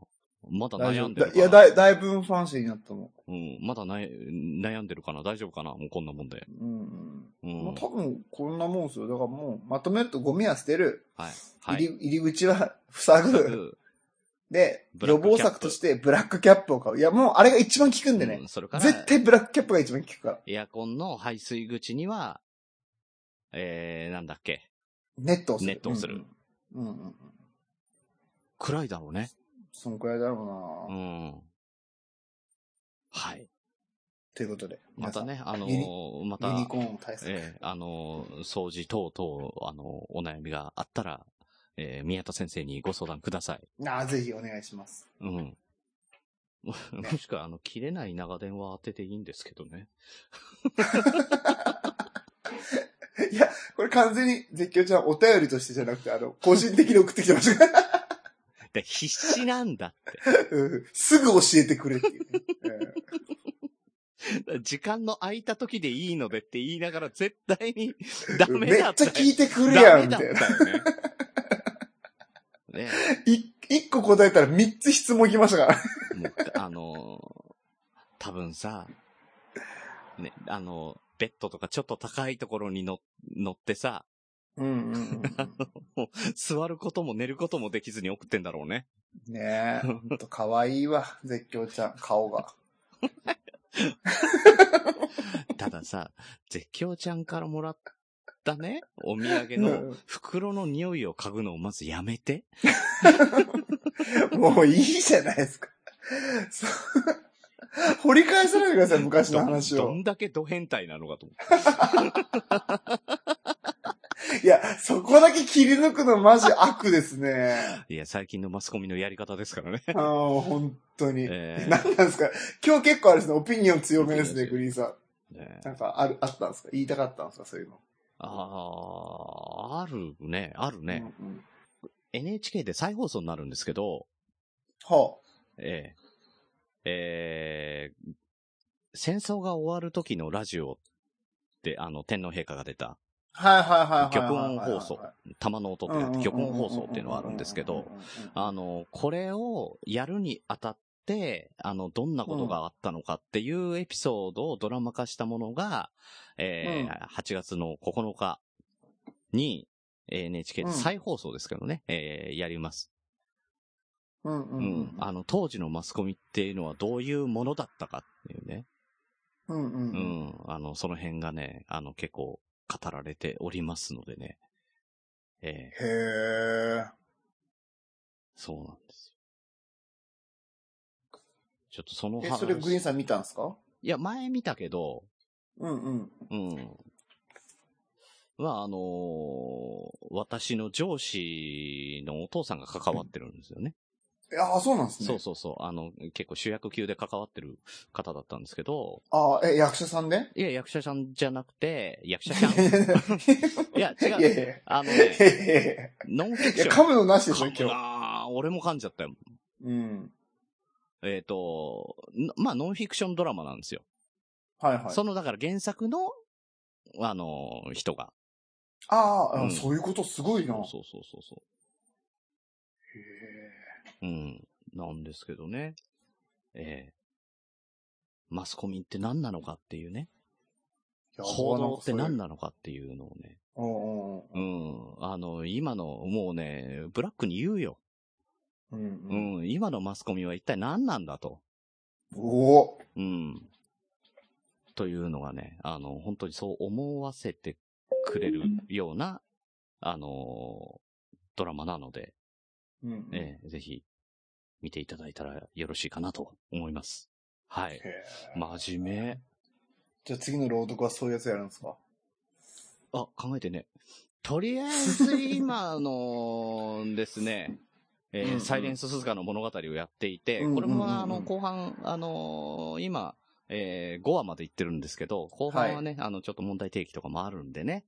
Speaker 3: まだ
Speaker 4: 大丈
Speaker 3: 悩
Speaker 4: 夫
Speaker 3: んでる
Speaker 4: だ
Speaker 3: か
Speaker 4: い
Speaker 3: な
Speaker 4: や、だい、だいぶファンシーになったもん。
Speaker 3: うん、まだない悩んでるかな大丈夫かなもうこんなもんで。
Speaker 4: うん
Speaker 3: う
Speaker 4: うん。
Speaker 3: ん。
Speaker 4: もう多分こんなもんですよ。だからもう、まとめるとゴミは捨てる。
Speaker 3: はい。は
Speaker 4: 入
Speaker 3: い。
Speaker 4: り入り口は塞ぐ。で、
Speaker 3: ブラ
Speaker 4: 予
Speaker 3: ックキャップ
Speaker 4: 防策としてブラックキャップを買う。いや、もうあれが一番効くんで
Speaker 3: う
Speaker 4: ね
Speaker 3: ん。それから、
Speaker 4: 絶対ブラックキャップが一番効くから。
Speaker 3: エアコンの排水口には、えー、なんだっけ。
Speaker 4: ネットをす
Speaker 3: ネ
Speaker 4: る。
Speaker 3: ットをする
Speaker 4: うん。うんうんうん。
Speaker 3: 暗いだろうね。
Speaker 4: そのくらいだろう
Speaker 3: う
Speaker 4: な、
Speaker 3: ん。はい。
Speaker 4: ということで。
Speaker 3: またね、あの
Speaker 4: ユニ
Speaker 3: ー、ま
Speaker 4: 皆さん。ユ
Speaker 3: た
Speaker 4: ニ、コーン対策。
Speaker 3: ええ、あのー、掃除等々、あのー、お悩みがあったら、えー、宮田先生にご相談ください。
Speaker 4: ああ、ぜひお願いします。
Speaker 3: うん。もしくは、あの、切れない長電話当てていいんですけどね。
Speaker 4: いや、これ完全に絶叫ちゃんお便りとしてじゃなくて、あの、個人的に送ってきてましたから。
Speaker 3: で、必死なん だって。
Speaker 4: うん すぐ教えてくれっていうね、
Speaker 3: 時間の空いた時でいいのでって言いながら絶対に ダ
Speaker 4: うん
Speaker 3: メ
Speaker 4: め
Speaker 3: だ
Speaker 4: っ
Speaker 3: っ
Speaker 4: ち
Speaker 3: た
Speaker 4: ゃ
Speaker 3: よ。
Speaker 4: 聞いてくるやん、み
Speaker 3: ダ
Speaker 4: た
Speaker 3: メ
Speaker 4: い
Speaker 3: だ
Speaker 4: な。
Speaker 3: ったよ ね。ね
Speaker 4: い一個答えたら三つ質問きましたから。
Speaker 3: もう、あのー多分さ、ね、あのーベッドとかちょっと高いところにの乗ってさ、
Speaker 4: うんうんうん。
Speaker 3: 座ることも寝ることもできずに送ってんだろうね。
Speaker 4: ねえ、ほんと可愛いわ、絶叫ちゃん、顔が。
Speaker 3: たださ、絶叫ちゃんからもらったね、お土産の袋の匂いを嗅ぐのをまずやめて。
Speaker 4: もういいじゃないですか。そう 掘り返さないでください、昔の話
Speaker 3: どん
Speaker 4: を
Speaker 3: ど。んだけド変態なのかと思って。
Speaker 4: いや、そこだけ切り抜くのマジ悪で すね。
Speaker 3: いや、最近のマスコミのやり方です からね。
Speaker 4: ああ、本当に。
Speaker 3: え
Speaker 4: 何なんですか今日結構あれですね、オピニオン強めですね、
Speaker 3: オピ
Speaker 4: グリーンさ
Speaker 3: ーね
Speaker 4: ん。なんか、ある、あったんですか言いたかったんですかそういうの。
Speaker 3: あーあるね、あるね。
Speaker 4: うんうん。
Speaker 3: NHK で再放送になるんですけど、
Speaker 4: は
Speaker 3: えええー戦争が終わる時のラジオって、あの、天皇陛下が出た、
Speaker 4: あ、はいはいはいはい
Speaker 3: 玉
Speaker 4: は
Speaker 3: 音
Speaker 4: いはいは
Speaker 3: 放
Speaker 4: い。
Speaker 3: 送、玉の音ってなって、玉音放送っていうのがあるんですけど、あの、これをやるにあたって、あの、どんなことがあったのかっていうエピソードをドラマ化したものが、えー8月の9日に、えー NHK で再放送ですけどね、えーやります。
Speaker 4: うんう
Speaker 3: うん
Speaker 4: うん
Speaker 3: ん。あの、当時のマスコミっていうのはどういうものだったかっていうね。
Speaker 4: うんうんう
Speaker 3: うんん。あの、その辺がね、あの、結構語られておりますのでね。えー
Speaker 4: へえ。
Speaker 3: そうなんですよ。ちょっとその
Speaker 4: え、
Speaker 3: 話
Speaker 4: それグリーンさん見たんですか
Speaker 3: いや、前見たけど、
Speaker 4: うんうん。
Speaker 3: うん。まあ、あのー私の上司のお父さんが関わってるんですよね。
Speaker 4: いや、そうなんですね。
Speaker 3: そうそうそう。あの、結構主役級で関わってる方だったんですけど、
Speaker 4: ああ、え、役者さんで
Speaker 3: いや、役者さんじゃなくて、役者 さん
Speaker 4: いやい
Speaker 3: いや、
Speaker 4: やい
Speaker 3: 違
Speaker 4: や
Speaker 3: う。
Speaker 4: いや
Speaker 3: あの
Speaker 4: い
Speaker 3: ね、
Speaker 4: やいやいや。
Speaker 3: ノンフィク
Speaker 4: い
Speaker 3: シ
Speaker 4: や、
Speaker 3: ョン。
Speaker 4: 噛むのなしです
Speaker 3: 噛
Speaker 4: ね、
Speaker 3: む
Speaker 4: 今日。
Speaker 3: なぁ俺も噛んじゃったよ。
Speaker 4: うん。
Speaker 3: えっ、と、なまあ、ノンフィクションドラマなんですよ。
Speaker 4: はいはい。
Speaker 3: その、だから原作の、あのー人が。
Speaker 4: ああ、
Speaker 3: うん
Speaker 4: そういうことすごいな。へ
Speaker 3: そうそうそうそう。うん。なんですけどね。ええマスコミって何なのかっていうね。
Speaker 4: え
Speaker 3: 報道って何なのかっていうのをね。
Speaker 4: うん
Speaker 3: うん。あの、今の、もうね、ブラックに言うよ。
Speaker 4: うんうん。うん
Speaker 3: う
Speaker 4: うん。
Speaker 3: ん。今のマスコミは一体何なんだと。
Speaker 4: おお。
Speaker 3: うん。というのがね、あの、本当にそう思わせてくれるような、あの、ドラマなので、
Speaker 4: うんうん。へ
Speaker 3: ええぜひ、見ていただいたらよろしいかなと思います。はい。
Speaker 4: え
Speaker 3: 真面目。
Speaker 4: じゃあ次の朗読はそういうやつやるんですか
Speaker 3: あ、考えてね。とりあえず今のです ね、えー
Speaker 4: うんうん
Speaker 3: サイレンス鈴鹿の物語をやっていて、
Speaker 4: うんうんうん
Speaker 3: こ
Speaker 4: うん
Speaker 3: れもあの、後半、あのー今、え5話まで行ってるんですけど、後半はね、あの、ちょっと問題提起とかもあるんでね、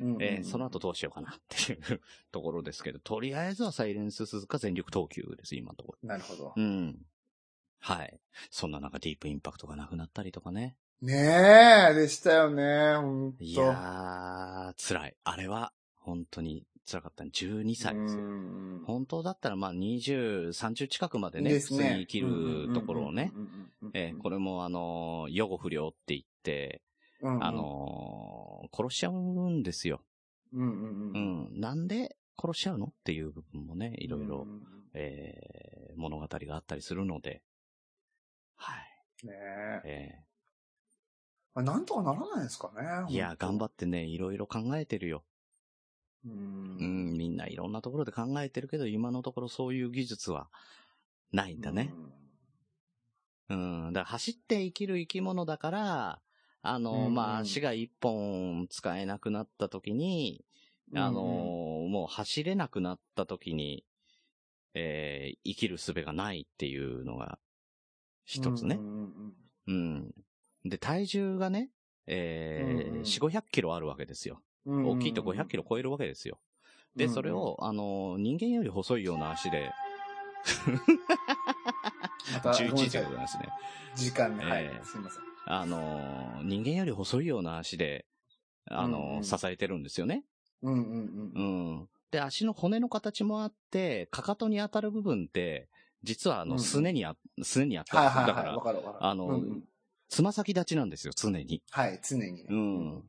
Speaker 4: うんうん
Speaker 3: えーその後どうしようかなっていうところですけど、とりあえずはサイレンス鈴鹿全力投球です、今のところ。
Speaker 4: なるほど。
Speaker 3: うん。はい。そんな中、ディープインパクトがなくなったりとかね。
Speaker 4: ねえ、でしたよね、ほんと。
Speaker 3: いやー、辛い。あれは、本当に辛かった。12歳ですよ。
Speaker 4: うん
Speaker 3: 本当だったら、まあ、20、30近くまでね、
Speaker 4: で
Speaker 3: 普
Speaker 4: す
Speaker 3: 通に生きるところをね。、えーこ
Speaker 4: れ、
Speaker 3: れも、あのー、予後不良って言って、
Speaker 4: うんうん
Speaker 3: あ、のー殺しちゃうんですよ。
Speaker 4: うんう
Speaker 3: う
Speaker 4: んうん、
Speaker 3: ん。なんで殺しちゃうのっていう部分もね、い
Speaker 4: い
Speaker 3: ろいろ、。えー物語があったりするので、はい。
Speaker 4: ねえ。
Speaker 3: えー
Speaker 4: まあなんとかならないですかね。
Speaker 3: いや、頑張
Speaker 4: っ
Speaker 3: ってね、いろいろ考えてるよ。
Speaker 4: う。
Speaker 3: うんん、みんないろんなところで考えてるけど、今のところそういう技術はないんだね。うん。だから走って生きる生き物だから、あの、
Speaker 4: うん
Speaker 3: まあ、足が一本使えなくなった時に、
Speaker 4: うん。
Speaker 3: あの、もう走れなくなった時に、えー生きる術がないっていうのが、一つね
Speaker 4: う。ん
Speaker 3: うん。で、体重がね、えー
Speaker 4: うんうん
Speaker 3: 4、500キロあるわけですよ。
Speaker 4: うんうん。
Speaker 3: 大きいと500キロ超えるわけですよ。で、
Speaker 4: うんうん
Speaker 3: それを、あの、人間より細いような足で、
Speaker 4: また
Speaker 3: 11
Speaker 4: ごめんな
Speaker 3: 時
Speaker 4: さ
Speaker 3: で
Speaker 4: い
Speaker 3: ございますね。
Speaker 4: 時間ね。は
Speaker 3: ええ
Speaker 4: い。すいません。
Speaker 3: あの、人間より細いような足で、あの、
Speaker 4: うんうん
Speaker 3: 支えてるんですよね。
Speaker 4: うんうん
Speaker 3: う
Speaker 4: うん。
Speaker 3: ん。で、足の骨の形もあって、かかとに当たる部分って、実はあ
Speaker 4: う
Speaker 3: の、
Speaker 4: ん
Speaker 3: すねにあ、すねにあったん
Speaker 4: はい
Speaker 3: ですだか
Speaker 4: はいはい。
Speaker 3: ら
Speaker 4: わ、かるわかる。
Speaker 3: あの
Speaker 4: うんうん
Speaker 3: つま先立ちなんですよ、常に。
Speaker 4: はい、常にね。
Speaker 3: うん。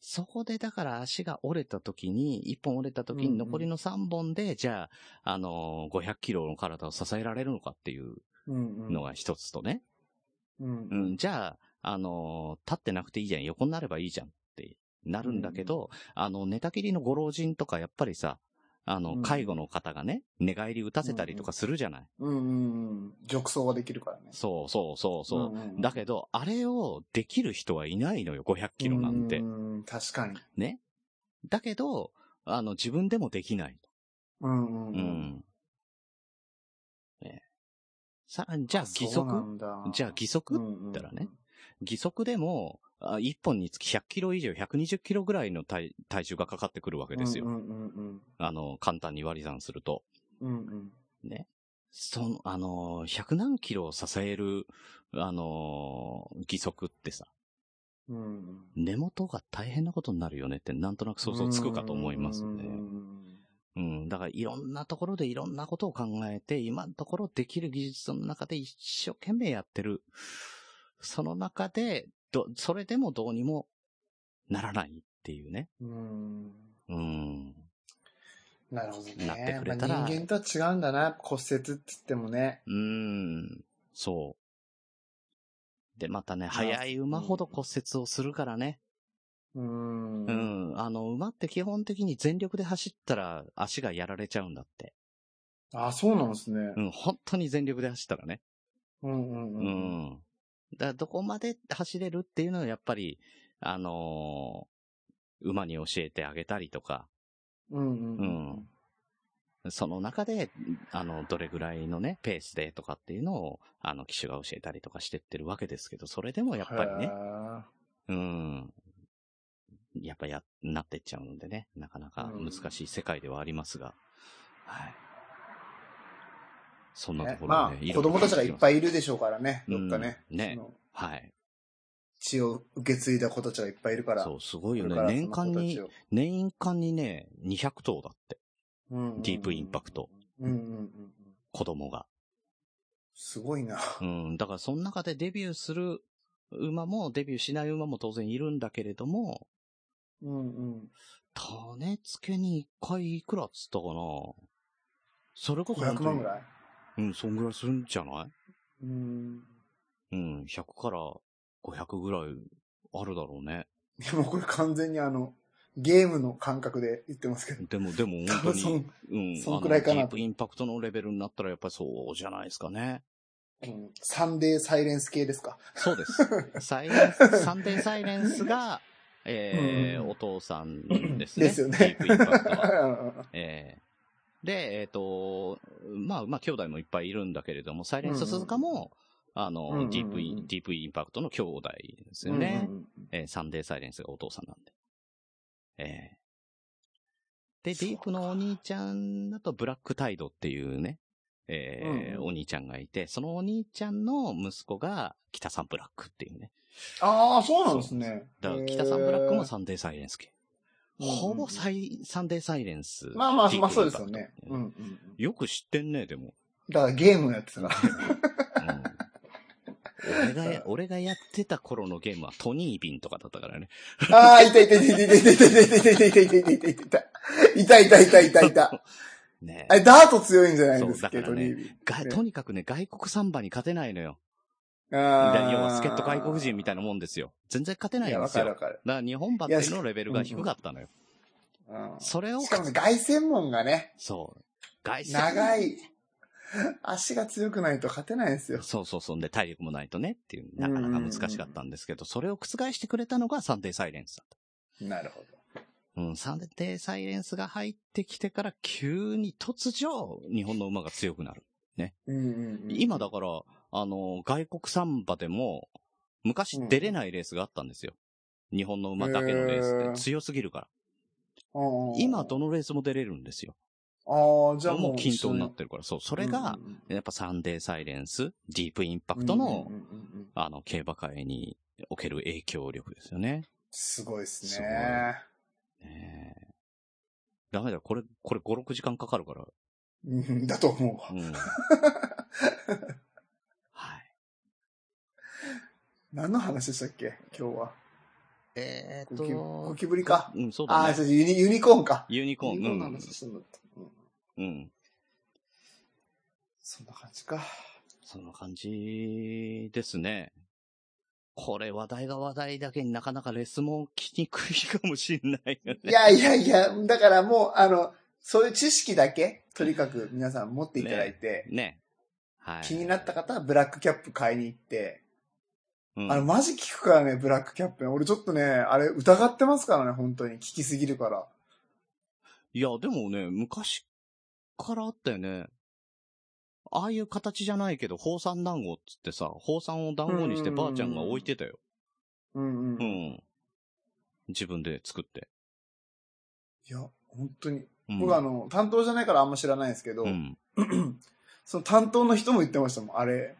Speaker 3: そこでだから足が折れた時に、1本折れた時
Speaker 4: うんう
Speaker 3: に
Speaker 4: ん
Speaker 3: 残りの3本で、じゃあ、あの、500キロの体を支えられるのかっていう
Speaker 4: うんうん。
Speaker 3: のが一つとね。
Speaker 4: うん
Speaker 3: う。ん、じゃあ、あの、立ってなくていいじゃん、横になればいいじゃんってなるんだけど、あの、寝たきりのご老人とかやっぱりさ、あ
Speaker 4: う
Speaker 3: の、
Speaker 4: ん
Speaker 3: 介護の方がね、寝返り打たせたりとかするじゃない。
Speaker 4: うんうんうん。褥瘡はできるからね。
Speaker 3: そうそうそうそう。
Speaker 4: んんん
Speaker 3: だけど、あれをできる人はいないのよ、500キロなんて
Speaker 4: う。ん確かに。
Speaker 3: ね。だけど、あの、自分でもできない。
Speaker 4: うんうん
Speaker 3: う
Speaker 4: うん。
Speaker 3: ん。ね、さ、じゃあ義
Speaker 4: そうな
Speaker 3: 足
Speaker 4: んだ
Speaker 3: じゃあ義足、
Speaker 4: うん
Speaker 3: たらね。義足でも、あ1本につき100キロ以上、120キロぐらいの体体重がかかってくるわけですよ。
Speaker 4: うんうんうん
Speaker 3: あの、簡単に割り算すると。
Speaker 4: うん。うんうん。
Speaker 3: ね。その、あの、100何キロを支える、あの、義足ってさ、
Speaker 4: うんうん。
Speaker 3: 根元が大変なことになるよねってなんとなく想像つくかと思います
Speaker 4: うんう
Speaker 3: ね。
Speaker 4: ん
Speaker 3: うん、だからいろんなところでいろんなことを考えて、今のところできる技術の中で一生懸命やってる。その中で、ど、それでもどうにもならないっていうね。
Speaker 4: うんうん。
Speaker 3: うん。
Speaker 4: なるほどね。
Speaker 3: なってくれたら
Speaker 4: まあ人間とは違うんだな。骨折って言ってもね。
Speaker 3: うん。そう。で、またね、
Speaker 4: あ
Speaker 3: 速い馬ほど骨折をするからね。
Speaker 4: うん。
Speaker 3: う。ん。あの、馬って基本的に全力で走ったら足がやられちゃうんだって。
Speaker 4: あ、そうなんですね
Speaker 3: う。ん。本当に全力で走ったらね。
Speaker 4: うんうん
Speaker 3: う。ん。だからどこまで走れるっていうのはやっぱり、あのー馬に教えてあげたりとか、
Speaker 4: うんう
Speaker 3: うんん。その中で、あの、どれぐらいのね、ペースでとかっていうのを、あの、機種が教えたりとかしてってるわけですけど、それでもやっぱり
Speaker 4: へ
Speaker 3: ね、
Speaker 4: ー
Speaker 3: うん。やっぱや、なってっちゃうのでね、なかなか難しい世界ではありますが、はい。そんなと
Speaker 4: ね
Speaker 3: ころ
Speaker 4: ま
Speaker 3: でね、
Speaker 4: あ、子供たちがいっ
Speaker 3: い
Speaker 4: ぱいいるでしょうからね。
Speaker 3: う
Speaker 4: ど
Speaker 3: ん
Speaker 4: っかね。
Speaker 3: ね
Speaker 4: その
Speaker 3: ろ。はい。
Speaker 4: 血を受け継いだ子たちがいっぱいいるから。
Speaker 3: そう、すごいよ
Speaker 4: これ
Speaker 3: ね
Speaker 4: か。らそ
Speaker 3: 年
Speaker 4: の子た
Speaker 3: 間
Speaker 4: ち
Speaker 3: に、
Speaker 4: を
Speaker 3: 年間にね、200頭だって、
Speaker 4: うん
Speaker 3: ディープインパクト。
Speaker 4: うんうんうんうん。
Speaker 3: 子供が。
Speaker 4: すごいな。
Speaker 3: うん、だからその中でデビューする馬も、デビューしない馬も当然いるんだけれども、
Speaker 4: うんうん。
Speaker 3: 種付けに1回いくらっつったかなそれこそ本
Speaker 4: 500
Speaker 3: 当
Speaker 4: 万
Speaker 3: に
Speaker 4: ぐらい
Speaker 3: うん、そんぐらいするんじゃない
Speaker 4: うん。
Speaker 3: うん、100から500ぐらいあるだろうね。
Speaker 4: いやもうこれ完全にあの、ゲームの感覚で言ってますけど。
Speaker 3: でも、でも
Speaker 4: 多
Speaker 3: 本当
Speaker 4: 分
Speaker 3: に、
Speaker 4: そん
Speaker 3: うん、
Speaker 4: そんくらいかな
Speaker 3: あのディープインパクトのレベルになったらやっぱりそうじゃないですかね。
Speaker 4: うんサンデーサイレンス系ですか。
Speaker 3: そう です。サイレンス、サンデーサイレンスが、えー
Speaker 4: うん
Speaker 3: お父さんですね。
Speaker 4: ですよ
Speaker 3: ディー
Speaker 4: ね。
Speaker 3: プインパクトは。
Speaker 4: は
Speaker 3: えーで、えっ、と、まあ、まあ、兄弟もいっぱいいるんだけれども、サイレンス鈴鹿も、あの、
Speaker 4: うんうんうん
Speaker 3: ディープイン、ディープインパクトの兄弟ですよね。
Speaker 4: うん
Speaker 3: えーサンデーサイレンスがお父さんなんで。えーで、
Speaker 4: そう
Speaker 3: ディープのお兄ちゃんだとブラックタイドっていうね、えー
Speaker 4: うんうん
Speaker 3: お兄ちゃんがいて、そのお兄ちゃんの息子が北さんブラックっていうね。
Speaker 4: ああ、そうなんですね。
Speaker 3: だから、北さんブラックもサ
Speaker 4: ン
Speaker 3: ンデーサイレンス系。
Speaker 4: うんうんうん
Speaker 3: ほぼサイ、サンデーサイレンス。
Speaker 4: まあまあ、
Speaker 3: ディ
Speaker 4: まあ
Speaker 3: ープ
Speaker 4: そう
Speaker 3: インパ
Speaker 4: です
Speaker 3: ク
Speaker 4: よ
Speaker 3: ト
Speaker 4: ね。うんうんうん。
Speaker 3: よく知ってんね、でも。
Speaker 4: だからゲームやってたな。
Speaker 3: うん俺 がや、俺がやってた頃のゲームはトニービンとかだったからね。
Speaker 4: ああ、いたいたいたいたいたいたいたいたいたいたいたいたいたいたいたいたいたいたいたいたいた。
Speaker 3: ね
Speaker 4: あれ、ダート強いんじゃないです
Speaker 3: そう
Speaker 4: け
Speaker 3: だか
Speaker 4: ど
Speaker 3: らね
Speaker 4: ね。
Speaker 3: がとにかくね、外国サンバに勝てないのよ。
Speaker 4: 要
Speaker 3: だから要は、助っ人外国人みた
Speaker 4: い
Speaker 3: たいなもんですよ。全然勝てない
Speaker 4: や、
Speaker 3: んで
Speaker 4: わ
Speaker 3: す
Speaker 4: か
Speaker 3: よ。
Speaker 4: る
Speaker 3: だ
Speaker 4: わ
Speaker 3: か
Speaker 4: かる。
Speaker 3: ら日本版っていうのレベルが低かったのよ。
Speaker 4: あうん。
Speaker 3: それを、
Speaker 4: しかもね、凱旋門がね、
Speaker 3: そう。外旋
Speaker 4: 長い。足が強くないと勝てないんですよ。
Speaker 3: そうそうそう。で、体力もないとねっていう、なかなか難しかったんですけど、それを覆してくれたのがサンデーサイレンスだった。
Speaker 4: なるほど。
Speaker 3: うん、サンデーサイレンスが入ってきてから急に突如、日本の馬が強くなる。
Speaker 4: うんうんうん、
Speaker 3: 今だから、あの、外国サンバでも、昔出れないレースがあったんですよ。日本の馬だけのレース
Speaker 4: へ
Speaker 3: っ
Speaker 4: ー
Speaker 3: て強すぎるから。
Speaker 4: うんうん
Speaker 3: 今、どのレースも出れるんですよ。
Speaker 4: ああ、じゃあも
Speaker 3: も
Speaker 4: う
Speaker 3: う均等になってるから。そう、そ
Speaker 4: そ
Speaker 3: れが、、やっぱサンデーサイレンス、ディープインパクトの、
Speaker 4: うんうんうんうんうん
Speaker 3: あの、競馬界における影響力ですよね。
Speaker 4: すごいです
Speaker 3: すごい
Speaker 4: ね。
Speaker 3: ねえダメだよ。これ、これ5、6時間かかるから。
Speaker 4: うんだと思うわ
Speaker 3: う。 ん。はい。
Speaker 4: 何の話でしたっけ今日は。
Speaker 3: え
Speaker 4: ゴキゴキブリか。
Speaker 3: うん、そう
Speaker 4: あ
Speaker 3: だ
Speaker 4: あ、
Speaker 3: ね。
Speaker 4: そうユニユニコーンか。
Speaker 3: ユニコー
Speaker 4: ユニコーンの
Speaker 3: ン。
Speaker 4: 話してんだった。うん
Speaker 3: うん。うん。
Speaker 4: そんな感じか。
Speaker 3: そんな感じですね。これ話題が話題だけになかなかレスも聞きにくいかもしんないよ
Speaker 4: い
Speaker 3: ね。
Speaker 4: やいやいや、だからもう、あの、そういう知識だけ、とにかく皆さん持っていただいて、
Speaker 3: ね。はい。
Speaker 4: 気になった方はブラックキャップ買いに行って、
Speaker 3: うん、
Speaker 4: あの、マジ聞くからね、ブラックキャップね。俺ちょっとね、あれ疑ってますからね、本当に。聞きすぎるから。
Speaker 3: いや、でもね、昔からあったよね。ああいう形じゃないけど、宝山団子っつってさ、宝山を団子にしてばあちゃんが置いてたよ。
Speaker 4: うんうん。
Speaker 3: う
Speaker 4: い
Speaker 3: ん。自分で作って。
Speaker 4: や、本当に。
Speaker 3: うん、
Speaker 4: 僕あの、担当じゃないからあんま知らないですけど、
Speaker 3: うん。
Speaker 4: その担当の人も言ってましたもん。あれ、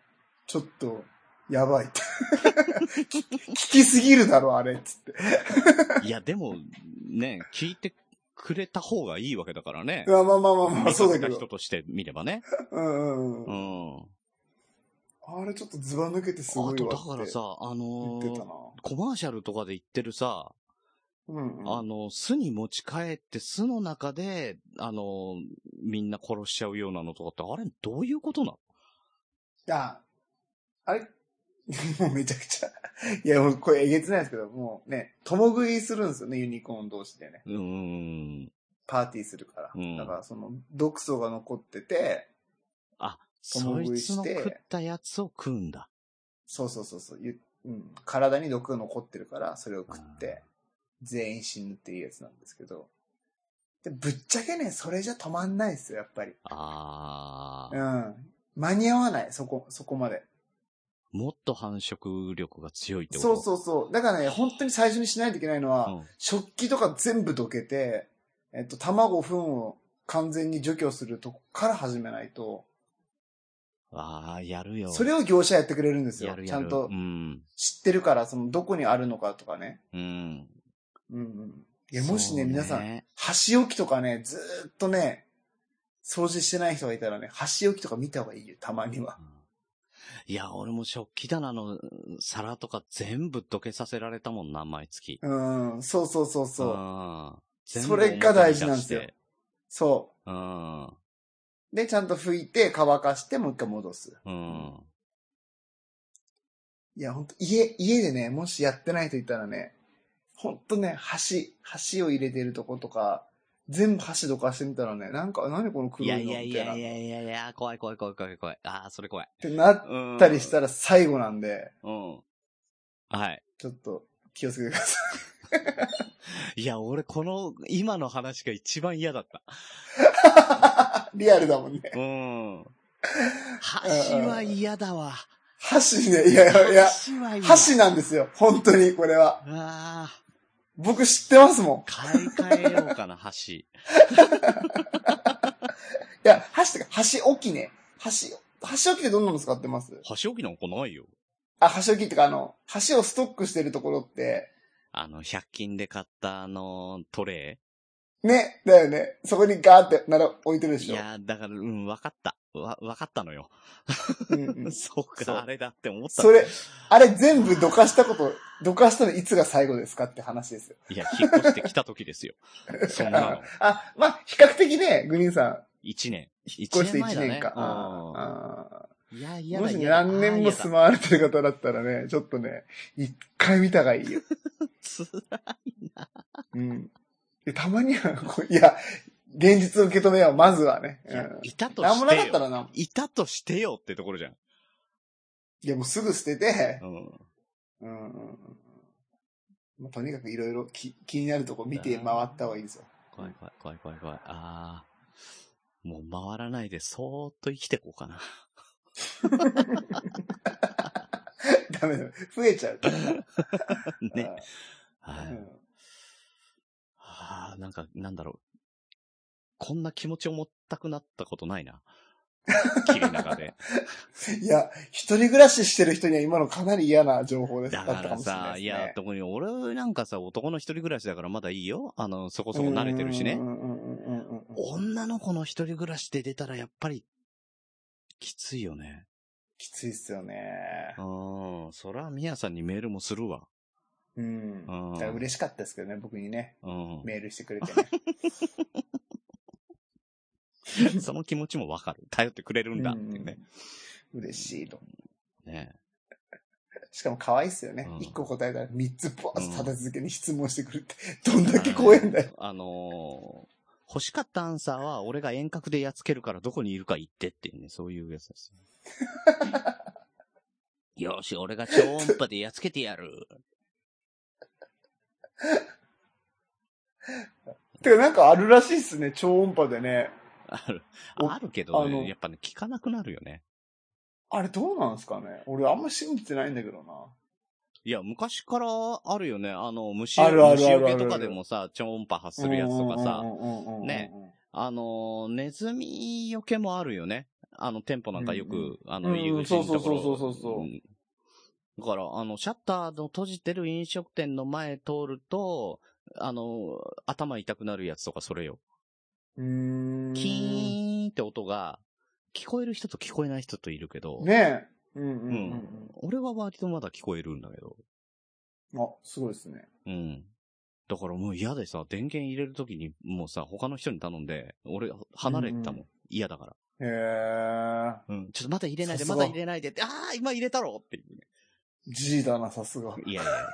Speaker 4: ちょっと、や ばいって。聞きすぎるだろ、あれ、つ って。
Speaker 3: いや、でも、ね、聞いてくれた方がいいわけだからね。
Speaker 4: まあまあまあまあまあ、
Speaker 3: 見
Speaker 4: そう
Speaker 3: か
Speaker 4: だ
Speaker 3: け
Speaker 4: け
Speaker 3: た
Speaker 4: ど
Speaker 3: 人。として見ればね。
Speaker 4: う
Speaker 3: う
Speaker 4: んうんうん。
Speaker 3: ん。あ
Speaker 4: あれちょっとズバ抜けてすごい
Speaker 3: と、
Speaker 4: わ
Speaker 3: だ
Speaker 4: って。
Speaker 3: からさ、あ
Speaker 4: 言
Speaker 3: の
Speaker 4: ってた
Speaker 3: ー
Speaker 4: な。
Speaker 3: コマーシャルとかで言ってるさ、
Speaker 4: うん、うん。
Speaker 3: あの、巣に持ち帰って巣の中で、あの、みんな殺しちゃうようなのとかって、あれどういうことなの
Speaker 4: あ、あれ もうめちゃくちゃ。いや、もうこれえげつないですけど、もうね、共食いするんですよね、ユニコーン同士でね。
Speaker 3: うーん。
Speaker 4: パーティーするから。
Speaker 3: うん
Speaker 4: だから、その、毒素が残ってて、
Speaker 3: あ、そ
Speaker 4: 共食
Speaker 3: い
Speaker 4: い
Speaker 3: つ
Speaker 4: して
Speaker 3: の食ったやつを食うんだ。
Speaker 4: そうそうそうそう、ゆうん、体に毒が残ってるから、それを食って、全員死ぬっていうやつなんですけど。で、ぶっちゃけね、それじゃ止まんないですよ、やっぱり。
Speaker 3: あ
Speaker 4: う
Speaker 3: ー。
Speaker 4: ん。間に合わない、そこ、そこまで。
Speaker 3: もっと繁殖力が強いってこと
Speaker 4: そうそうそう。だからね、本当に最初にしないといけないのは、食器とか全部どけて、えっと、卵、糞を完全に除去するとこから始めないと、
Speaker 3: うん。あー、やるよ。
Speaker 4: それを業者やってくれるんですよ。
Speaker 3: やる
Speaker 4: ち
Speaker 3: や
Speaker 4: ゃ
Speaker 3: る。
Speaker 4: んと
Speaker 3: うん。
Speaker 4: 知ってるから、その、どこにあるのかとかね。
Speaker 3: うん。
Speaker 4: うんうん。いや、もしね、
Speaker 3: そう
Speaker 4: 皆さん、箸置きとかね、ずーっとね、掃除してない人がいたらね、箸置きとか見た方がいいよ、たまには。
Speaker 3: いや、俺も食器棚の皿とか全部どけさせられたもんな、毎月。
Speaker 4: うん、そうそうそうそう。
Speaker 3: そ
Speaker 4: それが大事なんですよそ
Speaker 3: うん。
Speaker 4: う。で、ちゃんと拭いて、乾かして、もう一回戻す。
Speaker 3: うん。
Speaker 4: いや、本当家、家でね、もしやってないと言ったらね、本当ね、箸、箸を入れてるとことか、全部箸どかしてみたらね、なんか、何この黒
Speaker 3: い
Speaker 4: いの
Speaker 3: や
Speaker 4: み
Speaker 3: い
Speaker 4: た
Speaker 3: や
Speaker 4: い
Speaker 3: い
Speaker 4: な。
Speaker 3: やいや
Speaker 4: っ
Speaker 3: いやいや、怖い怖い怖い怖い怖い。ああ、それ怖い。
Speaker 4: てなっ
Speaker 3: うん。
Speaker 4: たりしたら最後なんで、
Speaker 3: うん。はい。
Speaker 4: ちょっと気をつけてくださ
Speaker 3: いや、俺この、今の話が一番嫌だった。
Speaker 4: い。リアルだもんね。
Speaker 3: うん。箸は嫌だわ。
Speaker 4: 箸ね、いやいやいや、
Speaker 3: 箸は嫌。
Speaker 4: 箸なんですよ。本当に、これは。
Speaker 3: ああ、
Speaker 4: 僕知ってますもん。
Speaker 3: 買い替えようか な、箸。
Speaker 4: いや、箸とか、箸置きね。箸、箸置きってどんなの使ってます
Speaker 3: 箸置きなんかないよ。
Speaker 4: あ、箸置きってか、あの、箸をストックしてるところって、
Speaker 3: あの、100均で買ったあの、トレ
Speaker 4: ね、だよね。そこにガーってなら置いてるで
Speaker 3: ー。
Speaker 4: し
Speaker 3: い
Speaker 4: ょ。
Speaker 3: や、だから、うん、わかった。わ、わかったのよ。
Speaker 4: うんう ん
Speaker 3: そう
Speaker 4: そう
Speaker 3: か、あれだって思った
Speaker 4: そ。れ、あれ全部どかしたこと、どかしたのいつが最後ですかって話ですよ。
Speaker 3: いや、引っ越してきた時 ですよ。そんなの。
Speaker 4: あ、まあ、比較的ね、グリーンさん、
Speaker 3: 一年。一
Speaker 4: 越して
Speaker 3: 年前
Speaker 4: 1
Speaker 3: だね
Speaker 4: 年間。
Speaker 3: うん
Speaker 4: あ
Speaker 3: いや、
Speaker 4: ー
Speaker 3: 嫌だ
Speaker 4: もしね、
Speaker 3: 嫌だ
Speaker 4: 何年
Speaker 3: あ
Speaker 4: も
Speaker 3: ー
Speaker 4: 住まわれてる方だったらね、ちょっとね、一回見た方がいいよ。
Speaker 3: 嫌だつ
Speaker 4: うん。やたまにはこう、いや、現実を受け止めよう、まずはね。
Speaker 3: いや
Speaker 4: うん、
Speaker 3: いたと
Speaker 4: なんもなか
Speaker 3: し
Speaker 4: ってた
Speaker 3: よ。
Speaker 4: らな。
Speaker 3: いたとしてよってところじゃん。
Speaker 4: いや、もうすぐ捨てて、
Speaker 3: うん。
Speaker 4: うんうんうんまあ、とにかくいろいろ気気になるとこ見て回った方がいいですよ。
Speaker 3: 怖い怖い怖い怖い怖い。あー。もう回らないで、そーっと生きてこうかな。
Speaker 4: ダメだ。増えちゃうからな。
Speaker 3: ね。は
Speaker 4: う
Speaker 3: い。
Speaker 4: ん
Speaker 3: あー、なんか、なんだろう。こんな気持ちを持ったくなったことない な。切り中で。
Speaker 4: いや、一人暮らししてる人には今のかなり嫌な情報 です
Speaker 3: だ
Speaker 4: だ
Speaker 3: か
Speaker 4: ったからもしれな
Speaker 3: さ、
Speaker 4: い
Speaker 3: い
Speaker 4: です
Speaker 3: や
Speaker 4: ね、。
Speaker 3: 特に俺なんかさ、男の一人暮らしだからまだいいよ。あの、そこそこ慣れてるしね
Speaker 4: う。んうんうんうんうんうんうん
Speaker 3: 女の子の一人暮らしで出たらやっぱり、きついよね。
Speaker 4: きついっすよね。
Speaker 3: うん。そら、みやさんにメールもするわ。
Speaker 4: うん。だ
Speaker 3: うん
Speaker 4: から嬉しかったですけどね、僕にね、
Speaker 3: うん。
Speaker 4: メールしてくれてね。
Speaker 3: その気持ちもわかる。頼ってくれるんだっていうね。
Speaker 4: うん嬉しいと。
Speaker 3: ね
Speaker 4: しかも可愛いっすよね
Speaker 3: う。ん
Speaker 4: 一、個答えたら三つポーッと立て続けに質問してくるって、 どんだけ怖えんだよ。
Speaker 3: あのー欲しかったアンサーは俺が遠隔でやっつけるからどこにいるか言ってっていうね、そういうやつです よ。よし、俺が超音波でやっつけてやる。
Speaker 4: てかなんかあるらしいっすね、超音波でね。
Speaker 3: ある、
Speaker 4: お
Speaker 3: あるけど、
Speaker 4: あの
Speaker 3: ね、やっぱね、聞かなくなるよね。
Speaker 4: あれどうなんすかね俺あんま信じてないんだけどな。
Speaker 3: いや、昔からあるよね。あの、虫、
Speaker 4: あるある
Speaker 3: 虫
Speaker 4: あるあ
Speaker 3: よ
Speaker 4: る
Speaker 3: けとかでもさ、超音波発するやつとかさ、
Speaker 4: うんうんうんうんうんうん、
Speaker 3: ねあの、ネズミよけもあるよね。あの、店舗なんかよく、
Speaker 4: うんうん
Speaker 3: あ
Speaker 4: う
Speaker 3: の、
Speaker 4: ん
Speaker 3: 入り口のところ。
Speaker 4: そうそうそうそうそうそうん
Speaker 3: だから、あの、シャッターの閉じてる飲食店の前通ると、あの、頭痛くなるやつとかそれよ。
Speaker 4: うーん。
Speaker 3: キーンって音が、聞こえる人と聞こえない人といるけど、
Speaker 4: ねえ。うんうん
Speaker 3: 俺は割とまだ聞こえるんだけど。
Speaker 4: うんうん。あ、すごいですね。
Speaker 3: うん。だからもう嫌でさ、電源入れるときに、もうさ、他の人に頼んで、俺、離れてたもん。
Speaker 4: うん
Speaker 3: 嫌だから。
Speaker 4: へえ。
Speaker 3: うん。ちょっとまだ入れないで、
Speaker 4: さすが
Speaker 3: まだ入れないでって、ああ、今入れたろっていうね。
Speaker 4: G だな、さすが。
Speaker 3: いやいや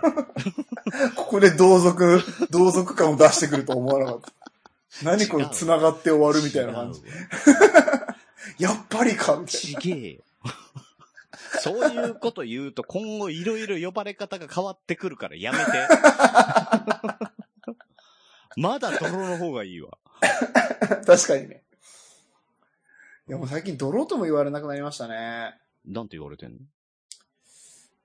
Speaker 4: ここで同族、同族感を出してくると思わなかった。何これ
Speaker 3: 違う
Speaker 4: 繋がって終わるみたいな感じ。
Speaker 3: じ。
Speaker 4: やっぱりかみたい
Speaker 3: ちげえよ。そういうこと言うと、今後いろいろ呼ばれ方が変わってくるからやめて。 まだ泥の方がいいわ。
Speaker 4: な。 確かにね。いや、もう最近泥とも言われなくなりましたね。
Speaker 3: なんて言われてんの
Speaker 4: い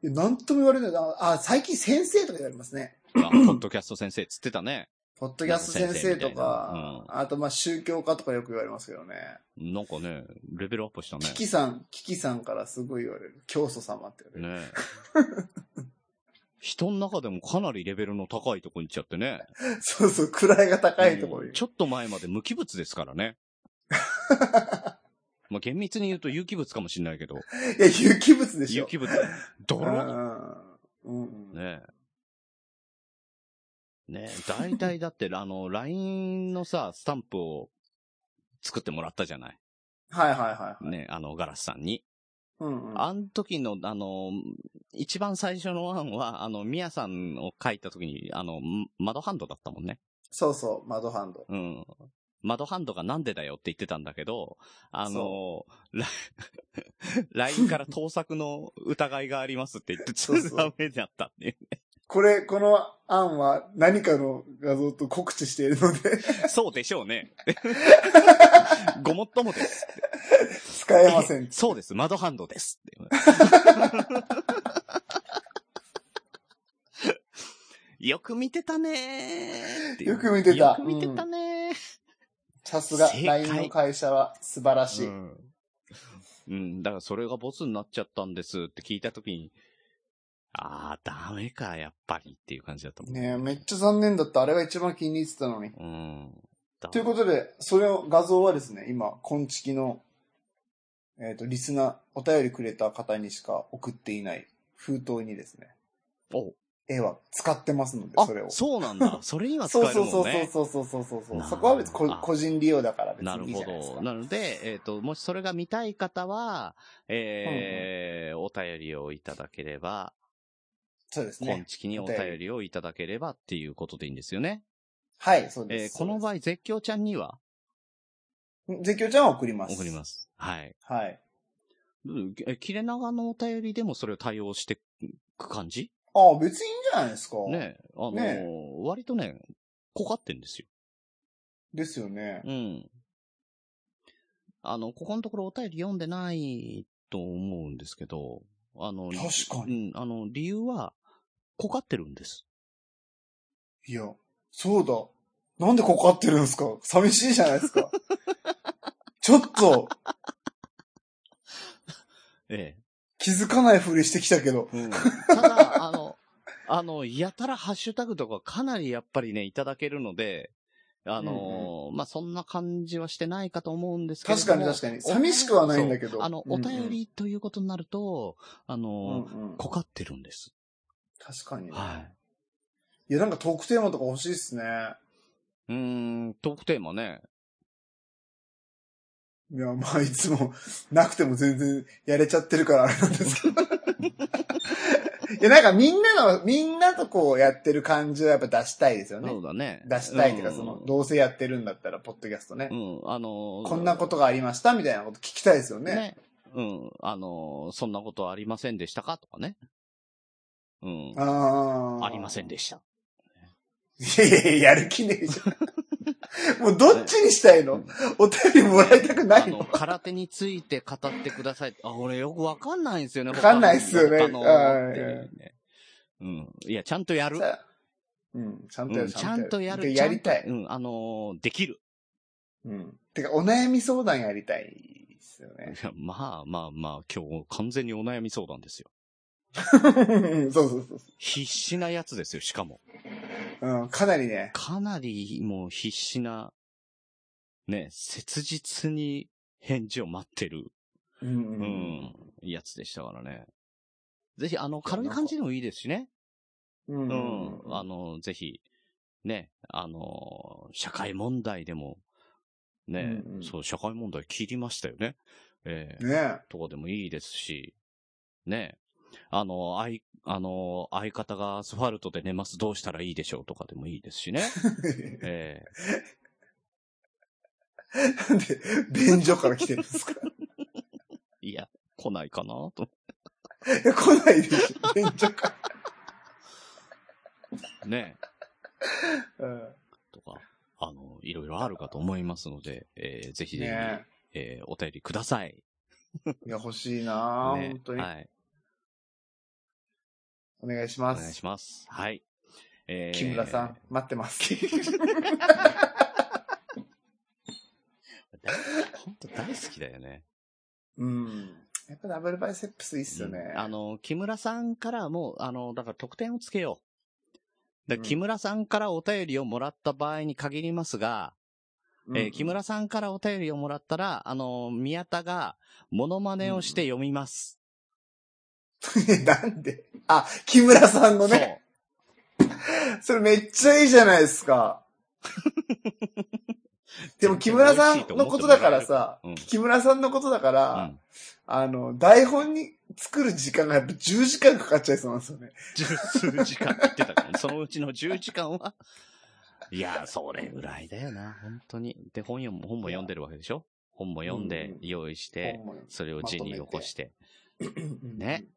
Speaker 4: やなんとも言われない。あ、あ最近先生とか言われますね。
Speaker 3: あ、ポッドキャスト先生っつってたね。
Speaker 4: ポッドキャスト先生と
Speaker 3: なん
Speaker 4: か
Speaker 3: か先生みたい、
Speaker 4: あとまあ宗教家とかよく言われますけどね。
Speaker 3: なんかね、レベルアップしたね。
Speaker 4: キキさん、キキさんからすごい言われる。教祖様って言われる。
Speaker 3: ねえ人の中でもかなりレベルの高いとこに行っちゃってね。
Speaker 4: そうそう、位が高いところ
Speaker 3: う
Speaker 4: に
Speaker 3: ん。ちょっと前まで無機物ですから ね。まあ厳密に言うと有機物かもしれないけど、
Speaker 4: いや、有機物でし
Speaker 3: 有
Speaker 4: ょ。
Speaker 3: 機物、
Speaker 4: う
Speaker 3: 泥
Speaker 4: んうんうん。
Speaker 3: ねえ。ねえ、大体だって、あの、LINE のさ、スタンプを作ってもらったじゃない。
Speaker 4: はいはいはい。
Speaker 3: ねえ、あの、ガラスさんに。
Speaker 4: うんうん。
Speaker 3: あん時の、あの、一番最初の案は、あの、ミヤさんを書いた時に、あの、ん窓ハンドだったもんね。
Speaker 4: そうそう、窓ハンド。
Speaker 3: うん。窓ハンドがなんでだよって言ってたんだけど、あの、 ラ LINE から盗作の疑いがありますって言って、
Speaker 4: そうそう
Speaker 3: ダメだったっていう。
Speaker 4: これ、この案は何かの画像と告知しているので
Speaker 3: そうでしょうね。 ごもっともです。
Speaker 4: 使えません。
Speaker 3: そうです。窓ハンドですっていう。よく見てたねーっていう
Speaker 4: よく見てた
Speaker 3: よく見てたねー。
Speaker 4: さすが
Speaker 3: 正、解
Speaker 4: LINE の会社は素晴らしい。
Speaker 3: うん。うん、だからそれがボスになっちゃったんですって聞いたときに、ああ、ダメか、やっぱりっていう感じだったもん
Speaker 4: ねえ、めっちゃ残念だった。あれが一番気に入ってたのに。
Speaker 3: うん。
Speaker 4: ということで、それを、画像はですね、今、今月の、えっ、と、リスナー、お便りくれた方にしか送っていない封筒にですね、
Speaker 3: とお
Speaker 4: 絵は使ってますので、
Speaker 3: あ
Speaker 4: それを。
Speaker 3: そうなんだ。それには使
Speaker 4: そう
Speaker 3: える
Speaker 4: そう
Speaker 3: もんね。
Speaker 4: そうそうそうそうそうそう
Speaker 3: なあ
Speaker 4: そこは別にこ
Speaker 3: あ
Speaker 4: 個人利用だから別
Speaker 3: なる
Speaker 4: にいい
Speaker 3: ほ
Speaker 4: じゃないです
Speaker 3: ど。
Speaker 4: か。
Speaker 3: なので、えっ、と、もしそれが見たい方は、えーお便りをいただければ、
Speaker 4: そうです
Speaker 3: 今
Speaker 4: ね。
Speaker 3: 月にお便りをいただければっていうことでいいんですよね。
Speaker 4: はい、そう
Speaker 3: え
Speaker 4: で
Speaker 3: ー
Speaker 4: す。
Speaker 3: この場合、絶叫ちゃんには
Speaker 4: 合。絶叫ちゃんは送ります。。
Speaker 3: 送りますす。はい。
Speaker 4: はい。
Speaker 3: うんえ切れ長のお便りでもそれを対応してく感じ
Speaker 4: ああ、別にいいんじゃないですか。
Speaker 3: ねえあのー
Speaker 4: ねえ
Speaker 3: 割とね、こかってんですよ。
Speaker 4: ですよね。
Speaker 3: うん。あの、ここのところお便り読んでないと思うんですけど、あの、
Speaker 4: 確か
Speaker 3: う
Speaker 4: に。
Speaker 3: ん、あの、理由は、こかってるんです。
Speaker 4: いや、そうだ。なんでここ合ってるんですか寂しいじゃないです か。ちょっと、
Speaker 3: え
Speaker 4: 気づかないふりしてきたけど。
Speaker 3: え。ただ、あの、 あの、やたらハッシュタグとかかなりやっぱりね、いただけるので、あのーまあ、そんな感じはしてないかと思うんですけれど
Speaker 4: 確
Speaker 3: も。
Speaker 4: かに確かに。寂しくはないんだけ
Speaker 3: そう
Speaker 4: ど。
Speaker 3: あの、お便りということになると、あ
Speaker 4: う
Speaker 3: のー
Speaker 4: んうん。うんうん
Speaker 3: こかってるんです。
Speaker 4: 確かに。
Speaker 3: はい。
Speaker 4: いや、なんかトークテーマとか欲しいっすね。
Speaker 3: うーん、トークテーマね。
Speaker 4: いや、まあ、いつも、なくても全然やれちゃってるからあれなんですけど。いや、なんかみんなの、みんなとこうやってる感じをやっぱ出したいですよね
Speaker 3: そう。だね。
Speaker 4: 出したいっていうか、その、
Speaker 3: ん
Speaker 4: どうせやってるんだったら、ポッドキャストね
Speaker 3: う。ん、あのー
Speaker 4: こんなことがありましたみたいなこと聞きたいですよね。
Speaker 3: うん、あのーそんなことありませんでしたかとかね。うん。
Speaker 4: ああ。
Speaker 3: ありませんでした。
Speaker 4: いやいやいや、やる気ねえじゃん。 もうどっちにしたいの、お便りもらいたくな
Speaker 3: あ
Speaker 4: い
Speaker 3: の、
Speaker 4: の
Speaker 3: 空手について語ってください。あ、俺よくわかんないんですよね。
Speaker 4: わかんないっすよね
Speaker 3: 他の
Speaker 4: あー
Speaker 3: っていうねうん。いや、ちゃんとやる。
Speaker 4: さあうん、ちゃんとや
Speaker 3: う
Speaker 4: る。
Speaker 3: んちゃんとやる。
Speaker 4: やりた
Speaker 3: ちゃん
Speaker 4: い。
Speaker 3: とうん、あのーできる。
Speaker 4: うん。てか、お悩み相談やりたいですよ
Speaker 3: い
Speaker 4: ね。
Speaker 3: やまあまあまあ、今日完全にお悩み相談ですよ。
Speaker 4: そうそうそうそ
Speaker 3: 必死なやつですよ、しかも。
Speaker 4: う。うん、かなりね。
Speaker 3: かなりもう必死な、ね、切実に返事を待ってる、
Speaker 4: う
Speaker 3: う
Speaker 4: んうん
Speaker 3: ん、やつでしたからね。ぜひ、あの、軽い感じでもいいですしね。
Speaker 4: うん。う
Speaker 3: うんん。あの、ぜひ、ね、あの、社会問題でも、ね、
Speaker 4: うんうん
Speaker 3: そう、社会問題切りましたよね。えー
Speaker 4: ね え。
Speaker 3: とかでもいいですし、ね、あの、あい、あの、相方がアスファルトで寝ます、どうしたらいいでしょうとかでもいいですしね。 えー
Speaker 4: なんで、便所から来てるんですか
Speaker 3: いや、来ないかなと。
Speaker 4: いや来ないでしょ、便所か
Speaker 3: ね。
Speaker 4: ら。うん。
Speaker 3: とか、あの、いろいろあるかと思いますので、えーぜひぜひ、
Speaker 4: ね
Speaker 3: えーお便りください。
Speaker 4: え。いや、欲しいなぁ、
Speaker 3: ね
Speaker 4: 本当に、
Speaker 3: はい。
Speaker 4: お願いしま
Speaker 3: お願い
Speaker 4: す。
Speaker 3: します。はい。えー
Speaker 4: 木村さん、。待っ てます。
Speaker 3: 本当大好きだよね。
Speaker 4: うん。やっぱダブルバイセップスいいっすよね。
Speaker 3: うんあの、木村さんからもう、あの、だから得点をつけよう。で
Speaker 4: うん
Speaker 3: 木村さんからお便りをもらった場合に限りますが、
Speaker 4: うん
Speaker 3: えー木。村さんからお便りをもらったら、あの、宮田が、モノマネをして読みます。
Speaker 4: なんであ、木村さん
Speaker 3: そう
Speaker 4: のね。。それめっちゃいいじゃないで すか。でも木村さんのことだからさ、
Speaker 3: うん
Speaker 4: 木村さんのことだか
Speaker 3: う
Speaker 4: ら、
Speaker 3: ん
Speaker 4: あの、台本に作る時間がやっぱ10時間かかっちゃいそうなんですよね。
Speaker 3: 十数時間言ってたから、そのうちの10時間は、いや、それぐらいだよな、本当に。で、本読む本も読んでるわけでしょ本も読ん
Speaker 4: うん
Speaker 3: で
Speaker 4: うん、
Speaker 3: 用意して、
Speaker 4: ほんまに
Speaker 3: それを字に起こして。ね。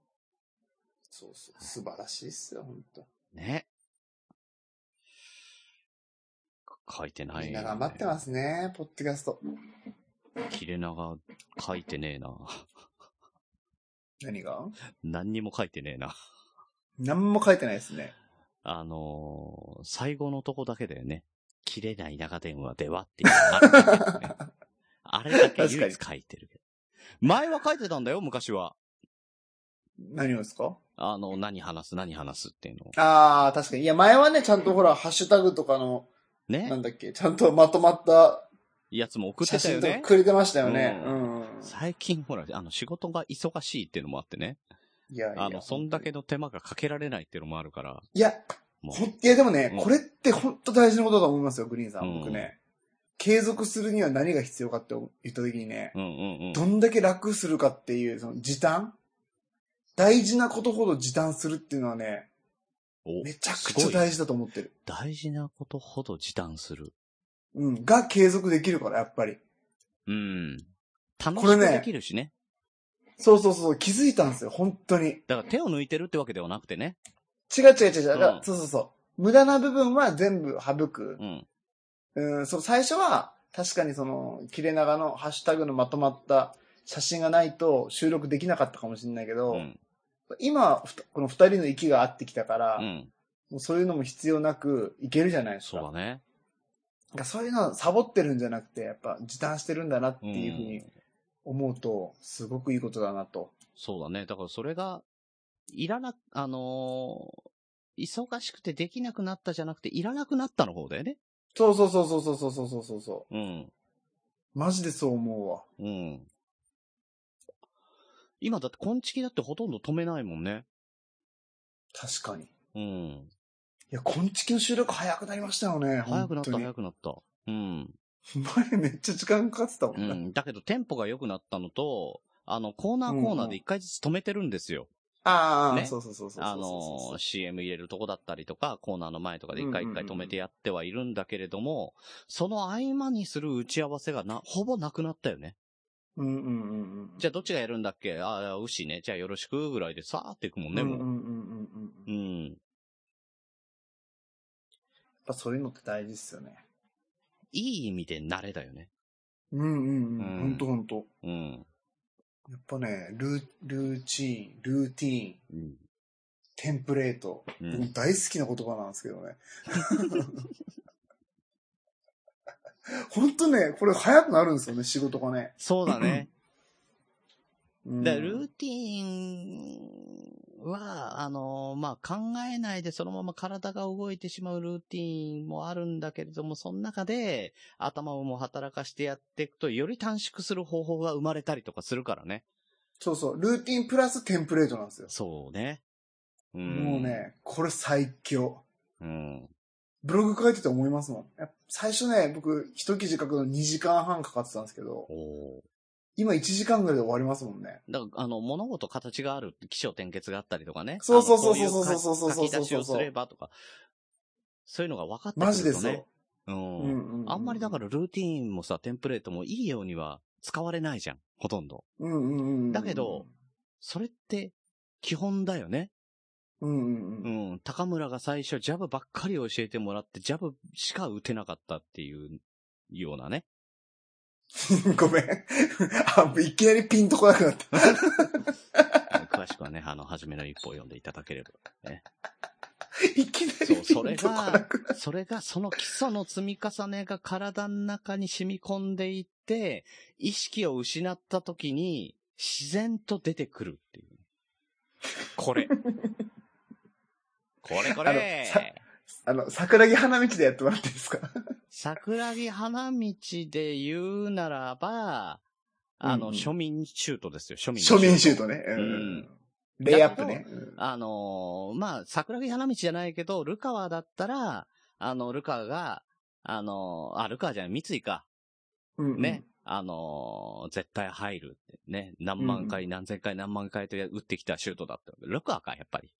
Speaker 4: そうそう。素晴らしいっすよ、本当。
Speaker 3: ね。書いてない、
Speaker 4: みんな頑張ってますね、ポッドキャスト。
Speaker 3: す。切れ長、書いてねえな。
Speaker 4: 何が
Speaker 3: 何にも書いてねえな。
Speaker 4: 何も書いてないですね。
Speaker 3: あのー最後のとこだけだよね。切れない長電話ではっていうのがあるんだけど ねあれだけ唯一書いてるけど。前は書いてたんだよ、昔は。
Speaker 4: 何をですか
Speaker 3: あの、何話す、何話すっていうのを。
Speaker 4: ああ、確かに。いや、前はね、ちゃんとほら、ハッシュタグとかの、な
Speaker 3: ね
Speaker 4: んだっけ、ちゃんとまとまった
Speaker 3: やつも送っ
Speaker 4: 写
Speaker 3: てた
Speaker 4: 真
Speaker 3: よ
Speaker 4: とか
Speaker 3: ね。
Speaker 4: くれてましたよね。
Speaker 3: う
Speaker 4: うんん。
Speaker 3: 最近ほら、あの、仕事が忙しいっていうのもあってね。
Speaker 4: いやいや。
Speaker 3: あの、そんだけの手間がかけられないっていうのもあるから。
Speaker 4: いや、
Speaker 3: も
Speaker 4: ほん、いやでもね、
Speaker 3: うん
Speaker 4: これって本当大事なことだと思いますよ、グリーンさ
Speaker 3: うん
Speaker 4: ん。僕ね。継続するには何が必要かって言った時にね、
Speaker 3: う。うんうんうん。
Speaker 4: どんだけ楽するかっていう、その時短大事なことほど時短するっていうのはね、
Speaker 3: お
Speaker 4: めちゃくちゃ大事だと思ってる。
Speaker 3: 大事なことほど時短する。
Speaker 4: うん。が継続できるから、やっぱり。
Speaker 3: うん。楽
Speaker 4: こ
Speaker 3: しく
Speaker 4: れね
Speaker 3: できるしね。
Speaker 4: そうそうそう、気づいたんですよ、本当に。
Speaker 3: だから手を抜いてるってわけではなくてね。
Speaker 4: 違う違う違う違う。だか
Speaker 3: うん
Speaker 4: らそうそうそう。無駄な部分は全部省く
Speaker 3: う。ん。
Speaker 4: うん、その最初は、確かにその、切れ長のハッシュタグのまとまった写真がないと収録できなかったかもしれないけど、
Speaker 3: うん。
Speaker 4: 今、ふたこの二人の息が合ってきたから、
Speaker 3: うん。
Speaker 4: もうそういうのも必要なくいけるじゃないですか。
Speaker 3: そうだね。
Speaker 4: なんかそういうのサボってるんじゃなくて、やっぱ時短してるんだなっていうふ
Speaker 3: う
Speaker 4: うに思うと、すごくいいことだなと。
Speaker 3: そうだね。だからそれが、いらな、あのー忙しくてできなくなったじゃなくて、いらなくなったの方だよね。
Speaker 4: そうそうそうそうそうそうそうそうそ
Speaker 3: うん。
Speaker 4: う。マジでそう思うわ。
Speaker 3: うん。今だって、昆虫だってほとんど止めないもんね。
Speaker 4: 確かに。
Speaker 3: う
Speaker 4: い
Speaker 3: ん。
Speaker 4: や、昆虫の収録早くなりましたよね。
Speaker 3: 早くなった、
Speaker 4: 本
Speaker 3: 早くなった。うん。
Speaker 4: 当に前めっちゃ時間かかってたも
Speaker 3: うん
Speaker 4: ね。
Speaker 3: ん。だけど、テンポが良くなったのと、あの、コーナーコーナーで一回ずつ止めてるんですよ。
Speaker 4: ああ、
Speaker 3: ね
Speaker 4: そうそうそうそうそうそう。
Speaker 3: あのー、CM 入れるとこだったりとか、コーナーの前とかで一回一回止めてやってはいるんだけれども、その合間にする打ち合わせがな、ほぼなくなったよね。
Speaker 4: うんうんうんうん。
Speaker 3: じゃあどっちがやるんだっけああ、牛ね。じゃあよろしくぐらいでさーっていくもんね、
Speaker 4: うん
Speaker 3: も
Speaker 4: うんう
Speaker 3: う。
Speaker 4: んうんうんう
Speaker 3: う
Speaker 4: ん。やっ
Speaker 3: ん。
Speaker 4: ぱそういうのって大事っすよね。
Speaker 3: いい意味で慣れだよね。
Speaker 4: うんうん
Speaker 3: う
Speaker 4: うんん。ほんとほんと。
Speaker 3: うん。
Speaker 4: やっぱね、ルー、ルーチン、ルーティー
Speaker 3: う
Speaker 4: ン、
Speaker 3: ん。
Speaker 4: テンプレート。
Speaker 3: う
Speaker 4: 僕
Speaker 3: ん。
Speaker 4: 大好きな言葉なんですけどね。 本当ね、これ早くなるんですよね、仕事がね。
Speaker 3: そうだね。
Speaker 4: うん
Speaker 3: だからルーティーンは、あのーまあ、考えないでそのまま体が動いてしまうルーティーンもあるんだけれども、その中で頭をも働かしてやっていくと、より短縮する方法が生まれたりとかするからね。
Speaker 4: そうそう、ルーティンプラステンプレートなんですよ。
Speaker 3: そうね。うん
Speaker 4: もう。ね、これ最強。
Speaker 3: うん。
Speaker 4: ブログ書いてて思いますもん。やっぱ最初ね、僕、一記事書くの2時間半かかってたんですけど、
Speaker 3: おー
Speaker 4: 今1時間ぐらいで終わりますもんね。
Speaker 3: だから、あの、物事形がある、起承転結があったりとかね。
Speaker 4: そうそうそう
Speaker 3: あのこい
Speaker 4: そうそうそうそうそう
Speaker 3: 書き書き出しをすればとか、そういうのが分かってくるとね。
Speaker 4: マジでそう。
Speaker 3: うん
Speaker 4: う、
Speaker 3: あんまりだかららルーティーンもさ、テンプレートもいいようには使われないじゃん。ほとんど。
Speaker 4: うんうんうんうん、
Speaker 3: だけど、それって、基本だよね。
Speaker 4: うんうん
Speaker 3: う
Speaker 4: う。
Speaker 3: んん。高村が最初ジャブばっかり教えてもらって、ジャブしか打てなかったっていうようなね。
Speaker 4: ごめん。 あ、いきなりピンとこなくなった。
Speaker 3: 詳しくはね、あの、初めの一歩を読んでいただければ。
Speaker 4: いきな
Speaker 3: そう
Speaker 4: りピ
Speaker 3: そ
Speaker 4: ン
Speaker 3: れ
Speaker 4: とこな
Speaker 3: が
Speaker 4: くなっ、
Speaker 3: それが、その基礎の積み重ねが体の中に染み込んでいって、意識を失った時に、自然と出てくるっていう。これ。これこ
Speaker 4: あのさ
Speaker 3: れ
Speaker 4: た。あの、桜木花道でやってもらっていいですか
Speaker 3: 桜木花道で言うならば、あの、
Speaker 4: うんうん
Speaker 3: 庶民シュートですよ、庶民
Speaker 4: 庶民シュートね。うん
Speaker 3: うん
Speaker 4: レイアップね。うん
Speaker 3: あのーまあ、桜木花道じゃないけど、ルカワだったら、あの、ルカワが、あのーあ、ルカワじゃない、三井か。
Speaker 4: うんうん
Speaker 3: ね。。あのー絶対入るってね。何万回、何千回、何万回とや打ってきたシュートだった。ルカワか、やっぱり。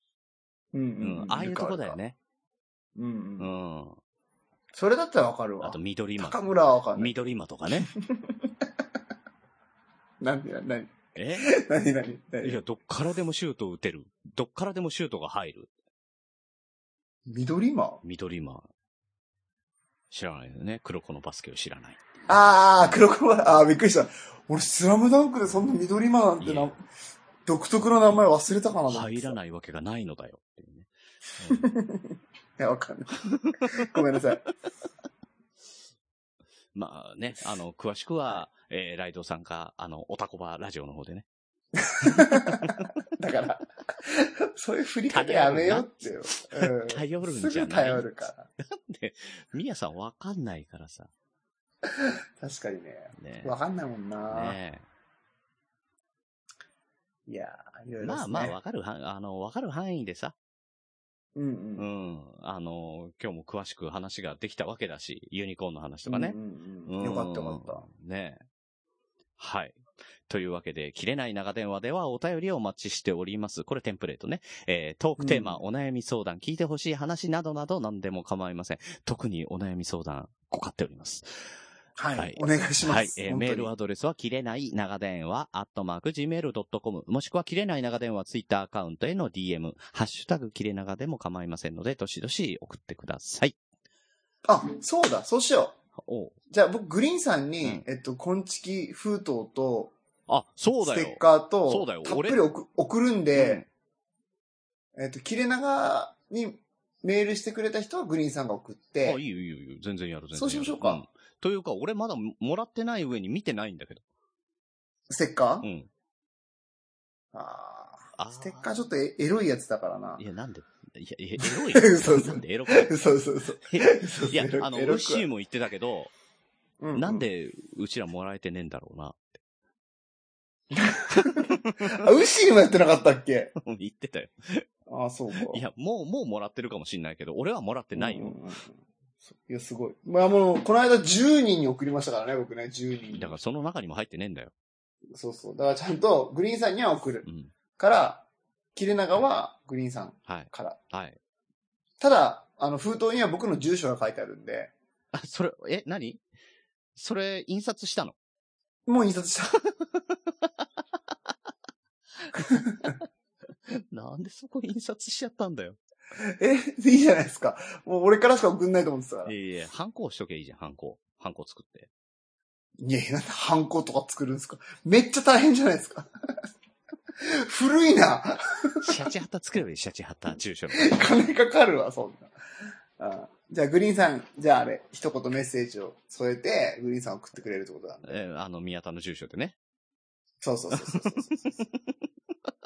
Speaker 4: うん
Speaker 3: う
Speaker 4: うん
Speaker 3: ん。。ああいうとこだよ
Speaker 4: ル
Speaker 3: ね。
Speaker 4: カ。うん
Speaker 3: う
Speaker 4: うん。
Speaker 3: ん。
Speaker 4: それだったらわかる
Speaker 3: あ
Speaker 4: わ
Speaker 3: と、。緑間。
Speaker 4: 高村はわかんない。
Speaker 3: 緑間とかね。
Speaker 4: なんで、なに、
Speaker 3: え
Speaker 4: なに、なに、ない
Speaker 3: や、
Speaker 4: に。
Speaker 3: どっからでもシュート打てる。どっからでもシュートが入る。
Speaker 4: 緑マン
Speaker 3: 緑間。知らないよね。黒子のバスケを知らない。
Speaker 4: あー、黒子は、あー、びっくりした。俺、スラムダンクでそんな緑マンなんて
Speaker 3: い
Speaker 4: な
Speaker 3: や、
Speaker 4: 独特の名前忘れたかなと思って
Speaker 3: 入
Speaker 4: た
Speaker 3: らないわけがないのだよ。っていうね。
Speaker 4: いや、わかんない。 ごめんなさい。
Speaker 3: まあね、あの、詳しくは、えーライドさんか、あの、オタコバラジオの方でね。
Speaker 4: だから、そういう振りかけやめようってよ。うん
Speaker 3: 頼るん
Speaker 4: す
Speaker 3: じゃ
Speaker 4: ぐ
Speaker 3: ない
Speaker 4: 頼るから。
Speaker 3: みやさんわかんないからさ。
Speaker 4: 確かにね。
Speaker 3: ね。
Speaker 4: わかんないもんな。
Speaker 3: ね
Speaker 4: いやー、いろいろで
Speaker 3: ますあ
Speaker 4: ね。
Speaker 3: まあ、わかるはん、あの、わかる範囲でさ。
Speaker 4: うんう。
Speaker 3: うんん。あの、今日も詳しく話ができたわけだし、ユニコーンの話とかね
Speaker 4: う。んうん
Speaker 3: う
Speaker 4: うんんよかったよかった。。
Speaker 3: ねはい。というわけで、切れない長電話ではお便りをお待ちしております。これテンプレートね。えートークテーマ、お悩み相談、聞いてほしい話などなど何でも構いません。特にお悩み相談、ご買っております。
Speaker 4: はい。
Speaker 3: はい
Speaker 4: お願いします。
Speaker 3: はい、えー
Speaker 4: 本当に
Speaker 3: メールアドレスは、切れない長電話、アットマーク、gmail.com、もしくは、切れない長電話、ツイッターアカウントへの DM、ハッシュタグ、切れ長でも構いませんので、どしどし送ってください。
Speaker 4: あ、そうだ、そうしよ
Speaker 3: おう
Speaker 4: う。じゃあ僕、グリーンさんに、
Speaker 3: うん
Speaker 4: えっと、昆虫封筒と、
Speaker 3: あ、そう
Speaker 4: ス
Speaker 3: だよ。
Speaker 4: テッカーと、
Speaker 3: そうだよ
Speaker 4: たっぷ
Speaker 3: 俺
Speaker 4: り送送るんで、えっと、切れ長にメールしてくれた人はグリーンさんが送っ
Speaker 3: あ、
Speaker 4: て、
Speaker 3: いいよいいよいいよ。全然やる、全然やる。
Speaker 4: そうしましょうか
Speaker 3: んというか、俺まだももらってない上に見てないんだけど。
Speaker 4: ステッカ
Speaker 3: う
Speaker 4: ー、
Speaker 3: ん。
Speaker 4: あー
Speaker 3: あ
Speaker 4: ステッカーちょっとエエロいやつだからな。
Speaker 3: いや、なんでいや、えエ ロい
Speaker 4: 嘘
Speaker 3: よ。
Speaker 4: 嘘
Speaker 3: なんでエロくない
Speaker 4: そうそうそう。
Speaker 3: いや
Speaker 4: エロ、く
Speaker 3: あの、ウ
Speaker 4: エロく
Speaker 3: ッシーも言ってたけど、
Speaker 4: うう
Speaker 3: なんでうちらもらえてねえんだろうな。
Speaker 4: あ、ウシーもやってなかったっけ
Speaker 3: 言ってたよ。
Speaker 4: あー、そうか。
Speaker 3: いや、もう、もうもらってるかもしんないけど、俺はもらってない
Speaker 4: うんう
Speaker 3: よ
Speaker 4: ん。うんそういや、すごい。まあもう、この間10人に送りましたからね、僕ね、10人。
Speaker 3: だからその中にも入ってねえんだよ。
Speaker 4: そうそう。だからちゃんと、グリーンさんには送る
Speaker 3: う。ん。
Speaker 4: から、切れ長はグリーンさん
Speaker 3: はい。
Speaker 4: から。
Speaker 3: はい。
Speaker 4: ただ、あの、封筒には僕の住所が書いてあるんで、
Speaker 3: あ、それ、え、何それ、印刷したの
Speaker 4: もう印刷した。
Speaker 3: なんでそこ印刷しちゃったんだよ。
Speaker 4: え、 いいじゃないですか。もう俺からしか送んないと思ってたから。
Speaker 3: い
Speaker 4: い
Speaker 3: やい や、ハンコしとけばいいじゃん、ハンコ。ハンコ作って。
Speaker 4: やいや、なんでハンコとか作るんですか。めっちゃ大変じゃないですか。 古いな。
Speaker 3: シャチハタ作ればいい、シャチハタ、住所の。
Speaker 4: 金かかるわ、そんな。あじゃあ、グリーンさん、じゃああれ、一言メッセージを添えて、グリーンさん送ってくれるってことだ。
Speaker 3: えーあの、宮田の住所でね。
Speaker 4: そうそうそうそうそう そうそう。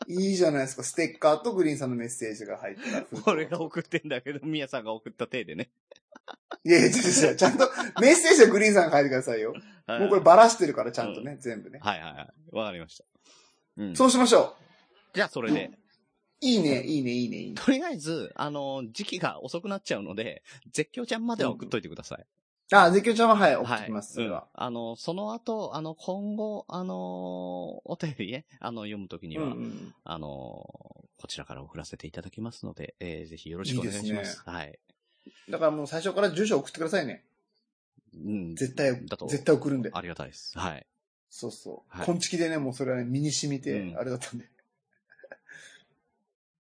Speaker 4: いいじゃないですか。ステッカーとグリーンさんのメッセージが入った封筒。
Speaker 3: 俺が送ってんだけど、宮さんが送った手でね。
Speaker 4: いやいや、違う違う、ちゃんと、メッセージはグリーンさんが書いてくださいよ。もうこれバラしてるから、ちゃんとね、全部ね。
Speaker 3: はいはいはい。わかりました。うん。
Speaker 4: そうしましょ
Speaker 3: じゃあ、それで。
Speaker 4: う。いいね、いいね、いいね、いいね。
Speaker 3: とりあえず、あの、時期が遅くなっちゃうので、絶叫ちゃんまでは送っといてください。
Speaker 4: あ、絶叫ちゃんは、はい、送
Speaker 3: はい。
Speaker 4: ってきま
Speaker 3: う
Speaker 4: す。それ
Speaker 3: ん
Speaker 4: は。
Speaker 3: あの、その後、あの、今後、あの、お便りね、あの、読むときに
Speaker 4: う
Speaker 3: は、
Speaker 4: んうん
Speaker 3: あの、こちらから送らせていただきますので、えーぜひよろしくお願いし
Speaker 4: いい
Speaker 3: ま。
Speaker 4: ですす
Speaker 3: はい。
Speaker 4: だからもう最初から住所送ってくださいね。
Speaker 3: うん。
Speaker 4: 絶対
Speaker 3: だと、
Speaker 4: 絶対送るんで。
Speaker 3: ありがたいです。はい。
Speaker 4: そうそう
Speaker 3: は。い
Speaker 4: 昆虫でね、もうそれはね、身に染みて
Speaker 3: う、ん
Speaker 4: あれだったんで。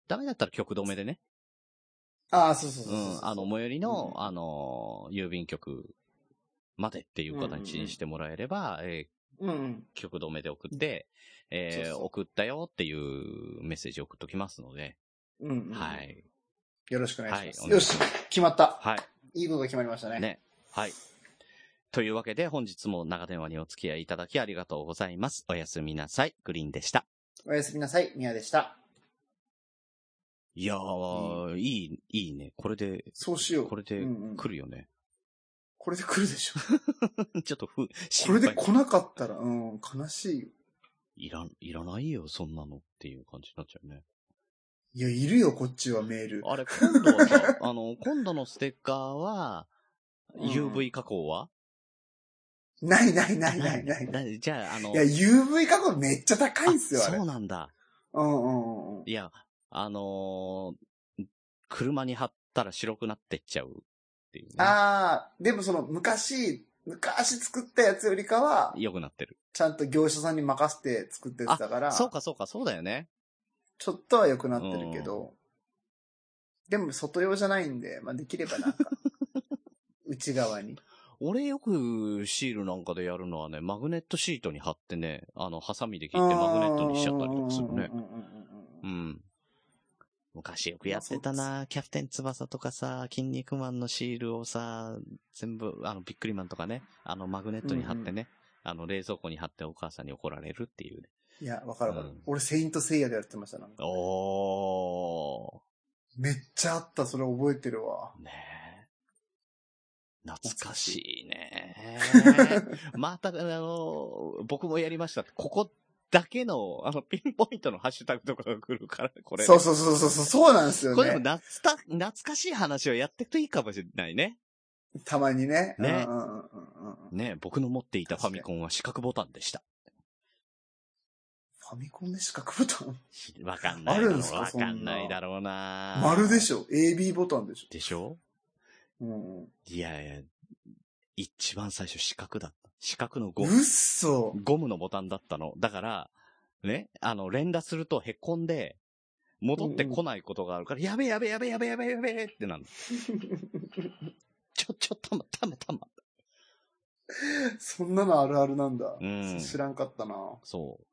Speaker 3: ダメだったら曲止めでね。
Speaker 4: ああ、そうそうそう
Speaker 3: う
Speaker 4: そう。
Speaker 3: ん、あの、最寄りの、
Speaker 4: うん
Speaker 3: あの、郵便局までっていう形にしてもらえれば、え
Speaker 4: うんうん。
Speaker 3: ー局止めで送って、えー
Speaker 4: そうそう
Speaker 3: 送ったよっていうメッセージ送っときますので、
Speaker 4: うんうん。
Speaker 3: は。い。
Speaker 4: よろしくお願いしま
Speaker 3: はい
Speaker 4: す。よし、決まった。
Speaker 3: はい
Speaker 4: いことが決まりました
Speaker 3: い。
Speaker 4: ね。
Speaker 3: ね。はい。というわけで、本日も長電話にお付き合いいただきありがとうございます。おやすみなさい。グリーンでした。
Speaker 4: おやすみなさい、ミヤでした。
Speaker 3: いやー、いい、いいね。これで、
Speaker 4: そうしよう。
Speaker 3: これで
Speaker 4: うんうん
Speaker 3: 来るよね。
Speaker 4: これで来るでしょ。
Speaker 3: ちょっとふ、
Speaker 4: こ
Speaker 3: 心
Speaker 4: れで
Speaker 3: 配
Speaker 4: 来なかったら、うん、悲しいよ。
Speaker 3: いらん、いらないよ、そんなのっていう感じになっちゃうね。
Speaker 4: いや、いるよ、こっちはメール。
Speaker 3: あれ、今度はさ、あの、今度のステッカーは、
Speaker 4: うん
Speaker 3: UV 加工は、
Speaker 4: ないないないないない。い
Speaker 3: い。じゃあ、あの、
Speaker 4: や、UV 加工めっちゃ高いんすよ、あ
Speaker 3: あ
Speaker 4: れ。う
Speaker 3: そうんなんだ。
Speaker 4: うんうんうん。
Speaker 3: いや、あのー車に貼ったら白くなってっちゃうっていうね。
Speaker 4: あー、でもその、昔、昔作ったやつよりかは、
Speaker 3: 良くなってる。
Speaker 4: ちゃんと業者さんに任せて作ったやつだから、
Speaker 3: そうかそうか、そうだよね。
Speaker 4: ちょっとは良くなってるけど、でも外用じゃないんで、まあ、できればな んか、内側に。
Speaker 3: 俺よくシールなんかでやるのはね、マグネットシートに貼ってね、あの、ハサミで切ってマグネットにしちゃったりとかするね
Speaker 4: う。んうんうんうんうんう。
Speaker 3: うんん。昔よくやってたな、キャプテン翼とかさ、筋肉マンのシールをさ、全部、あの、ビックリマンとかね、あの、マグネットに貼ってね、あの、冷蔵庫に貼ってお母さんに怒られるっていうね。
Speaker 4: いや、わかるわかる。
Speaker 3: うん
Speaker 4: 俺、セイントセイヤでやってました、なんか。
Speaker 3: お
Speaker 4: めっちゃあった、それ覚えてるわ。
Speaker 3: ー。ねえ。懐かしいね。 また、あの、僕もやりましたって。ここだけの、あの、ピンポイントのハッシュタグとかが来るから、これ。
Speaker 4: そうそうそうそうそう、そうなんですよ
Speaker 3: これでも
Speaker 4: ね。
Speaker 3: 懐た、懐かしい話をやっていくといいかもしれないね。
Speaker 4: たまにね。
Speaker 3: ね
Speaker 4: うんうんうんうんうん
Speaker 3: ね僕の持っていたファミコンは四角ボタンでした。
Speaker 4: ァミコンで四角ボタン
Speaker 3: わかんない
Speaker 4: あ
Speaker 3: だ
Speaker 4: る
Speaker 3: ろ
Speaker 4: ん
Speaker 3: う
Speaker 4: です。か
Speaker 3: わかんな
Speaker 4: そ
Speaker 3: い
Speaker 4: んな
Speaker 3: だろうな
Speaker 4: 丸で
Speaker 3: し
Speaker 4: しょ ?AB ボタンでし
Speaker 3: ょ。でしょ
Speaker 4: ょうんうん。
Speaker 3: いやいや、一番最初四角だった。四角のゴム
Speaker 4: うっそ
Speaker 3: ゴムのボタンだったの。だから、ね、あの、連打するとへこんで、戻ってこないことがあるから、やべえやべえやべえやべえやべえやべえってなるの。ちょ、 ちょ、たま、たま、たま。
Speaker 4: そんなのあるあるなんだ。
Speaker 3: うん
Speaker 4: 知らんかったな。
Speaker 3: そう。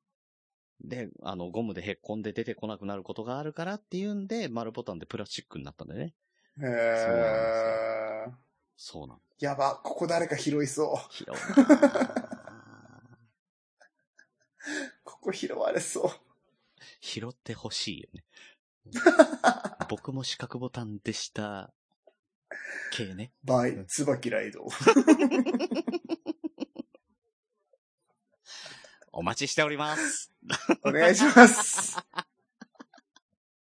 Speaker 3: で、あの、ゴムでへっこんで出てこなくなることがあるからっていうんで、丸ボタンでプラスチックになったんだよね。
Speaker 4: へ
Speaker 3: そう
Speaker 4: え。
Speaker 3: そうなん
Speaker 4: やば、ここ誰か拾いそう。
Speaker 3: 拾うなあ
Speaker 4: ここ拾われそう。
Speaker 3: 拾ってほしいよね。僕も四角ボタンでした。系ね。
Speaker 4: バイ、椿ライド。
Speaker 3: お待ちしております。
Speaker 4: お願いします。